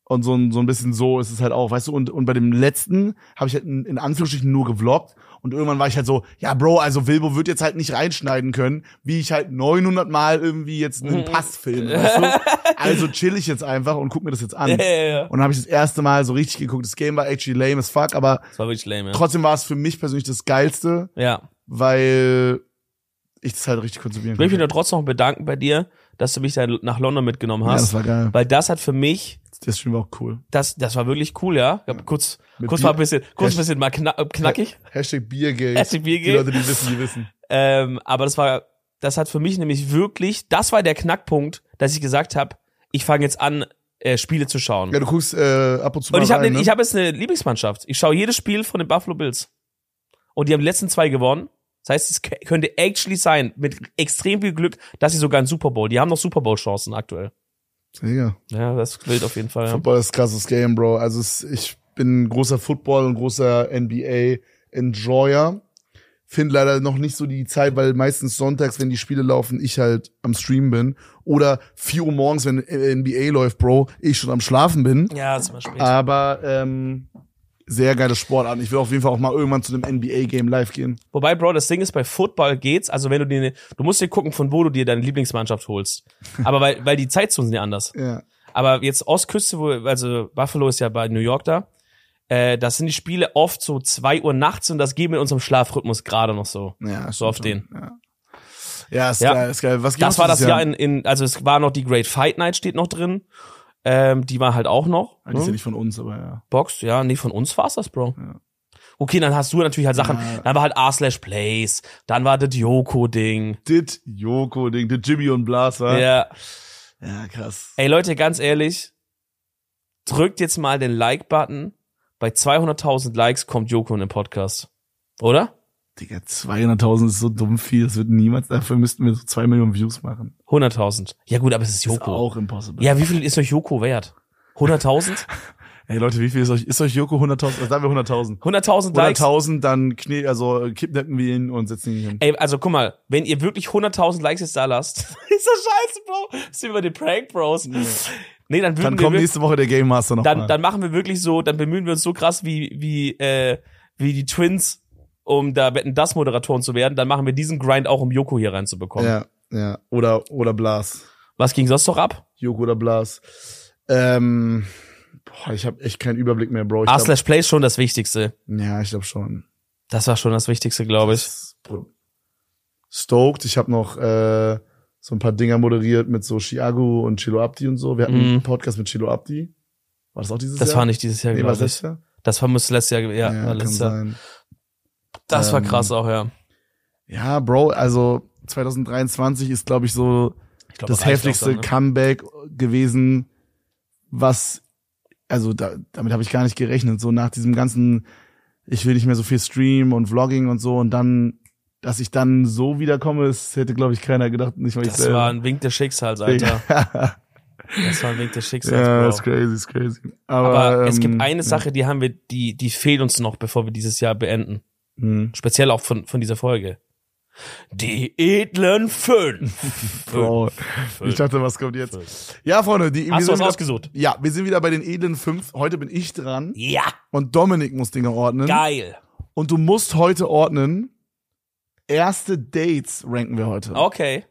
[SPEAKER 1] und so ein, so ein bisschen so ist es halt auch, weißt du. Und und bei dem letzten habe ich halt in, in Anführungsstrichen nur gevloggt. Und irgendwann war ich halt so, ja, Bro, also Wilbo wird jetzt halt nicht reinschneiden können, wie ich halt 900 Mal irgendwie jetzt einen
[SPEAKER 2] Mhm.
[SPEAKER 1] Pass filme. Weißt du? Also chill ich jetzt einfach und guck mir das jetzt an.
[SPEAKER 2] *laughs* Ja, ja, ja.
[SPEAKER 1] Und dann habe ich das erste Mal so richtig geguckt. Das Game war actually lame as fuck, aber
[SPEAKER 2] Das war wirklich lame, ja.
[SPEAKER 1] Trotzdem war es für mich persönlich das Geilste,
[SPEAKER 2] Ja.
[SPEAKER 1] weil ich das halt richtig konsumieren
[SPEAKER 2] Ich möchte mich
[SPEAKER 1] konnte.
[SPEAKER 2] nur trotzdem noch bedanken bei dir, dass du mich da nach London mitgenommen
[SPEAKER 1] Ja, das
[SPEAKER 2] hast.
[SPEAKER 1] war geil.
[SPEAKER 2] weil das hat für mich,
[SPEAKER 1] Der Stream war auch cool.
[SPEAKER 2] das, das war wirklich cool, ja. Ich hab Kurz,
[SPEAKER 1] Mit
[SPEAKER 2] kurz
[SPEAKER 1] Bier-
[SPEAKER 2] mal ein bisschen, kurz
[SPEAKER 1] Hash-
[SPEAKER 2] ein bisschen mal kna äh, knackig.
[SPEAKER 1] Hashtag Biergate.
[SPEAKER 2] Hashtag Biergate.
[SPEAKER 1] Die Leute, die wissen, die wissen.
[SPEAKER 2] Ähm, aber das war, das hat für mich nämlich wirklich, das war der Knackpunkt, dass ich gesagt habe, ich fange jetzt an, äh, Spiele zu schauen.
[SPEAKER 1] Ja, du guckst äh, ab und zu
[SPEAKER 2] und
[SPEAKER 1] mal
[SPEAKER 2] ich habe
[SPEAKER 1] rein,
[SPEAKER 2] ne,
[SPEAKER 1] ne?
[SPEAKER 2] ich hab jetzt eine Lieblingsmannschaft. Ich schaue jedes Spiel von den Buffalo Bills. Und die haben die letzten zwei gewonnen. Das heißt, es k- könnte actually sein, mit extrem viel Glück, dass sie sogar einen Super Bowl, die haben noch Super Bowl-Chancen aktuell.
[SPEAKER 1] Digga,
[SPEAKER 2] Ja, das ist wild auf jeden Fall. Ja.
[SPEAKER 1] Football ist ein krasses Game, Bro. Also es, ich bin ein großer Football und großer NBA-Enjoyer. Finde leider noch nicht so die Zeit, weil meistens sonntags, wenn die Spiele laufen, ich halt am Stream bin. Oder 4 Uhr morgens, wenn äh, NBA läuft, Bro, ich schon am Schlafen bin.
[SPEAKER 2] Ja, zum Beispiel.
[SPEAKER 1] Aber ähm, sehr geile Sportart. Ich will auf jeden Fall auch mal irgendwann zu einem NBA-Game live gehen.
[SPEAKER 2] Wobei, Bro, das Ding ist, bei Football geht's, also wenn du dir, ne- du musst dir gucken, von wo du dir deine Lieblingsmannschaft holst. Aber weil, weil die Zeitzonen sind ja anders.
[SPEAKER 1] Ja.
[SPEAKER 2] Aber jetzt Ostküste, wo, also Buffalo ist ja bei New York da, äh, das sind die Spiele oft so 2 Uhr nachts und das geht mit unserem Schlafrhythmus gerade noch so.
[SPEAKER 1] ja
[SPEAKER 2] So auf
[SPEAKER 1] stimmt schon. Ja. Ja, ist
[SPEAKER 2] Ja.
[SPEAKER 1] geil, ist geil. Was
[SPEAKER 2] Das
[SPEAKER 1] gibt's
[SPEAKER 2] war das
[SPEAKER 1] dieses
[SPEAKER 2] Jahr in, in, also es war noch die Great Fight Night steht noch drin. Ähm, die war halt auch noch.
[SPEAKER 1] Ah, Die ist ja
[SPEAKER 2] Ne?
[SPEAKER 1] nicht von uns, aber ja.
[SPEAKER 2] Box, ja, nee, von uns war's das, Bro.
[SPEAKER 1] Ja.
[SPEAKER 2] Okay, dann hast du natürlich halt Sachen.
[SPEAKER 1] Ja.
[SPEAKER 2] Dann war halt R slash Plays, dann war das Yoko-Ding.
[SPEAKER 1] Dit Joko Ding, Dit Jimmy und Blaser.
[SPEAKER 2] Ja.
[SPEAKER 1] ja krass.
[SPEAKER 2] Ey, Leute, ganz ehrlich, drückt jetzt mal den Like-Button. Bei 200.000 Likes kommt Joko in den Podcast. Oder?
[SPEAKER 1] Digga, 200.000 ist so dumm viel, das wird niemals, dafür müssten wir so 2 Millionen Views machen.
[SPEAKER 2] 100.000. Ja gut, aber es ist
[SPEAKER 1] Ist
[SPEAKER 2] Joko.
[SPEAKER 1] auch impossible.
[SPEAKER 2] ja, wie viel ist euch Joko wert?
[SPEAKER 1] *laughs*
[SPEAKER 2] 100.000?
[SPEAKER 1] Ey Leute, wie viel ist euch, ist euch Joko 100.000? Also sagen wir 100.000.
[SPEAKER 2] 100.000 Likes.
[SPEAKER 1] 100.000, dann knie, also kidnappen wir ihn und setzen ihn hin.
[SPEAKER 2] Ey, also guck mal, wenn ihr wirklich 100.000 Likes jetzt da lasst, *laughs* ist das scheiße, Bro. Das sind wir die Prank Bros. Nee, dann würden
[SPEAKER 1] Dann
[SPEAKER 2] wir
[SPEAKER 1] kommt
[SPEAKER 2] wirklich-
[SPEAKER 1] nächste Woche der Game Master nochmal.
[SPEAKER 2] dann, dann machen wir wirklich so, dann bemühen wir uns so krass wie, wie, äh, wie die Twins, um da Wetten das Moderatoren zu werden. Dann machen wir diesen Grind auch, um Joko hier reinzubekommen.
[SPEAKER 1] Ja, ja. Oder, oder Blas.
[SPEAKER 2] Was ging sonst noch ab?
[SPEAKER 1] Joko oder Blas. Ähm, boah, ich habe echt keinen Überblick mehr, Bro. Ich
[SPEAKER 2] R
[SPEAKER 1] glaub,
[SPEAKER 2] slash Play ist schon das Wichtigste.
[SPEAKER 1] ja, ich glaube schon.
[SPEAKER 2] Das war schon das Wichtigste, glaube ich.
[SPEAKER 1] Stoked. Ich habe noch äh, so ein paar Dinger moderiert mit so Chiago und Chilo Abdi und so. Wir hatten
[SPEAKER 2] Mhm.
[SPEAKER 1] einen Podcast mit Chilo Abdi. War das auch dieses
[SPEAKER 2] Das
[SPEAKER 1] Jahr?
[SPEAKER 2] war nicht dieses Jahr,
[SPEAKER 1] nee, war
[SPEAKER 2] glaube
[SPEAKER 1] das
[SPEAKER 2] ich.
[SPEAKER 1] Jahr?
[SPEAKER 2] Das war muss letztes Jahr, ge- ja, ja
[SPEAKER 1] kann
[SPEAKER 2] letztes Jahr.
[SPEAKER 1] sein.
[SPEAKER 2] Das war
[SPEAKER 1] Ähm,
[SPEAKER 2] krass auch, ja.
[SPEAKER 1] Ja, Bro, also 2023 ist, glaube ich, so
[SPEAKER 2] Ich glaub,
[SPEAKER 1] das
[SPEAKER 2] reicht auch
[SPEAKER 1] heftigste
[SPEAKER 2] dann, ne?
[SPEAKER 1] Comeback gewesen, was, also da, damit habe ich gar nicht gerechnet. So nach diesem ganzen, ich will nicht mehr so viel streamen und Vlogging und so und dann, dass ich dann so wiederkomme, das hätte, glaube ich, keiner gedacht. Nicht mal ich
[SPEAKER 2] Das
[SPEAKER 1] selber.
[SPEAKER 2] war ein Wink des Schicksals, Alter. Das war ein Wink des Schicksals,
[SPEAKER 1] *laughs* ja,
[SPEAKER 2] Bro.
[SPEAKER 1] ist crazy, ist crazy. Aber,
[SPEAKER 2] Aber es
[SPEAKER 1] ähm,
[SPEAKER 2] gibt eine Sache, die haben wir, die, die fehlt uns noch, bevor wir dieses Jahr beenden.
[SPEAKER 1] mh.
[SPEAKER 2] Speziell auch von, von dieser Folge. Die edlen fünf.
[SPEAKER 1] *laughs* Bro,
[SPEAKER 2] Fünf.
[SPEAKER 1] ich dachte, was kommt jetzt? Ja, Freunde, die wir
[SPEAKER 2] Hast du
[SPEAKER 1] sind
[SPEAKER 2] was
[SPEAKER 1] wieder-
[SPEAKER 2] ausgesucht?
[SPEAKER 1] Ja, wir sind wieder bei den edlen fünf. Heute bin ich dran
[SPEAKER 2] Ja,
[SPEAKER 1] und Dominik muss Dinge ordnen.
[SPEAKER 2] geil.
[SPEAKER 1] Und du musst heute ordnen. Erste Dates ranken wir heute.
[SPEAKER 2] Okay.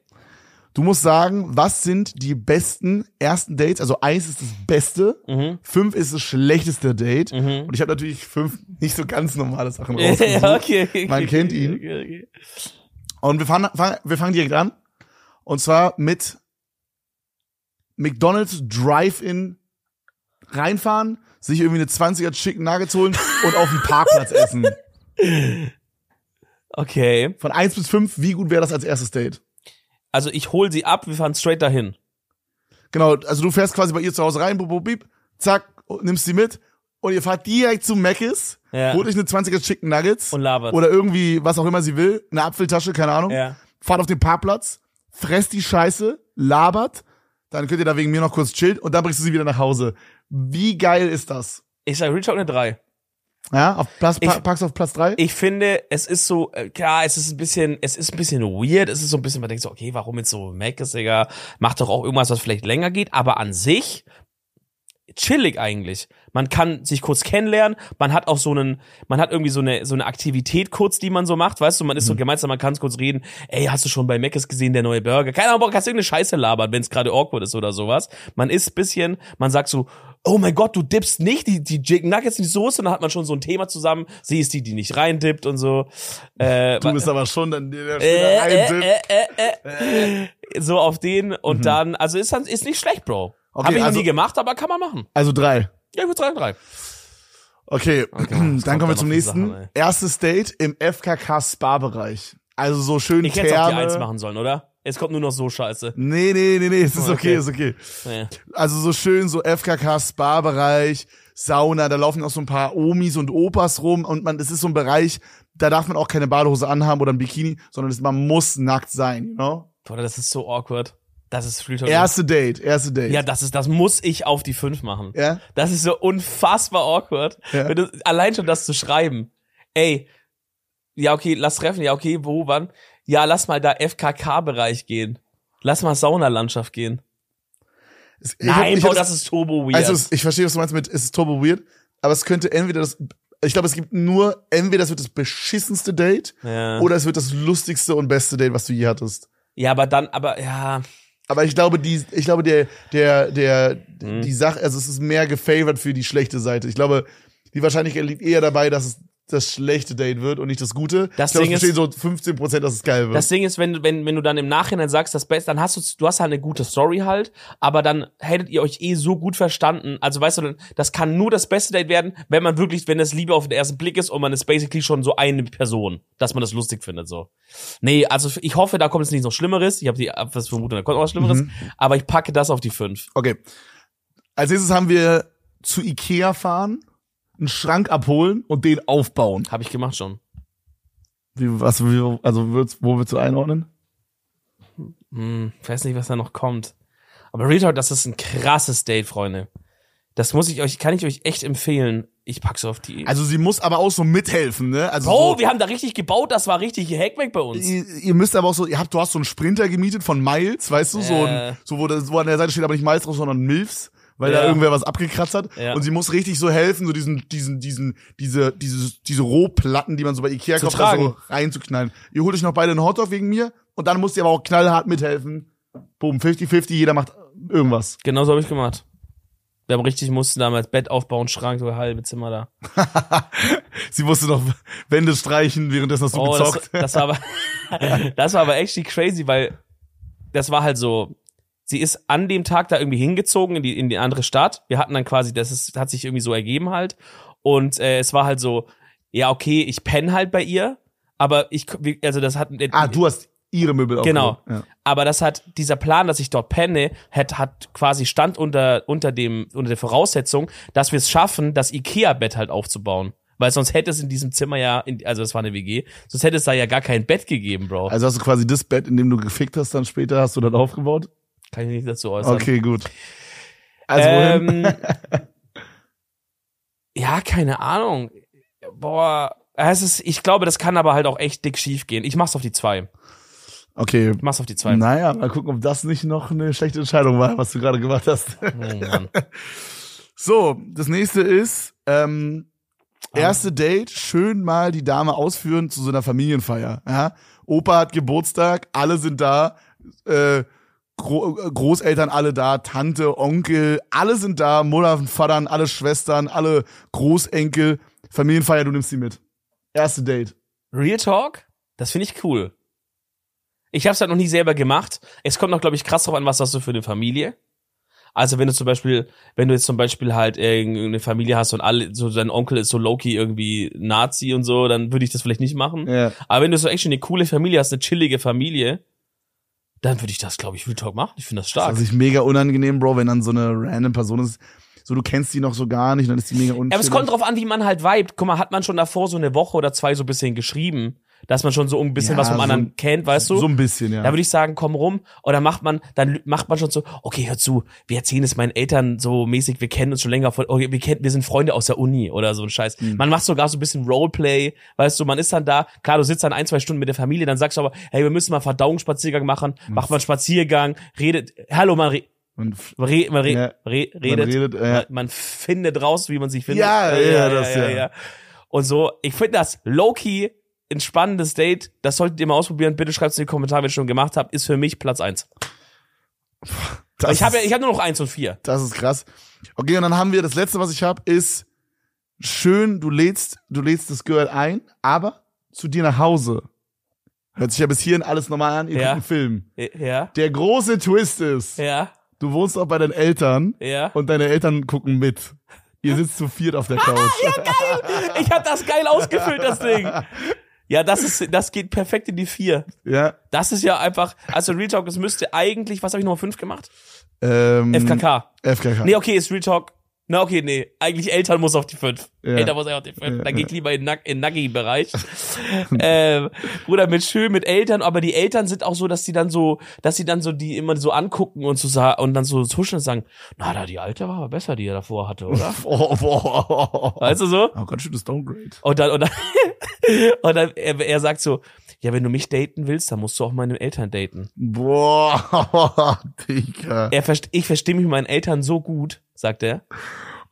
[SPEAKER 1] Du musst sagen, was sind die besten ersten Dates? Also eins ist das Beste,
[SPEAKER 2] Mhm.
[SPEAKER 1] fünf ist das schlechteste Date.
[SPEAKER 2] Mhm.
[SPEAKER 1] Und ich habe natürlich fünf nicht so ganz normale
[SPEAKER 2] *laughs*
[SPEAKER 1] Sachen rausgesucht.
[SPEAKER 2] Ja, okay, okay.
[SPEAKER 1] Man
[SPEAKER 2] okay,
[SPEAKER 1] kennt
[SPEAKER 2] okay,
[SPEAKER 1] ihn.
[SPEAKER 2] okay, okay.
[SPEAKER 1] Und wir fangen, fangen, wir fangen direkt an. Und zwar mit McDonald's Drive-In reinfahren, sich irgendwie eine 20er Chicken Nuggets holen und auf dem Parkplatz
[SPEAKER 2] *laughs*
[SPEAKER 1] essen.
[SPEAKER 2] *laughs* Okay.
[SPEAKER 1] Von eins bis fünf, wie gut wäre das als erstes Date?
[SPEAKER 2] Also ich hol sie ab, wir fahren straight dahin.
[SPEAKER 1] Genau, also du fährst quasi bei ihr zu Hause rein, bub, bub, bip, zack, und nimmst sie mit und ihr fahrt direkt zu Mc's,
[SPEAKER 2] Ja.
[SPEAKER 1] holt euch eine 20er Chicken Nuggets
[SPEAKER 2] Und labert.
[SPEAKER 1] oder irgendwie, was auch immer sie will, eine Apfeltasche, keine Ahnung,
[SPEAKER 2] Ja.
[SPEAKER 1] fahrt auf den Parkplatz, fresst die Scheiße, labert, dann könnt ihr da wegen mir noch kurz chillen und dann bringst du sie wieder nach Hause. Wie geil ist das?
[SPEAKER 2] Ich sag Reach Out eine 3.
[SPEAKER 1] Ja, auf Platz, pa
[SPEAKER 2] Ich-
[SPEAKER 1] packst auf Platz drei.
[SPEAKER 2] Ich finde, es ist so, äh, klar, es ist ein bisschen, es ist ein bisschen weird, es ist so ein bisschen, man denkt so, okay, warum jetzt so Mac ist, Digga, macht doch auch irgendwas, was vielleicht länger geht, aber an sich, chillig eigentlich. Man kann sich kurz kennenlernen, man hat auch so einen, man hat irgendwie so eine, so eine Aktivität kurz, die man so macht, weißt du, man
[SPEAKER 1] Mhm.
[SPEAKER 2] ist so gemeinsam, man kann kurz reden, ey, hast du schon bei Mc's gesehen, der neue Burger? Keine Ahnung, Bock, hast du irgendeine Scheiße labern, wenn es gerade awkward ist oder sowas. Man ist bisschen, man sagt so, oh mein Gott, du dippst nicht die, die Chicken Nuggets in die Soße, und dann hat man schon so ein Thema zusammen, sie ist die, die nicht reindippt und so. Äh,
[SPEAKER 1] Du bist aber schon dann der, der
[SPEAKER 2] äh,
[SPEAKER 1] Spieler
[SPEAKER 2] äh, äh, äh, äh. so auf den und dann, also ist, dann- ist nicht schlecht, Bro.
[SPEAKER 1] Mhm. Okay,
[SPEAKER 2] Hab ich
[SPEAKER 1] also-
[SPEAKER 2] noch nie gemacht, aber kann man machen.
[SPEAKER 1] Also drei.
[SPEAKER 2] Ja, ich würde sagen drei.
[SPEAKER 1] Okay,
[SPEAKER 2] es
[SPEAKER 1] dann
[SPEAKER 2] Oh kommt
[SPEAKER 1] kommen wir zum
[SPEAKER 2] da noch viel
[SPEAKER 1] nächsten.
[SPEAKER 2] Sachen, ey.
[SPEAKER 1] Erstes Date im FKK Spa Bereich. Also so schön
[SPEAKER 2] Ich hätte jetzt auch die eins
[SPEAKER 1] Therme.
[SPEAKER 2] machen sollen, oder? Es kommt nur noch so scheiße.
[SPEAKER 1] Nee, nee, nee, nee, es ist
[SPEAKER 2] Oh,
[SPEAKER 1] okay,
[SPEAKER 2] okay.
[SPEAKER 1] ist okay.
[SPEAKER 2] Naja.
[SPEAKER 1] Also so schön so FKK Spa Bereich, Sauna, da laufen auch so ein paar Omis und Opas rum und man es ist so ein Bereich, da darf man auch keine Badehose anhaben oder ein Bikini, sondern es, man muss nackt sein, you know?
[SPEAKER 2] Boah, das ist so awkward. Das ist Free Talk.
[SPEAKER 1] Erste Date, erste Date.
[SPEAKER 2] ja, das ist, das muss ich auf die fünf machen.
[SPEAKER 1] ja?
[SPEAKER 2] Das ist so unfassbar awkward.
[SPEAKER 1] Ja.
[SPEAKER 2] Wenn du, allein schon das zu schreiben. Ey, ja, okay, lass treffen. Ja, okay, wo, wann? Ja, lass mal da FKK-Bereich gehen. Lass mal Saunalandschaft gehen.
[SPEAKER 1] Es- ich hab-
[SPEAKER 2] Nein,
[SPEAKER 1] ich hab
[SPEAKER 2] Bro, das ist turbo weird.
[SPEAKER 1] Also es- ich verstehe, was du meinst mit, es ist turbo weird, aber es könnte entweder das, ich glaube, es gibt nur, entweder es wird das beschissenste Date
[SPEAKER 2] ja.
[SPEAKER 1] oder es wird das lustigste und beste Date, was du je hattest.
[SPEAKER 2] ja, aber dann, aber, ja.
[SPEAKER 1] Aber ich glaube, die, ich glaube, der, der, der,
[SPEAKER 2] Mhm.
[SPEAKER 1] die Sache, also es ist mehr gefavored für die schlechte Seite. Ich glaube, die Wahrscheinlichkeit liegt eher dabei, dass es das schlechte Date wird und nicht das gute.
[SPEAKER 2] Das
[SPEAKER 1] ich glaube,
[SPEAKER 2] Ding
[SPEAKER 1] es bestehen so 15 Prozent, dass es geil wird.
[SPEAKER 2] Das Ding ist, wenn, du- wenn, wenn du dann im Nachhinein sagst, das Beste, dann hast du, du hast halt eine gute Story halt, aber dann hättet ihr euch eh so gut verstanden. Also weißt du, das kann nur das beste Date werden, wenn man wirklich, wenn das Liebe auf den ersten Blick ist und man ist basically schon so eine Person, dass man das lustig findet, so. Nee, also ich hoffe, da kommt jetzt nichts noch Schlimmeres. Ich habe die was vermutet, da kommt noch was Schlimmeres.
[SPEAKER 1] Mhm.
[SPEAKER 2] Aber ich packe das auf die fünf.
[SPEAKER 1] Okay. Als nächstes haben wir zu Ikea fahren, einen Schrank abholen und den aufbauen.
[SPEAKER 2] Habe ich gemacht schon.
[SPEAKER 1] Wie, was, wie, also wird's, wo willst du einordnen?
[SPEAKER 2] Hm, ich weiß nicht, was da noch kommt. Aber Real Talk, das ist ein krasses Date, Freunde. Das muss ich euch, kann ich euch echt empfehlen. Ich pack's auf die.
[SPEAKER 1] Also sie muss aber auch so mithelfen, ne? Also
[SPEAKER 2] Bro,
[SPEAKER 1] so,
[SPEAKER 2] wir haben da richtig gebaut, das war richtig Hackback bei uns.
[SPEAKER 1] ihr, ihr müsst aber auch so, ihr habt, du hast so einen Sprinter gemietet von Miles, weißt du, so,
[SPEAKER 2] Äh.
[SPEAKER 1] ein, so wo, das, wo an der Seite steht aber nicht Miles drauf, sondern Milfs, weil
[SPEAKER 2] Ja.
[SPEAKER 1] da irgendwer was abgekratzt hat.
[SPEAKER 2] Ja.
[SPEAKER 1] Und sie muss richtig so helfen, so diesen, diesen, diesen, diese, dieses, diese Rohplatten, die man so bei Ikea
[SPEAKER 2] Zu
[SPEAKER 1] kauft, da so
[SPEAKER 2] tragen.
[SPEAKER 1] reinzuknallen. Ihr holt euch noch beide einen Hotdog wegen mir und dann musst ihr aber auch knallhart mithelfen. Boom, 50-50, jeder macht irgendwas.
[SPEAKER 2] Genau so habe ich gemacht. Wir haben richtig mussten damals Bett aufbauen, Schrank, so halbe Zimmer da.
[SPEAKER 1] Sie musste noch Wände streichen, währenddessen hast du
[SPEAKER 2] Oh, das,
[SPEAKER 1] gezockt. *laughs*
[SPEAKER 2] das war aber, das war aber actually crazy, weil das war halt so, sie ist an dem Tag da irgendwie hingezogen in die, in die andere Stadt. Wir hatten dann quasi, das ist, hat sich irgendwie so ergeben halt. Und äh, es war halt so, ja, okay, ich penne halt bei ihr, aber ich, wir- also das hat,
[SPEAKER 1] ah, du hast ihre Möbel
[SPEAKER 2] Genau.
[SPEAKER 1] aufgehoben. Ja.
[SPEAKER 2] Aber das hat dieser Plan, dass ich dort penne, hat, hat quasi stand unter unter dem unter der Voraussetzung, dass wir es schaffen, das Ikea Bett halt aufzubauen, weil sonst hätte es in diesem Zimmer ja in, also es war eine WG, sonst hätte es da ja gar kein Bett gegeben, Bro.
[SPEAKER 1] Also hast du quasi das Bett, in dem du gefickt hast, dann später hast du dann aufgebaut?
[SPEAKER 2] Kann ich nicht dazu äußern.
[SPEAKER 1] Okay, gut. Also wohin?
[SPEAKER 2] ähm, *laughs* ja, keine Ahnung. Boah, es ist, ich glaube, das kann aber halt auch echt dick schief gehen. Ich mach's auf die zwei.
[SPEAKER 1] okay.
[SPEAKER 2] Ich mach's auf die zwei.
[SPEAKER 1] Naja, mal gucken, ob das nicht noch eine schlechte Entscheidung war, was du gerade gemacht hast.
[SPEAKER 2] Oh, Mann.
[SPEAKER 1] So, das nächste ist, ähm,
[SPEAKER 2] Ah.
[SPEAKER 1] erste Date, schön mal die Dame ausführen zu so einer Familienfeier. Ja? Opa hat Geburtstag, alle sind da, äh, Gro äh, Großeltern alle da, Tante, Onkel, alle sind da, Mutter, Vater, alle Schwestern, alle Großenkel. Familienfeier, du nimmst sie mit. Erste Date.
[SPEAKER 2] Real Talk, das finde ich cool. Ich habe es halt noch nie selber gemacht. Es kommt noch, glaube ich, krass drauf an, was hast du für eine Familie. Also wenn du zum Beispiel, wenn du jetzt zum Beispiel halt irgendeine Familie hast und alle, so dein Onkel ist so Loki irgendwie Nazi und so, dann würde ich das vielleicht nicht machen.
[SPEAKER 1] Ja.
[SPEAKER 2] Aber wenn du so echt eine coole Familie hast, eine chillige Familie, dann würde ich das, glaube ich, Real Talk machen. Ich finde das stark.
[SPEAKER 1] Das ist mega unangenehm, Bro, wenn dann so eine random Person ist, so du kennst die noch so gar nicht, und dann ist die mega unangenehm.
[SPEAKER 2] Ja, aber es kommt drauf an, wie man halt vibet. Guck mal, hat man schon davor so eine Woche oder zwei so ein bisschen geschrieben, dass man schon so ein bisschen
[SPEAKER 1] Ja,
[SPEAKER 2] was vom
[SPEAKER 1] so
[SPEAKER 2] anderen
[SPEAKER 1] ein-
[SPEAKER 2] kennt, weißt du?
[SPEAKER 1] So ein bisschen, ja.
[SPEAKER 2] Da würde ich sagen, komm rum. Oder macht man, dann lü- macht man schon so, okay, hör zu, wir erzählen es meinen Eltern so mäßig, wir kennen uns schon länger, von, okay, wir, kennen, wir sind Freunde aus der Uni oder so ein Scheiß. Man macht sogar so ein bisschen Roleplay, weißt du, man ist dann da, klar, du sitzt dann ein, zwei Stunden mit der Familie, dann sagst du aber, hey, wir müssen mal Verdauungsspaziergang machen, macht man einen Spaziergang, redet, hallo, man, re,
[SPEAKER 1] Und-
[SPEAKER 2] man, re, man, re,
[SPEAKER 1] Ja.
[SPEAKER 2] re, redet,
[SPEAKER 1] redet, ja.
[SPEAKER 2] man, man findet raus, wie man sich findet.
[SPEAKER 1] Ja, ja, das, ja.
[SPEAKER 2] Und so, ich finde das low-key ein spannendes Date. Das solltet ihr mal ausprobieren. Bitte schreibt es in die Kommentare, wenn ihr es schon gemacht habt. Ist für mich Platz eins.
[SPEAKER 1] das
[SPEAKER 2] ich habe ja,
[SPEAKER 1] ist-
[SPEAKER 2] ich habe nur noch eins und vier.
[SPEAKER 1] Das ist krass. Okay, und dann haben wir das letzte, was ich habe, ist schön, du lädst, du lädst das Girl ein, aber zu dir nach Hause. Hört sich ja bis hierhin alles normal an, ihr
[SPEAKER 2] Ja.
[SPEAKER 1] guckt einen Film.
[SPEAKER 2] Ja,
[SPEAKER 1] Der große Twist ist,
[SPEAKER 2] ja,
[SPEAKER 1] du wohnst auch bei deinen Eltern
[SPEAKER 2] ja.
[SPEAKER 1] und deine Eltern gucken mit. Ihr sitzt zu viert auf der
[SPEAKER 2] Ah,
[SPEAKER 1] Couch.
[SPEAKER 2] *laughs* Ich habe das geil ausgefüllt, das Ding. Ja, das ist, das geht perfekt in die vier.
[SPEAKER 1] ja.
[SPEAKER 2] Das ist ja einfach, also Real Talk, das müsste eigentlich, was habe ich Nummer fünf gemacht?
[SPEAKER 1] Ähm,
[SPEAKER 2] FKK.
[SPEAKER 1] FKK. *laughs*
[SPEAKER 2] Nee, okay, ist Real Talk. Na, okay, nee. Eigentlich Eltern muss auf die 5.
[SPEAKER 1] Ja.
[SPEAKER 2] Eltern muss auf die 5.
[SPEAKER 1] Ja,
[SPEAKER 2] Dann gehe ich lieber in den in Nuggy-Bereich.
[SPEAKER 1] *laughs*
[SPEAKER 2] ähm, Bruder, mit schön mit Eltern, aber die Eltern sind auch so, dass die dann so, dass sie dann so die immer so angucken und so sa- und dann so tuschen und sagen, na, da die alte war aber besser, die er davor hatte,
[SPEAKER 1] *laughs*
[SPEAKER 2] oder?
[SPEAKER 1] Oh, boah. Oh, oh, oh.
[SPEAKER 2] weißt du so?
[SPEAKER 1] oh, ganz schönes Downgrade.
[SPEAKER 2] Und dann, *laughs* und dann, und dann er, er sagt so, ja, wenn du mich daten willst, dann musst du auch meine Eltern daten.
[SPEAKER 1] Boah, *laughs* Digga.
[SPEAKER 2] Er verst ich verstehe mich mit meinen Eltern so gut, sagt er.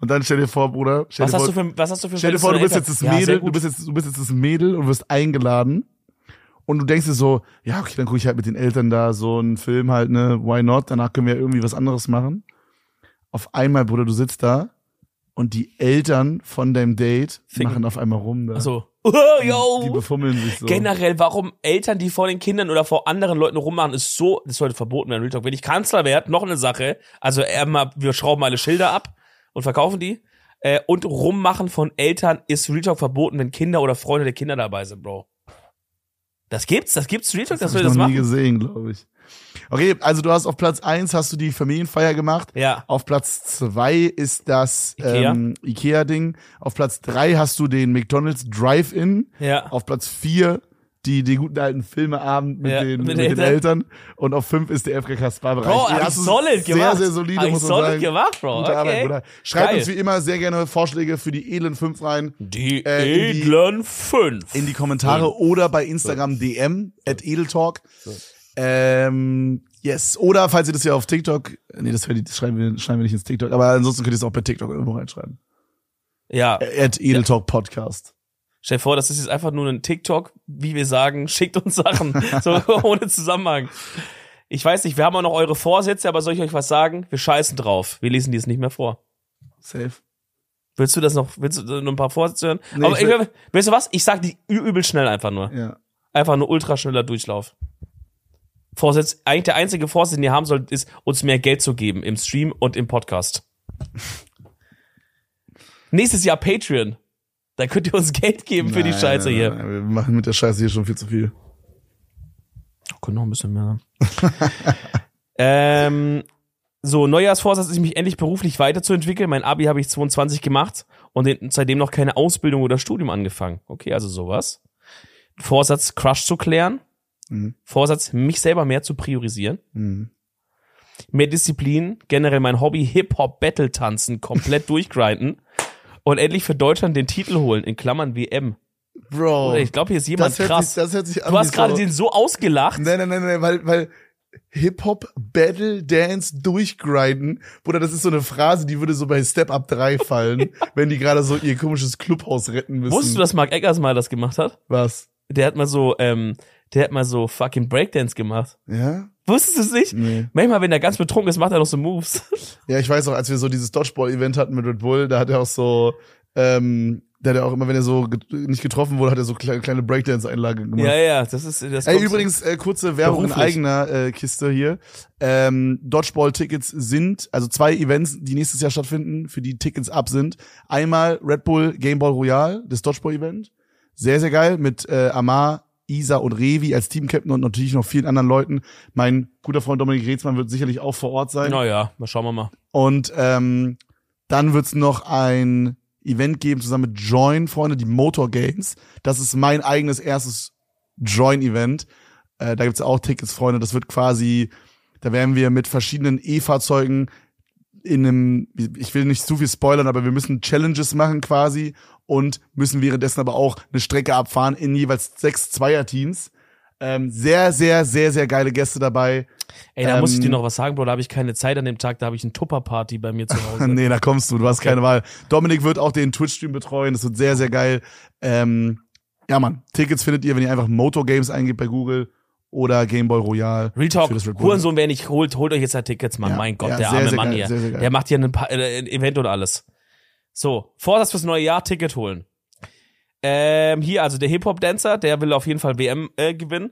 [SPEAKER 1] Und dann stell dir vor, Bruder, stell
[SPEAKER 2] Was
[SPEAKER 1] dir vor,
[SPEAKER 2] hast du für, was hast du für
[SPEAKER 1] Stell dir vor, du bist jetzt das
[SPEAKER 2] Ja, sehr
[SPEAKER 1] Mädel, du
[SPEAKER 2] gut.
[SPEAKER 1] bist jetzt, du bist jetzt das Mädel und wirst eingeladen. Und du denkst dir so, ja, okay, dann gucke ich halt mit den Eltern da so einen Film halt, ne, why not? Danach können wir irgendwie was anderes machen. Auf einmal, Bruder, du sitzt da und die Eltern von deinem Date
[SPEAKER 2] Ficken.
[SPEAKER 1] machen auf einmal rum da.
[SPEAKER 2] *laughs* Ach so. Oh,
[SPEAKER 1] Die
[SPEAKER 2] yo. Genau,
[SPEAKER 1] befummeln sich so.
[SPEAKER 2] Generell, warum Eltern, die vor den Kindern oder vor anderen Leuten rummachen, ist so, das sollte verboten werden. Real Talk. Wenn ich Kanzler werde, noch eine Sache. Also, äh, mal- wir schrauben alle Schilder ab und verkaufen die. Äh, und rummachen von Eltern ist Real Talk verboten, wenn Kinder oder Freunde der Kinder dabei sind, Bro. Das gibt's, das gibt's Real Talk, dass
[SPEAKER 1] das habe ich
[SPEAKER 2] wir das
[SPEAKER 1] noch nie
[SPEAKER 2] machen.
[SPEAKER 1] gesehen, glaube ich. Okay, also du hast auf Platz eins hast du die Familienfeier gemacht.
[SPEAKER 2] Ja.
[SPEAKER 1] Auf Platz zwei ist das
[SPEAKER 2] Ikea.
[SPEAKER 1] ähm, Ikea-Ding. Auf Platz drei hast du den McDonald's Drive-In.
[SPEAKER 2] Ja.
[SPEAKER 1] Auf Platz vier die, die guten alten Filmeabend mit,
[SPEAKER 2] Ja,
[SPEAKER 1] den,
[SPEAKER 2] mit
[SPEAKER 1] mit,
[SPEAKER 2] den
[SPEAKER 1] den Eltern. Und auf fünf ist der FKK Spa-Bereich.
[SPEAKER 2] Bro,
[SPEAKER 1] Die
[SPEAKER 2] hab ich
[SPEAKER 1] hast du
[SPEAKER 2] solid
[SPEAKER 1] sehr,
[SPEAKER 2] gemacht.
[SPEAKER 1] Sehr solide,
[SPEAKER 2] hab ich
[SPEAKER 1] muss man
[SPEAKER 2] solid
[SPEAKER 1] sagen.
[SPEAKER 2] gemacht, Bro.
[SPEAKER 1] Gute
[SPEAKER 2] okay.
[SPEAKER 1] Arbeit, Bruder. Schreibt
[SPEAKER 2] Geil.
[SPEAKER 1] uns wie immer sehr gerne Vorschläge für die edlen fünf rein.
[SPEAKER 2] Die
[SPEAKER 1] Äh, in die-
[SPEAKER 2] edlen fünf.
[SPEAKER 1] in die Kommentare oder bei Instagram DM at Edeltalk. Ähm, yes. Oder falls ihr das ja auf TikTok, nee, das, hört ihr- das schreiben, wir, schreiben wir nicht ins TikTok, aber ansonsten könnt ihr es auch bei TikTok irgendwo reinschreiben.
[SPEAKER 2] Ja.
[SPEAKER 1] Ä- At Edeltalk Podcast.
[SPEAKER 2] Stell dir vor, das ist jetzt einfach nur ein TikTok, wie wir sagen, *laughs* schickt uns Sachen,
[SPEAKER 1] *laughs*
[SPEAKER 2] so ohne Zusammenhang. Ich weiß nicht, wir haben auch noch eure Vorsätze, aber soll ich euch was sagen? Wir scheißen drauf. Wir lesen die jetzt nicht mehr vor.
[SPEAKER 1] Safe.
[SPEAKER 2] Willst du das noch, willst du noch ein paar Vorsätze hören?
[SPEAKER 1] Nee,
[SPEAKER 2] aber
[SPEAKER 1] ich
[SPEAKER 2] ich,
[SPEAKER 1] will-
[SPEAKER 2] weißt du was? Ich sag die ü- übel schnell einfach nur.
[SPEAKER 1] Ja.
[SPEAKER 2] Einfach nur ultraschneller Durchlauf. Vorsatz, eigentlich der einzige Vorsatz, den ihr haben sollt, ist, uns mehr Geld zu geben im Stream und
[SPEAKER 1] *laughs*
[SPEAKER 2] im Podcast. Nächstes Jahr Patreon. Da könnt ihr uns Geld geben für die
[SPEAKER 1] Nein,
[SPEAKER 2] Scheiße
[SPEAKER 1] nein,
[SPEAKER 2] hier.
[SPEAKER 1] nein, nein, Wir machen mit der Scheiße hier schon viel zu viel.
[SPEAKER 2] Können noch ein bisschen mehr. *laughs* ähm, so, Neujahrsvorsatz ist mich endlich beruflich weiterzuentwickeln. Mein Abi habe ich 22 gemacht und den, seitdem noch keine Ausbildung oder Studium angefangen. Okay, also sowas. Vorsatz, Crush zu klären.
[SPEAKER 1] Mhm.
[SPEAKER 2] Vorsatz, mich selber mehr zu priorisieren.
[SPEAKER 1] Mhm.
[SPEAKER 2] Mehr Disziplin, generell mein Hobby
[SPEAKER 1] *laughs*
[SPEAKER 2] Hip-Hop-Battle-Tanzen komplett durchgrinden und endlich für Deutschland den Titel holen, in Klammern WM.
[SPEAKER 1] Bro.
[SPEAKER 2] Oder ich glaube, hier ist
[SPEAKER 1] Oh,
[SPEAKER 2] jemand
[SPEAKER 1] das, hört
[SPEAKER 2] krass.
[SPEAKER 1] Sich, das hört sich an.
[SPEAKER 2] du
[SPEAKER 1] wie
[SPEAKER 2] hast gerade
[SPEAKER 1] so-
[SPEAKER 2] den so ausgelacht.
[SPEAKER 1] Nein, nein, nein, nein, weil, weil Hip-Hop, Battle, Dance, durchgrinden, Bruder, das ist so eine Phrase, die würde so bei Step Up 3
[SPEAKER 2] *laughs*
[SPEAKER 1] fallen, wenn die gerade so ihr komisches Clubhaus retten müssen.
[SPEAKER 2] Wusstest du, dass Mark Eggers mal das gemacht hat?
[SPEAKER 1] Was?
[SPEAKER 2] Der hat mal so, ähm, der hat mal so fucking Breakdance gemacht.
[SPEAKER 1] Ja?
[SPEAKER 2] Wusstest du es nicht?
[SPEAKER 1] Nee.
[SPEAKER 2] Manchmal, wenn er ganz betrunken ist, macht er noch
[SPEAKER 1] *laughs*
[SPEAKER 2] so Moves.
[SPEAKER 1] Ja, ich weiß auch, als wir so dieses Dodgeball-Event hatten mit Red Bull, da hat er auch so, ähm, da hat er auch immer, wenn er so get nicht getroffen wurde, hat er so kleine, kleine Breakdance-Einlagen gemacht.
[SPEAKER 2] ja, ja, das ist, das
[SPEAKER 1] Ey,
[SPEAKER 2] kommt so.
[SPEAKER 1] übrigens, äh, kurze Werbung in
[SPEAKER 2] Beruflich.
[SPEAKER 1] eigener äh, Kiste hier. Ähm, Dodgeball-Tickets sind, also zwei Events, die nächstes Jahr stattfinden, für die Tickets ab sind. Einmal Red Bull Game Ball Royale, das Dodgeball-Event. Sehr, sehr geil mit äh, Amar, Isa und Revi als Team-Captain und natürlich noch vielen anderen Leuten. Mein guter Freund Dominik Reetzmann wird sicherlich auch vor Ort sein.
[SPEAKER 2] Naja, mal schauen wir mal.
[SPEAKER 1] Und ähm, dann wird's noch ein Event geben zusammen mit Join, Freunde, die Motor Games. Das ist mein eigenes erstes Join-Event. Äh, da gibt's auch Tickets, Freunde. Das wird quasi, da werden wir mit verschiedenen E-Fahrzeugen in einem, ich will nicht zu viel spoilern, aber wir müssen Challenges machen quasi und müssen währenddessen aber auch eine Strecke abfahren in jeweils sechs Zweierteams. Ähm, sehr, sehr, sehr, sehr geile Gäste dabei.
[SPEAKER 2] Ey, da muss ich
[SPEAKER 1] Ähm,
[SPEAKER 2] dir noch was sagen, Bro. Da habe ich keine Zeit an dem Tag. Da habe ich eine Tupper-Party
[SPEAKER 1] *laughs*
[SPEAKER 2] bei mir zu Hause.
[SPEAKER 1] nee, da kommst du, du hast
[SPEAKER 2] Okay.
[SPEAKER 1] keine Wahl. Dominik wird auch den Twitch-Stream betreuen, das wird sehr, sehr geil. Ähm, ja, Mann, Tickets findet ihr, wenn ihr einfach Motor Games eingebt bei Google oder Gameboy Royal.
[SPEAKER 2] Real Talk,
[SPEAKER 1] Für das Red Bull.
[SPEAKER 2] Hurensohn, wer nicht holt, holt euch jetzt da Tickets, Mann.
[SPEAKER 1] Ja,
[SPEAKER 2] mein Gott,
[SPEAKER 1] ja,
[SPEAKER 2] der
[SPEAKER 1] sehr,
[SPEAKER 2] arme
[SPEAKER 1] sehr
[SPEAKER 2] Mann
[SPEAKER 1] geil,
[SPEAKER 2] hier.
[SPEAKER 1] sehr, sehr geil.
[SPEAKER 2] der macht hier ein, pa äh, ein Event und alles. So, Vorsatz fürs neue Jahr, Ticket holen. Ähm, hier, also der Hip-Hop-Dancer, der will auf jeden Fall WM äh, gewinnen.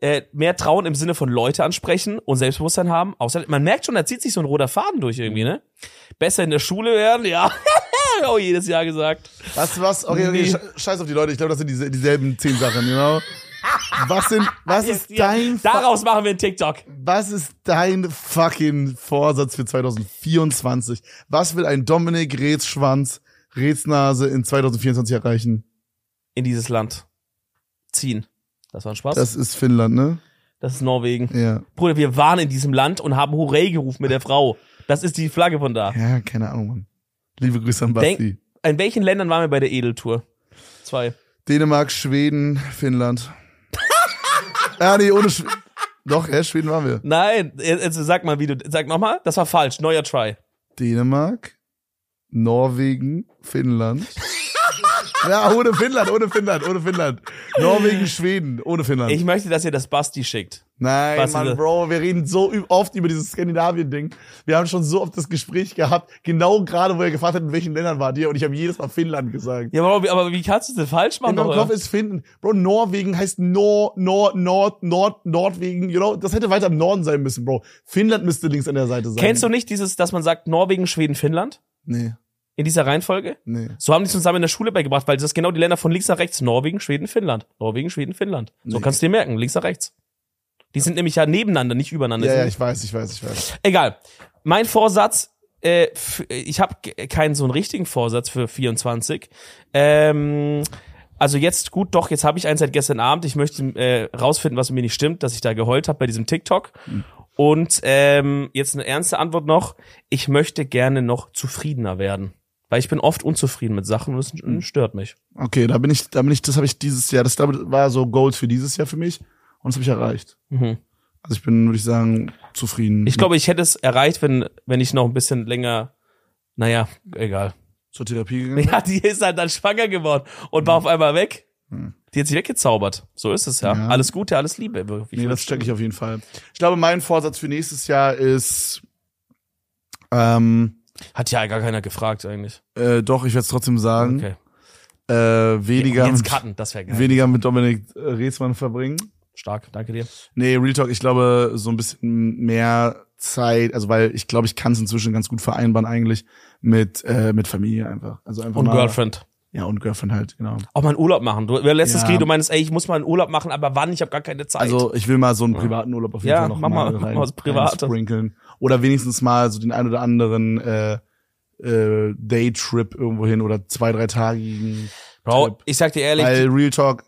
[SPEAKER 2] Äh, mehr trauen im Sinne von Leute ansprechen und Selbstbewusstsein haben. Außer, man merkt schon, da zieht sich so ein roter Faden durch irgendwie, ne? Besser in der Schule werden, ja. *laughs* oh, jedes Jahr gesagt.
[SPEAKER 1] Was, was? Okay, okay,
[SPEAKER 2] Nee.
[SPEAKER 1] sche- scheiß auf die Leute, ich glaube, das sind diese, dieselben zehn Sachen, genau. Was sind, was ist dein, fu-
[SPEAKER 2] Daraus machen wir einen TikTok.
[SPEAKER 1] was ist dein fucking Vorsatz für 2024? Was will ein Dominik Rätschwanz, Rätsnase in 2024 erreichen?
[SPEAKER 2] In dieses Land ziehen. Das war ein Spaß.
[SPEAKER 1] Das ist Finnland, ne?
[SPEAKER 2] das ist Norwegen.
[SPEAKER 1] Ja.
[SPEAKER 2] Bruder, wir waren in diesem Land und haben Hurray gerufen mit der Frau. Das ist die Flagge von da.
[SPEAKER 1] Ja, keine Ahnung, Mann. Liebe Grüße an Basti.
[SPEAKER 2] Denk- In welchen Ländern waren wir bei der Edeltour? Zwei.
[SPEAKER 1] Dänemark, Schweden, Finnland. *laughs* ja, nee, ohne Schweden. Doch, ja, Schweden waren wir.
[SPEAKER 2] Nein, jetzt jetzt sag mal, wie du. Sag nochmal, das war falsch. Neuer Try.
[SPEAKER 1] Dänemark, Norwegen, Finnland, *laughs* Ja, ohne Finnland, ohne Finnland, ohne Finnland. Norwegen, Schweden, ohne Finnland.
[SPEAKER 2] Ich möchte, dass ihr das Basti schickt.
[SPEAKER 1] Nein,
[SPEAKER 2] Was
[SPEAKER 1] Mann,
[SPEAKER 2] ist das?
[SPEAKER 1] Bro, wir reden so ü- oft über dieses Skandinavien-Ding. Wir haben schon so oft das Gespräch gehabt, genau gerade, wo er gefragt hat, in welchen Ländern war dir, und ich habe jedes Mal Finnland gesagt.
[SPEAKER 2] Ja, aber, aber wie kannst du es denn falsch
[SPEAKER 1] In
[SPEAKER 2] machen?
[SPEAKER 1] meinem
[SPEAKER 2] Doch,
[SPEAKER 1] Kopf
[SPEAKER 2] oder?
[SPEAKER 1] ist Finden. Bro, Norwegen heißt Nor, Nor, Nord, Nord, Nordwegen, you know? Das hätte weiter im Norden sein müssen, Bro. Finnland müsste links an der Seite sein.
[SPEAKER 2] Kennst du nicht dieses, dass man sagt Norwegen, Schweden, Finnland?
[SPEAKER 1] Nee,
[SPEAKER 2] In dieser Reihenfolge?
[SPEAKER 1] nee.
[SPEAKER 2] So haben die es uns zusammen in der Schule beigebracht, weil das ist genau die Länder von links nach rechts. Norwegen, Schweden, Finnland. Norwegen, Schweden, Finnland. So
[SPEAKER 1] Nee.
[SPEAKER 2] kannst du dir merken, links nach rechts. Die sind nämlich ja nebeneinander, nicht übereinander.
[SPEAKER 1] Ja,
[SPEAKER 2] Sind
[SPEAKER 1] ja, ich weiß, ich weiß, ich weiß.
[SPEAKER 2] Egal. Mein Vorsatz, äh, f- ich habe keinen so einen richtigen Vorsatz für 24. Ähm, also jetzt gut, doch, jetzt habe ich eins seit gestern Abend. Ich möchte äh, rausfinden, was mit mir nicht stimmt, dass ich da geheult habe bei diesem TikTok. Und ähm, jetzt eine ernste Antwort noch. Ich möchte gerne noch zufriedener werden. Weil ich bin oft unzufrieden mit Sachen und es stört mich.
[SPEAKER 1] Okay, da bin ich, da bin ich, das habe ich dieses Jahr, das glaube ich, war so Goals für dieses Jahr für mich, und das habe ich erreicht.
[SPEAKER 2] Mhm.
[SPEAKER 1] Also ich bin, würde ich sagen, zufrieden.
[SPEAKER 2] Ich glaube, ich hätte es erreicht, wenn, wenn ich noch ein bisschen länger, naja, egal. *laughs*
[SPEAKER 1] zur Therapie gegangen.
[SPEAKER 2] Ja, die ist halt dann schwanger geworden und war auf einmal weg.
[SPEAKER 1] Hm.
[SPEAKER 2] Die hat sich weggezaubert. So ist es ja.
[SPEAKER 1] Ja.
[SPEAKER 2] Alles Gute, alles Liebe. Wirklich.
[SPEAKER 1] nee, das checke ich auf jeden Fall. Ich glaube, mein Vorsatz für nächstes Jahr ist, ähm,
[SPEAKER 2] Hat ja gar keiner gefragt eigentlich.
[SPEAKER 1] äh, doch, ich werde es trotzdem sagen,
[SPEAKER 2] Okay.
[SPEAKER 1] äh, weniger,
[SPEAKER 2] Jetzt
[SPEAKER 1] mit,
[SPEAKER 2] cutten, das wäre geil.
[SPEAKER 1] weniger mit Dominik äh, Reesmann verbringen.
[SPEAKER 2] Stark, danke dir.
[SPEAKER 1] Nee, Real Talk, ich glaube, so ein bisschen mehr Zeit, also weil ich glaube, ich kann es inzwischen ganz gut vereinbaren eigentlich mit, äh, mit Familie einfach. Also einfach
[SPEAKER 2] Und
[SPEAKER 1] mal,
[SPEAKER 2] Girlfriend.
[SPEAKER 1] Ja, und Girlfriend halt, genau.
[SPEAKER 2] Auch mal einen Urlaub machen. Du, wir letztes
[SPEAKER 1] Ja.
[SPEAKER 2] Grid, du meinst, ey, ich muss mal einen Urlaub machen, aber wann? Ich habe gar keine Zeit.
[SPEAKER 1] Also ich will mal so einen privaten Urlaub auf jeden
[SPEAKER 2] Ja,
[SPEAKER 1] Fall noch
[SPEAKER 2] mach mal-
[SPEAKER 1] rein,
[SPEAKER 2] mach mal *laughs* was Privates.
[SPEAKER 1] sprinkeln. Oder wenigstens mal so den ein oder anderen äh, äh, Daytrip irgendwo hin oder zwei, drei Tagigen.
[SPEAKER 2] Bro, ich sag dir ehrlich,
[SPEAKER 1] Weil Real Talk,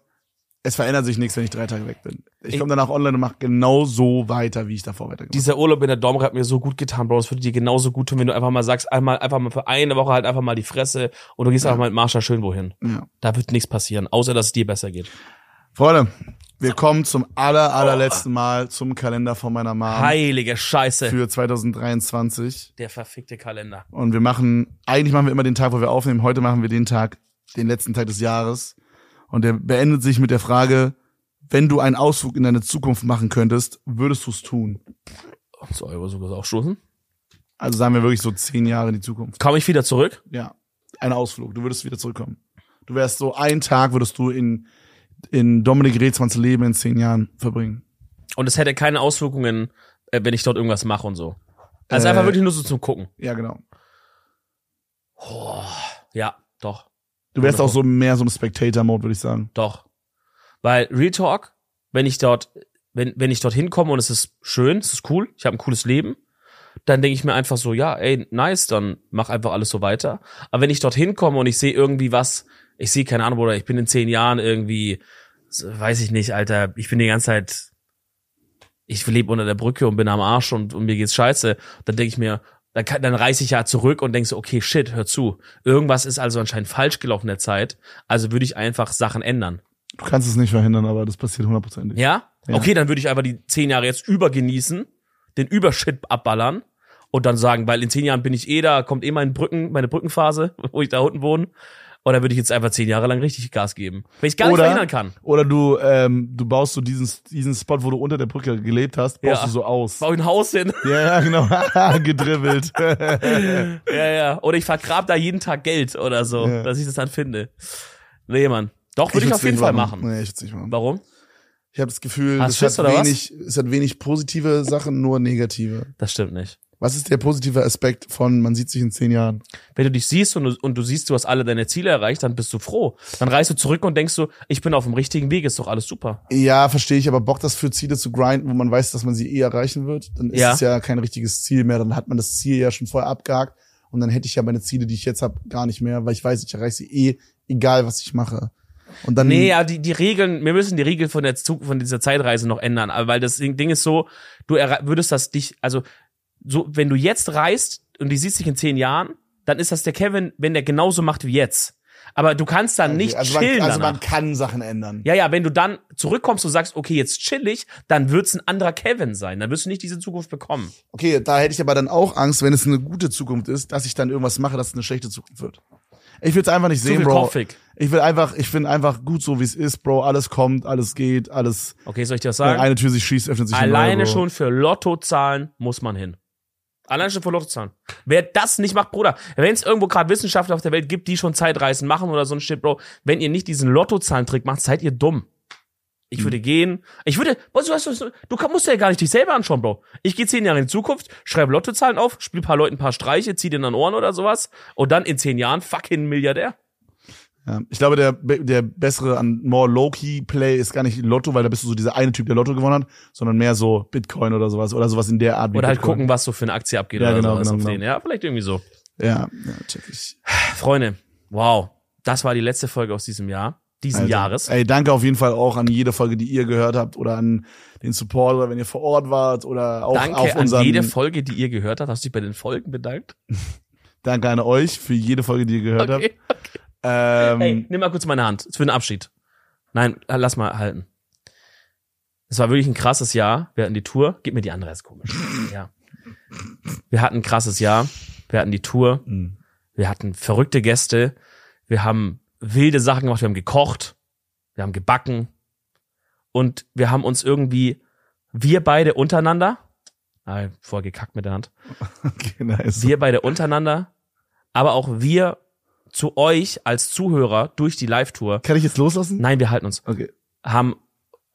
[SPEAKER 1] es verändert sich nichts, wenn ich drei Tage weg bin. Ich
[SPEAKER 2] Ich-
[SPEAKER 1] komme danach online und mache genau so weiter, wie ich davor weitergemacht habe.
[SPEAKER 2] dieser Urlaub in der Domre hat mir so gut getan, Bro. Es würde dir genauso gut tun, wenn du einfach mal sagst, einmal einfach mal für eine Woche halt einfach mal die Fresse und du gehst einfach mal mit Marsha schön wohin.
[SPEAKER 1] Ja.
[SPEAKER 2] Da wird nichts passieren, außer dass es dir besser geht.
[SPEAKER 1] Freunde, wir kommen zum aller, allerletzten Mal zum Kalender von meiner Mom
[SPEAKER 2] Heilige Scheiße.
[SPEAKER 1] für 2023.
[SPEAKER 2] Der verfickte Kalender.
[SPEAKER 1] Und wir machen, eigentlich machen wir immer den Tag, wo wir aufnehmen. Heute machen wir den Tag, den letzten Tag des Jahres. Und der beendet sich mit der Frage, wenn du einen Ausflug in deine Zukunft machen könntest, würdest du es tun?
[SPEAKER 2] So, Euro sogar aufstoßen.
[SPEAKER 1] Also sagen wir wirklich so zehn Jahre in die Zukunft.
[SPEAKER 2] Komme ich wieder zurück?
[SPEAKER 1] Ja. Ein Ausflug. Du würdest wieder zurückkommen. Du wärst so einen Tag würdest du in, in Dominik Rezmanns Leben in zehn Jahren verbringen.
[SPEAKER 2] Und es hätte keine Auswirkungen, äh, wenn ich dort irgendwas mache und so. Also
[SPEAKER 1] Äh.
[SPEAKER 2] einfach wirklich nur so zum Gucken.
[SPEAKER 1] Ja, genau.
[SPEAKER 2] Ja, doch,
[SPEAKER 1] Du wärst auch so mehr so im Spectator-Mode, würde ich sagen.
[SPEAKER 2] doch. Weil Real Talk, wenn ich dort, wenn, wenn ich dort hinkomme und es ist schön, es ist cool, ich habe ein cooles Leben, dann denke ich mir einfach so, ja, ey, nice, dann mach einfach alles so weiter. Aber wenn ich dort hinkomme und ich sehe irgendwie was, ich sehe, keine Ahnung, oder ich bin in zehn Jahren irgendwie, so, weiß ich nicht, Alter, ich bin die ganze Zeit, ich lebe unter der Brücke und bin am Arsch und, und mir geht's scheiße, dann denke ich mir, dann, kann, dann reiß ich ja zurück und denk so, okay, shit, hör zu. Irgendwas ist also anscheinend falsch gelaufen in der Zeit, also würde ich einfach Sachen ändern.
[SPEAKER 1] Du kannst es nicht verhindern, aber das passiert hundertprozentig.
[SPEAKER 2] Ja?
[SPEAKER 1] Ja.
[SPEAKER 2] Okay, dann würde ich einfach die zehn Jahre jetzt übergenießen, den Übershit abballern und dann sagen, weil in zehn Jahren bin ich eh da, kommt eh mein Brücken, meine Brückenphase, *laughs* wo ich da unten wohne. Und dann würde ich jetzt einfach zehn Jahre lang richtig Gas geben. Wenn ich gar nicht
[SPEAKER 1] Oder-
[SPEAKER 2] verhindern kann,
[SPEAKER 1] Oder du, ähm, du baust so diesen, diesen Spot, wo du unter der Brücke gelebt hast, baust
[SPEAKER 2] Ja.
[SPEAKER 1] du so aus.
[SPEAKER 2] baue ich ein Haus hin.
[SPEAKER 1] Ja, ja, genau. *laughs*
[SPEAKER 2] *laughs*
[SPEAKER 1] Gedribbelt.
[SPEAKER 2] ja, ja. Oder ich vergrab da jeden Tag Geld oder so,
[SPEAKER 1] Ja.
[SPEAKER 2] dass ich das dann finde. Nee, Mann. Doch, würde ich, auf jeden Fall machen.
[SPEAKER 1] Nee, ich würde nicht machen.
[SPEAKER 2] Warum?
[SPEAKER 1] Ich habe das Gefühl,
[SPEAKER 2] Hast
[SPEAKER 1] es,
[SPEAKER 2] Schiss
[SPEAKER 1] hat
[SPEAKER 2] oder was?
[SPEAKER 1] wenig, es hat wenig positive Sachen, nur negative.
[SPEAKER 2] Das stimmt nicht.
[SPEAKER 1] Was ist der positive Aspekt von, man sieht sich in zehn Jahren?
[SPEAKER 2] Wenn du dich siehst und du, und du siehst, du hast alle deine Ziele erreicht, dann bist du froh. Dann reist du zurück und denkst du, ich bin auf dem richtigen Weg, ist doch alles super.
[SPEAKER 1] Ja, verstehe ich, aber Bock das für Ziele zu grinden, wo man weiß, dass man sie eh erreichen wird, dann ist
[SPEAKER 2] Ja.
[SPEAKER 1] es ja kein richtiges Ziel mehr. Dann hat man das Ziel ja schon vorher abgehakt und dann hätte ich ja meine Ziele, die ich jetzt habe, gar nicht mehr, weil ich weiß, ich erreiche sie eh, egal was ich mache. Und dann
[SPEAKER 2] Nee, ja, die, die Regeln, wir müssen die Regeln von, der Zug, von dieser Zeitreise noch ändern, aber weil das Ding Ding ist so, du errei- würdest das dich, also so, wenn du jetzt reist und die siehst dich in zehn Jahren, dann ist das der Kevin, wenn der genauso macht wie jetzt. Aber du kannst dann
[SPEAKER 1] Okay,
[SPEAKER 2] nicht
[SPEAKER 1] also
[SPEAKER 2] chillen
[SPEAKER 1] man, Also
[SPEAKER 2] danach.
[SPEAKER 1] man kann Sachen ändern.
[SPEAKER 2] Ja, ja, wenn du dann zurückkommst und sagst, okay, jetzt chill ich, dann wird's ein anderer Kevin sein. Dann wirst du nicht diese Zukunft bekommen.
[SPEAKER 1] Okay, da hätte ich aber dann auch Angst, wenn es eine gute Zukunft ist, dass ich dann irgendwas mache, dass es eine schlechte Zukunft wird. Ich will's einfach nicht
[SPEAKER 2] Zu
[SPEAKER 1] sehen,
[SPEAKER 2] viel
[SPEAKER 1] Bro.
[SPEAKER 2] Kopfig.
[SPEAKER 1] Ich will einfach, ich bin einfach gut so, wie es ist, Bro. Alles kommt, alles geht, alles.
[SPEAKER 2] Okay, soll ich dir das
[SPEAKER 1] Wenn
[SPEAKER 2] sagen?
[SPEAKER 1] eine Tür sich schließt, öffnet sich eine neue,
[SPEAKER 2] Alleine
[SPEAKER 1] Bro.
[SPEAKER 2] schon für Lottozahlen muss man hin. Alleine schon für Lottozahlen. Wer das nicht macht, Bruder, wenn es irgendwo gerade Wissenschaftler auf der Welt gibt, die schon Zeitreisen machen oder so ein Shit, Bro, wenn ihr nicht diesen Lottozahlentrick macht, seid ihr dumm.
[SPEAKER 1] Hm.
[SPEAKER 2] Ich würde gehen. Ich würde. Weißt du, weißt du, du kann- musst ja gar nicht dich selber anschauen, Bro. Ich gehe zehn Jahre in die Zukunft, schreibe Lottozahlen auf, spiel paar Leuten ein paar Streiche, zieh denen an Ohren oder sowas und dann in zehn Jahren fucking Milliardär.
[SPEAKER 1] Ja. Ich glaube, der, be- der bessere an more low-key Play ist gar nicht Lotto, weil da bist du so dieser eine Typ, der Lotto gewonnen hat, sondern mehr so Bitcoin oder sowas oder sowas in der Art wie
[SPEAKER 2] Oder halt
[SPEAKER 1] Bitcoin.
[SPEAKER 2] gucken, was so für eine Aktie abgeht
[SPEAKER 1] Ja,
[SPEAKER 2] oder
[SPEAKER 1] genau,
[SPEAKER 2] sowas
[SPEAKER 1] genau,
[SPEAKER 2] auf
[SPEAKER 1] genau.
[SPEAKER 2] denen. Ja, vielleicht irgendwie so.
[SPEAKER 1] Ja, ja check ich.
[SPEAKER 2] Freunde, wow. Das war die letzte Folge aus diesem Jahr, diesen
[SPEAKER 1] Also,
[SPEAKER 2] Jahres.
[SPEAKER 1] Ey, danke auf jeden Fall auch an jede Folge, die ihr gehört habt oder an den Support oder wenn ihr vor Ort wart oder auch
[SPEAKER 2] Danke
[SPEAKER 1] auf
[SPEAKER 2] an
[SPEAKER 1] unseren
[SPEAKER 2] jede Folge, die ihr gehört habt. Hast du dich bei den Folgen bedankt?
[SPEAKER 1] Danke an euch für jede Folge, die ihr gehört
[SPEAKER 2] Okay.
[SPEAKER 1] habt. Ähm,
[SPEAKER 2] Hey, nimm mal kurz meine Hand. Für den Abschied. Nein, lass mal halten. Es war wirklich ein krasses Jahr. Wir hatten die Tour. Gib mir die andere, ist komisch. Ja. Wir hatten ein krasses Jahr. Wir hatten die Tour.
[SPEAKER 1] mh.
[SPEAKER 2] Wir hatten verrückte Gäste. Wir haben wilde Sachen gemacht. Wir haben gekocht. Wir haben gebacken. Und wir haben uns irgendwie, wir beide untereinander, ah, vorher gekackt mit der Hand,
[SPEAKER 1] *laughs* Okay, nice.
[SPEAKER 2] wir beide untereinander, aber auch wir zu euch als Zuhörer durch die Live-Tour.
[SPEAKER 1] Kann ich jetzt loslassen?
[SPEAKER 2] Nein, wir halten uns.
[SPEAKER 1] Okay.
[SPEAKER 2] Haben,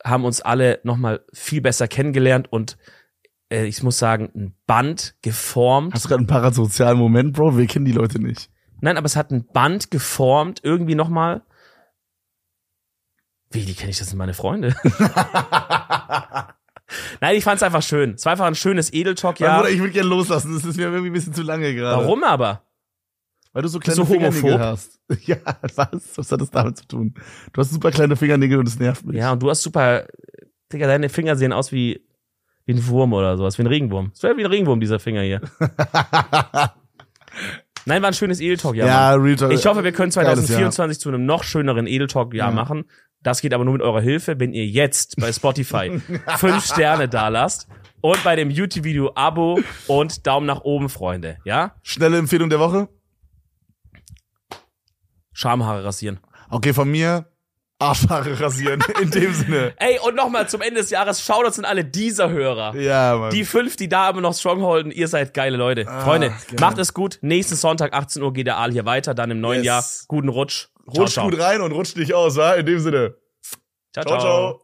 [SPEAKER 2] haben uns alle nochmal viel besser kennengelernt und äh, ich muss sagen, ein Band geformt.
[SPEAKER 1] Hast du gerade einen parasozialen Moment, Bro? Wir kennen die Leute nicht.
[SPEAKER 2] Nein, aber es hat ein Band geformt, irgendwie nochmal. Wie, die kenne ich, das sind meine Freunde. Nein, ich fand es einfach schön. Es war einfach ein schönes Edeltalk,
[SPEAKER 1] Mann,
[SPEAKER 2] ja.
[SPEAKER 1] Bruder, ich würde gerne loslassen. Das ist mir irgendwie ein bisschen zu lange gerade.
[SPEAKER 2] Warum aber?
[SPEAKER 1] Weil du so kleine
[SPEAKER 2] du homophob?
[SPEAKER 1] Fingernägel hast. *laughs* Ja, was? Was hat das damit zu tun? Du hast super kleine Fingernägel und das nervt mich.
[SPEAKER 2] Ja, und du hast super. Digga, deine Finger sehen aus wie, wie ein Wurm oder sowas, wie ein Regenwurm. Es wäre wie ein Regenwurm, dieser Finger hier. Nein, war ein schönes Edeltalk, ja. Mann.
[SPEAKER 1] ja Real Talk.
[SPEAKER 2] ich hoffe, wir können
[SPEAKER 1] Äh, Geiles Jahr.
[SPEAKER 2] 2024 zu einem noch schöneren Edeltalk-Jahr
[SPEAKER 1] Ja.
[SPEAKER 2] machen. Das geht aber nur mit eurer Hilfe, wenn ihr jetzt bei
[SPEAKER 1] *laughs*
[SPEAKER 2] Spotify fünf Sterne da lasst und bei dem YouTube-Video Abo und Daumen nach oben, Freunde. Ja?
[SPEAKER 1] Schnelle Empfehlung der Woche.
[SPEAKER 2] Schamhaare rasieren.
[SPEAKER 1] Okay, von mir Arschhaare
[SPEAKER 2] *laughs*
[SPEAKER 1] rasieren. In dem Sinne.
[SPEAKER 2] Ey, und nochmal zum Ende des Jahres, Shoutouts an alle dieser Hörer.
[SPEAKER 1] Ja, Mann.
[SPEAKER 2] Die fünf, die da immer noch strongholden, ihr seid geile Leute.
[SPEAKER 1] Ah,
[SPEAKER 2] Freunde,
[SPEAKER 1] genau.
[SPEAKER 2] macht es gut. Nächsten Sonntag, 18 Uhr, geht der Aal hier weiter. Dann im neuen
[SPEAKER 1] Yes.
[SPEAKER 2] Jahr. Guten Rutsch. Ciao,
[SPEAKER 1] rutscht
[SPEAKER 2] ciao.
[SPEAKER 1] gut rein und rutscht nicht aus, wa? In dem Sinne.
[SPEAKER 2] Ciao,
[SPEAKER 1] ciao. ciao.